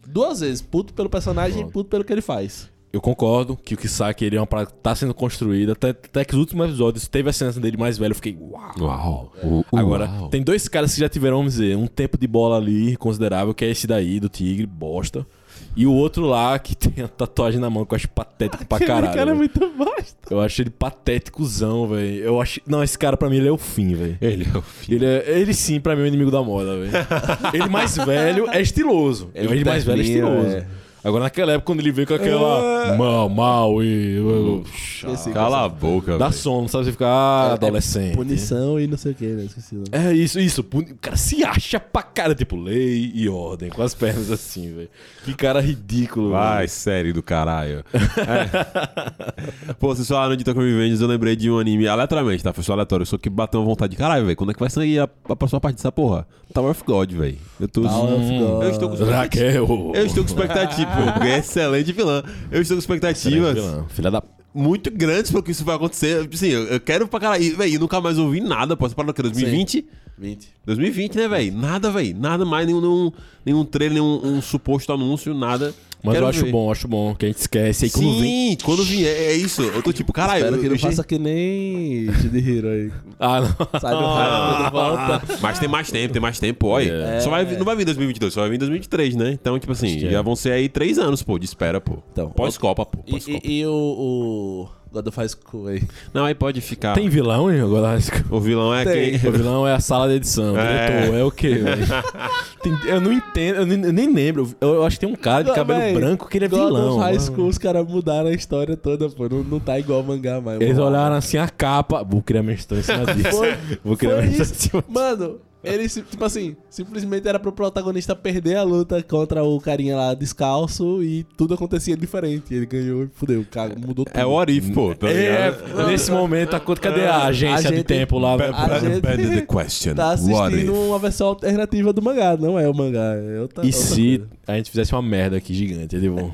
Speaker 3: duas vezes. Puto pelo personagem e puto pelo que ele faz.
Speaker 2: Eu concordo que o Kisaki ele é uma parada que tá sendo construída. Até, até que os últimos episódios teve a cena dele mais velho. Eu fiquei, uau.
Speaker 1: Uau.
Speaker 2: Agora, tem dois caras que já tiveram, vamos dizer, um tempo de bola ali considerável, que é esse daí, do Tigre, bosta. E o outro lá, que tem a tatuagem na mão, que eu acho patético pra
Speaker 1: é
Speaker 2: caralho. velho.
Speaker 3: é muito bosta.
Speaker 2: Eu acho ele patéticozão, velho. Eu acho. Não, esse cara pra mim ele é o fim, velho.
Speaker 1: Ele é o filho.
Speaker 2: Ele, é... ele sim, pra mim, é o inimigo da moda, velho. ele mais velho é estiloso.
Speaker 3: Ele
Speaker 2: Ele, ele mais velho é
Speaker 3: terninho,
Speaker 2: estiloso.
Speaker 3: é.
Speaker 2: Agora naquela época, quando ele veio com aquela.
Speaker 1: É.
Speaker 2: Mal, mal e.
Speaker 3: Esse-
Speaker 1: Cala a boca,
Speaker 2: Dá
Speaker 1: velho.
Speaker 2: sono, sabe? Você fica. Ah,
Speaker 3: É, é
Speaker 2: adolescente.
Speaker 3: Punição e não sei o que, né? Esqueci. o nome.
Speaker 2: É isso, isso. Puni... O cara se acha pra cara, tipo, lei e ordem, com as pernas assim, velho. Que cara ridículo,
Speaker 1: Vai,
Speaker 2: velho.
Speaker 1: série do caralho. É. Pô, vocês falaram de Tokyo Revengers, eu lembrei de um anime aleatoriamente, tá? Foi só aleatório, só que bateu uma vontade. Caralho, velho, quando é que vai sair a, a próxima parte dessa porra? Tower of God, velho. Eu
Speaker 2: Tá
Speaker 1: tô...
Speaker 2: Hum.
Speaker 3: Tower
Speaker 2: um-
Speaker 3: of God.
Speaker 1: Eu estou com expectativa.
Speaker 2: Raquel.
Speaker 1: Eu estou com expectativa, pô, porque é excelente vilã. Eu estou com expectativas
Speaker 2: Vilã, Filha da.
Speaker 1: muito grandes pra que isso vai acontecer. Assim, eu, eu quero pra caralho. E, velho, eu nunca mais ouvi nada, pô. Essa parada que é 2020.
Speaker 3: 20.
Speaker 1: 2020, né, velho? Nada, velho. Nada mais, nenhum, nenhum, nenhum trailer, nenhum um suposto anúncio, nada.
Speaker 2: Mas
Speaker 1: Quero
Speaker 2: eu acho
Speaker 1: ver.
Speaker 2: bom, acho bom. Que a gente esquece. Aí quando
Speaker 1: Sim,
Speaker 2: vem.
Speaker 1: quando vier, é isso. Eu tô tipo, caralho,
Speaker 3: Espero que
Speaker 1: eu-
Speaker 3: não
Speaker 1: eu-
Speaker 3: faça que nem Shidihiro aí.
Speaker 2: Ah, não.
Speaker 3: Sai do raio quando volta.
Speaker 1: Mas tem mais tempo, tem mais tempo, ó.
Speaker 2: É.
Speaker 1: Só vai, vir- não vai vir em 2022, só vai vir em 2023, né? Então, tipo assim,
Speaker 2: que é.
Speaker 1: já vão ser aí três anos, pô, de espera, pô.
Speaker 3: Então,
Speaker 1: Pós-Copa, pô.
Speaker 3: E,
Speaker 1: Pós-Copa.
Speaker 3: e, e o, o God of High School aí?
Speaker 1: Não, aí pode ficar.
Speaker 2: Tem vilão, hein? Agora
Speaker 1: O vilão é
Speaker 3: Tem.
Speaker 1: quem.
Speaker 2: O vilão é a sala de edição.
Speaker 1: É.
Speaker 2: É, diretor, é o quê, velho? Tem- Eu não entendo, eu nem, eu nem lembro. Eu, eu acho que tem um cara de
Speaker 3: Ah,
Speaker 2: cabelo
Speaker 3: véi,
Speaker 2: branco que ele é
Speaker 3: God
Speaker 2: vilão.
Speaker 3: of High
Speaker 2: mano.
Speaker 3: School, os caras mudaram a história toda, pô. Não, não tá igual mangá mais.
Speaker 2: Eles
Speaker 3: mano.
Speaker 2: olharam assim a capa. Vou criar minha história em cima disso.
Speaker 3: Foi-
Speaker 2: Vou criar
Speaker 3: foi
Speaker 2: minha história
Speaker 3: isso.
Speaker 2: em cima
Speaker 3: Mano, ele, se- tipo assim, simplesmente era pro protagonista perder a luta contra o carinha lá descalço e tudo acontecia diferente. Ele ganhou e fudeu. Cara, mudou tudo.
Speaker 1: É o Orif, pô. Tá
Speaker 2: É,
Speaker 1: ligado?
Speaker 2: nesse momento, a conta, cadê a agência de
Speaker 3: É. gente-
Speaker 2: tempo lá? né?
Speaker 1: Ba-
Speaker 3: a
Speaker 1: ba-
Speaker 3: gente-
Speaker 1: better the question.
Speaker 3: Tá
Speaker 1: What
Speaker 3: assistindo
Speaker 1: if?
Speaker 3: uma versão alternativa do mangá, não é o mangá. É outra,
Speaker 2: E
Speaker 3: outra
Speaker 2: se
Speaker 3: coisa.
Speaker 2: a gente fizesse uma merda aqui gigante, ele vão.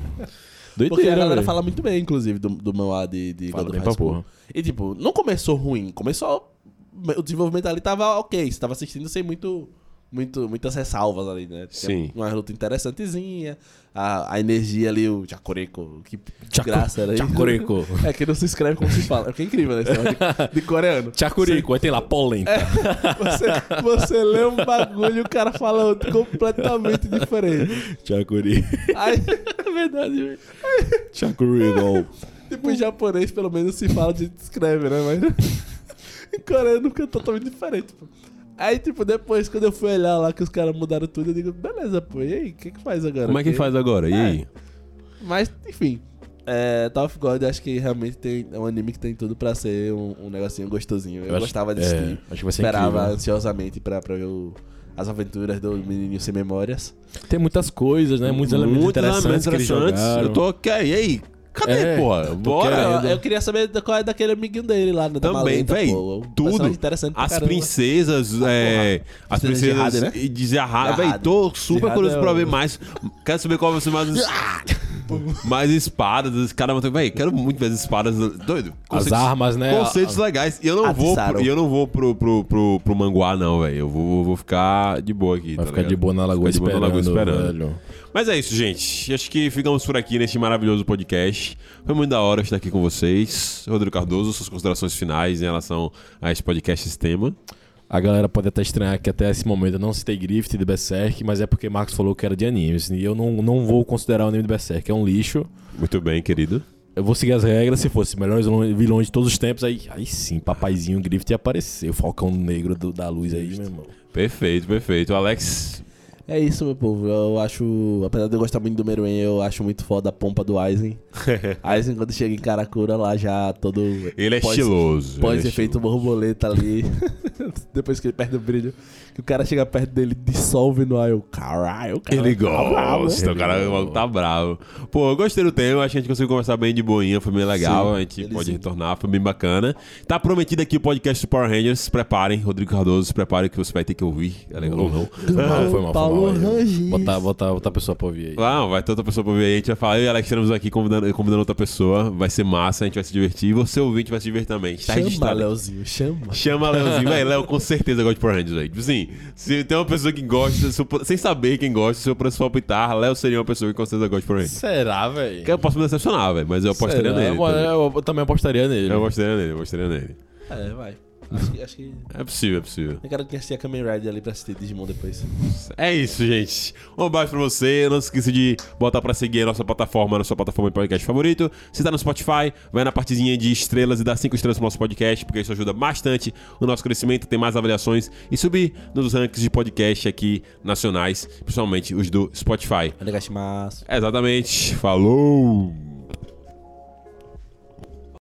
Speaker 3: Porque a
Speaker 2: Doideira,
Speaker 3: galera
Speaker 2: velho.
Speaker 3: fala muito bem, inclusive, do, do mangá de, de
Speaker 2: Fala
Speaker 3: God
Speaker 2: bem
Speaker 3: of High
Speaker 2: pra
Speaker 3: School.
Speaker 2: porra.
Speaker 3: E, tipo, não começou ruim. Começou... O desenvolvimento ali tava ok. Você tava assistindo sem muito... Muito, muitas ressalvas ali, né? Tinha
Speaker 1: Sim.
Speaker 3: Uma luta interessantezinha. A, a energia ali, o Chacoreco. Que
Speaker 2: Chaco-
Speaker 3: graça era aí.
Speaker 2: Chacoreco.
Speaker 3: É que não se escreve como se fala. Que é incrível, né? esse negócio De, de coreano.
Speaker 2: Tchacurico, aí tem lá
Speaker 3: É.
Speaker 2: polenta.
Speaker 3: Você, você lê um bagulho e o cara fala outro completamente diferente.
Speaker 2: Tchacuri.
Speaker 3: Aí, é verdade, velho.
Speaker 2: Tchacurico.
Speaker 3: Tipo, em japonês, pelo menos, se fala de escreve, né? Mas em coreano é totalmente diferente, pô. Aí, tipo, depois, quando eu fui olhar lá que os caras mudaram tudo, eu digo, beleza, pô, e aí, o que que faz agora?
Speaker 1: Como é que
Speaker 3: Porque-
Speaker 1: faz agora? E aí?
Speaker 3: Mas, enfim, é, Tower of God, eu acho que realmente tem, é um anime que tem tudo pra ser um, um negocinho gostosinho. Eu,
Speaker 2: acho-
Speaker 3: gostava
Speaker 2: é,
Speaker 3: disso.
Speaker 2: acho que vai ser
Speaker 3: Esperava
Speaker 2: incrível.
Speaker 3: ansiosamente pra, pra ver o- as aventuras do menininho sem memórias.
Speaker 2: Tem muitas coisas, né? Muitos elementos interessantes que eles jogaram.
Speaker 1: Eu tô ok. E aí? Cadê,
Speaker 2: É,
Speaker 1: porra?
Speaker 2: tô
Speaker 1: Bora.
Speaker 3: eu, eu queria saber da- qual é daquele amiguinho dele lá, né, da
Speaker 1: Também,
Speaker 3: maleta,
Speaker 1: véi.
Speaker 3: tá pô. Um
Speaker 1: Tudo.
Speaker 3: personagem Interessante pra
Speaker 1: As
Speaker 3: caramba.
Speaker 1: princesas, é, as
Speaker 3: Princesas de
Speaker 1: princesas
Speaker 3: Harden, né?
Speaker 1: e de Zahara.
Speaker 3: Harden.
Speaker 1: Véi, tô super
Speaker 3: Harden
Speaker 1: curioso
Speaker 3: é
Speaker 1: pra
Speaker 3: o-
Speaker 1: ver mais. Quero saber qual vai ser mais. es- mais espadas, os caras vão ter- Véi, quero muito ver as espadas. Doido.
Speaker 2: As armas, né?
Speaker 1: Conceitos legais. E eu não vou,
Speaker 3: Atiçaram.
Speaker 1: pro, e eu não vou pro, pro, pro, pro manguá, não, velho. Eu vou, vou ficar de boa aqui.
Speaker 2: Vai
Speaker 1: tá
Speaker 2: ficar
Speaker 1: ligado?
Speaker 2: de boa na
Speaker 1: Ficar
Speaker 2: lagoa
Speaker 1: de boa
Speaker 2: esperando,
Speaker 1: na lagoa esperando.
Speaker 2: velho.
Speaker 1: Mas é isso, gente. Acho que ficamos por aqui neste maravilhoso podcast. Foi muito da hora estar aqui com vocês. Rodrigo Cardoso, suas considerações finais em relação a esse podcast, esse tema.
Speaker 2: A galera pode até estranhar que até esse momento eu não citei Griffith de Berserk, mas é porque Marcos falou que era de animes. E eu não, não vou considerar o anime de Berserk, é um lixo.
Speaker 1: Muito bem, querido.
Speaker 2: Eu vou seguir as regras, se fosse melhores vilões de todos os tempos, aí, aí sim, papaizinho Griffith ia aparecer, o falcão negro do- da luz aí, meu irmão.
Speaker 1: Perfeito, perfeito. Alex,
Speaker 3: É isso, meu povo. Eu acho, apesar de eu gostar muito do Meruem, eu acho muito foda a pompa do Aizen. Aizen, quando chega em Karakura lá, já todo.
Speaker 1: ele é
Speaker 3: pós-
Speaker 1: estiloso. ele é
Speaker 3: Pós-efeito borboleta ali. Depois que ele perde o brilho. Que o cara chega perto dele, dissolve no ar. Eu, caralho, cara.
Speaker 1: Ele
Speaker 3: tá bravo,
Speaker 1: gosta, o cara logo tá bravo. Pô, eu gostei do tema, acho que a gente conseguiu conversar bem de boinha, foi bem legal, a gente pode retornar, foi bem bacana. Tá prometido aqui o podcast do Power Rangers, se preparem, Rodrigo Cardoso, se prepare que você vai ter que ouvir, é legal ou não.
Speaker 3: Uhum.
Speaker 2: Mal, foi mal,
Speaker 3: Paulo
Speaker 2: foi mal.
Speaker 3: Rangis.
Speaker 2: Botar, botar, botar a pessoa pra ouvir aí.
Speaker 1: Lá, Ah, vai ter outra pessoa pra ver aí, a gente vai falar, eu e o Alex estamos aqui convidando, convidando outra pessoa, vai ser massa, a gente vai se divertir, e você ouvinte vai se divertir também. Tá
Speaker 3: Chama,
Speaker 1: registrado.
Speaker 3: Leozinho, chama.
Speaker 1: Chama Leozinho, velho. Léo com certeza gosta de Power Rangers, velho. Tipo assim, se tem uma pessoa que gosta, se eu pu- sem saber quem gosta, se eu pudesse palpitar, Léo seria uma pessoa que com certeza gosta de Power Rangers.
Speaker 2: Será, velho?
Speaker 1: Que eu posso me decepcionar, velho, mas eu apostaria nele.
Speaker 2: É, Eu,
Speaker 1: tá
Speaker 2: eu- eu também apostaria
Speaker 1: ligado?
Speaker 2: nele.
Speaker 1: Eu apostaria nele, eu apostaria nele.
Speaker 3: É, vai. Acho que. Acho que...
Speaker 1: É possível, é possível.
Speaker 3: Eu quero que assistir a Kamen Rider ali pra assistir Digimon depois.
Speaker 1: É isso, gente. Um abraço pra você. Não se esqueça de botar pra seguir a nossa plataforma, na sua plataforma de podcast favorito. Se tá no Spotify, vai na partezinha de estrelas e dá cinco estrelas pro nosso podcast, porque isso ajuda bastante o nosso crescimento, ter mais avaliações e subir nos rankings de podcast aqui nacionais, principalmente os do Spotify.
Speaker 3: Onegashimasu.
Speaker 1: Exatamente. Falou!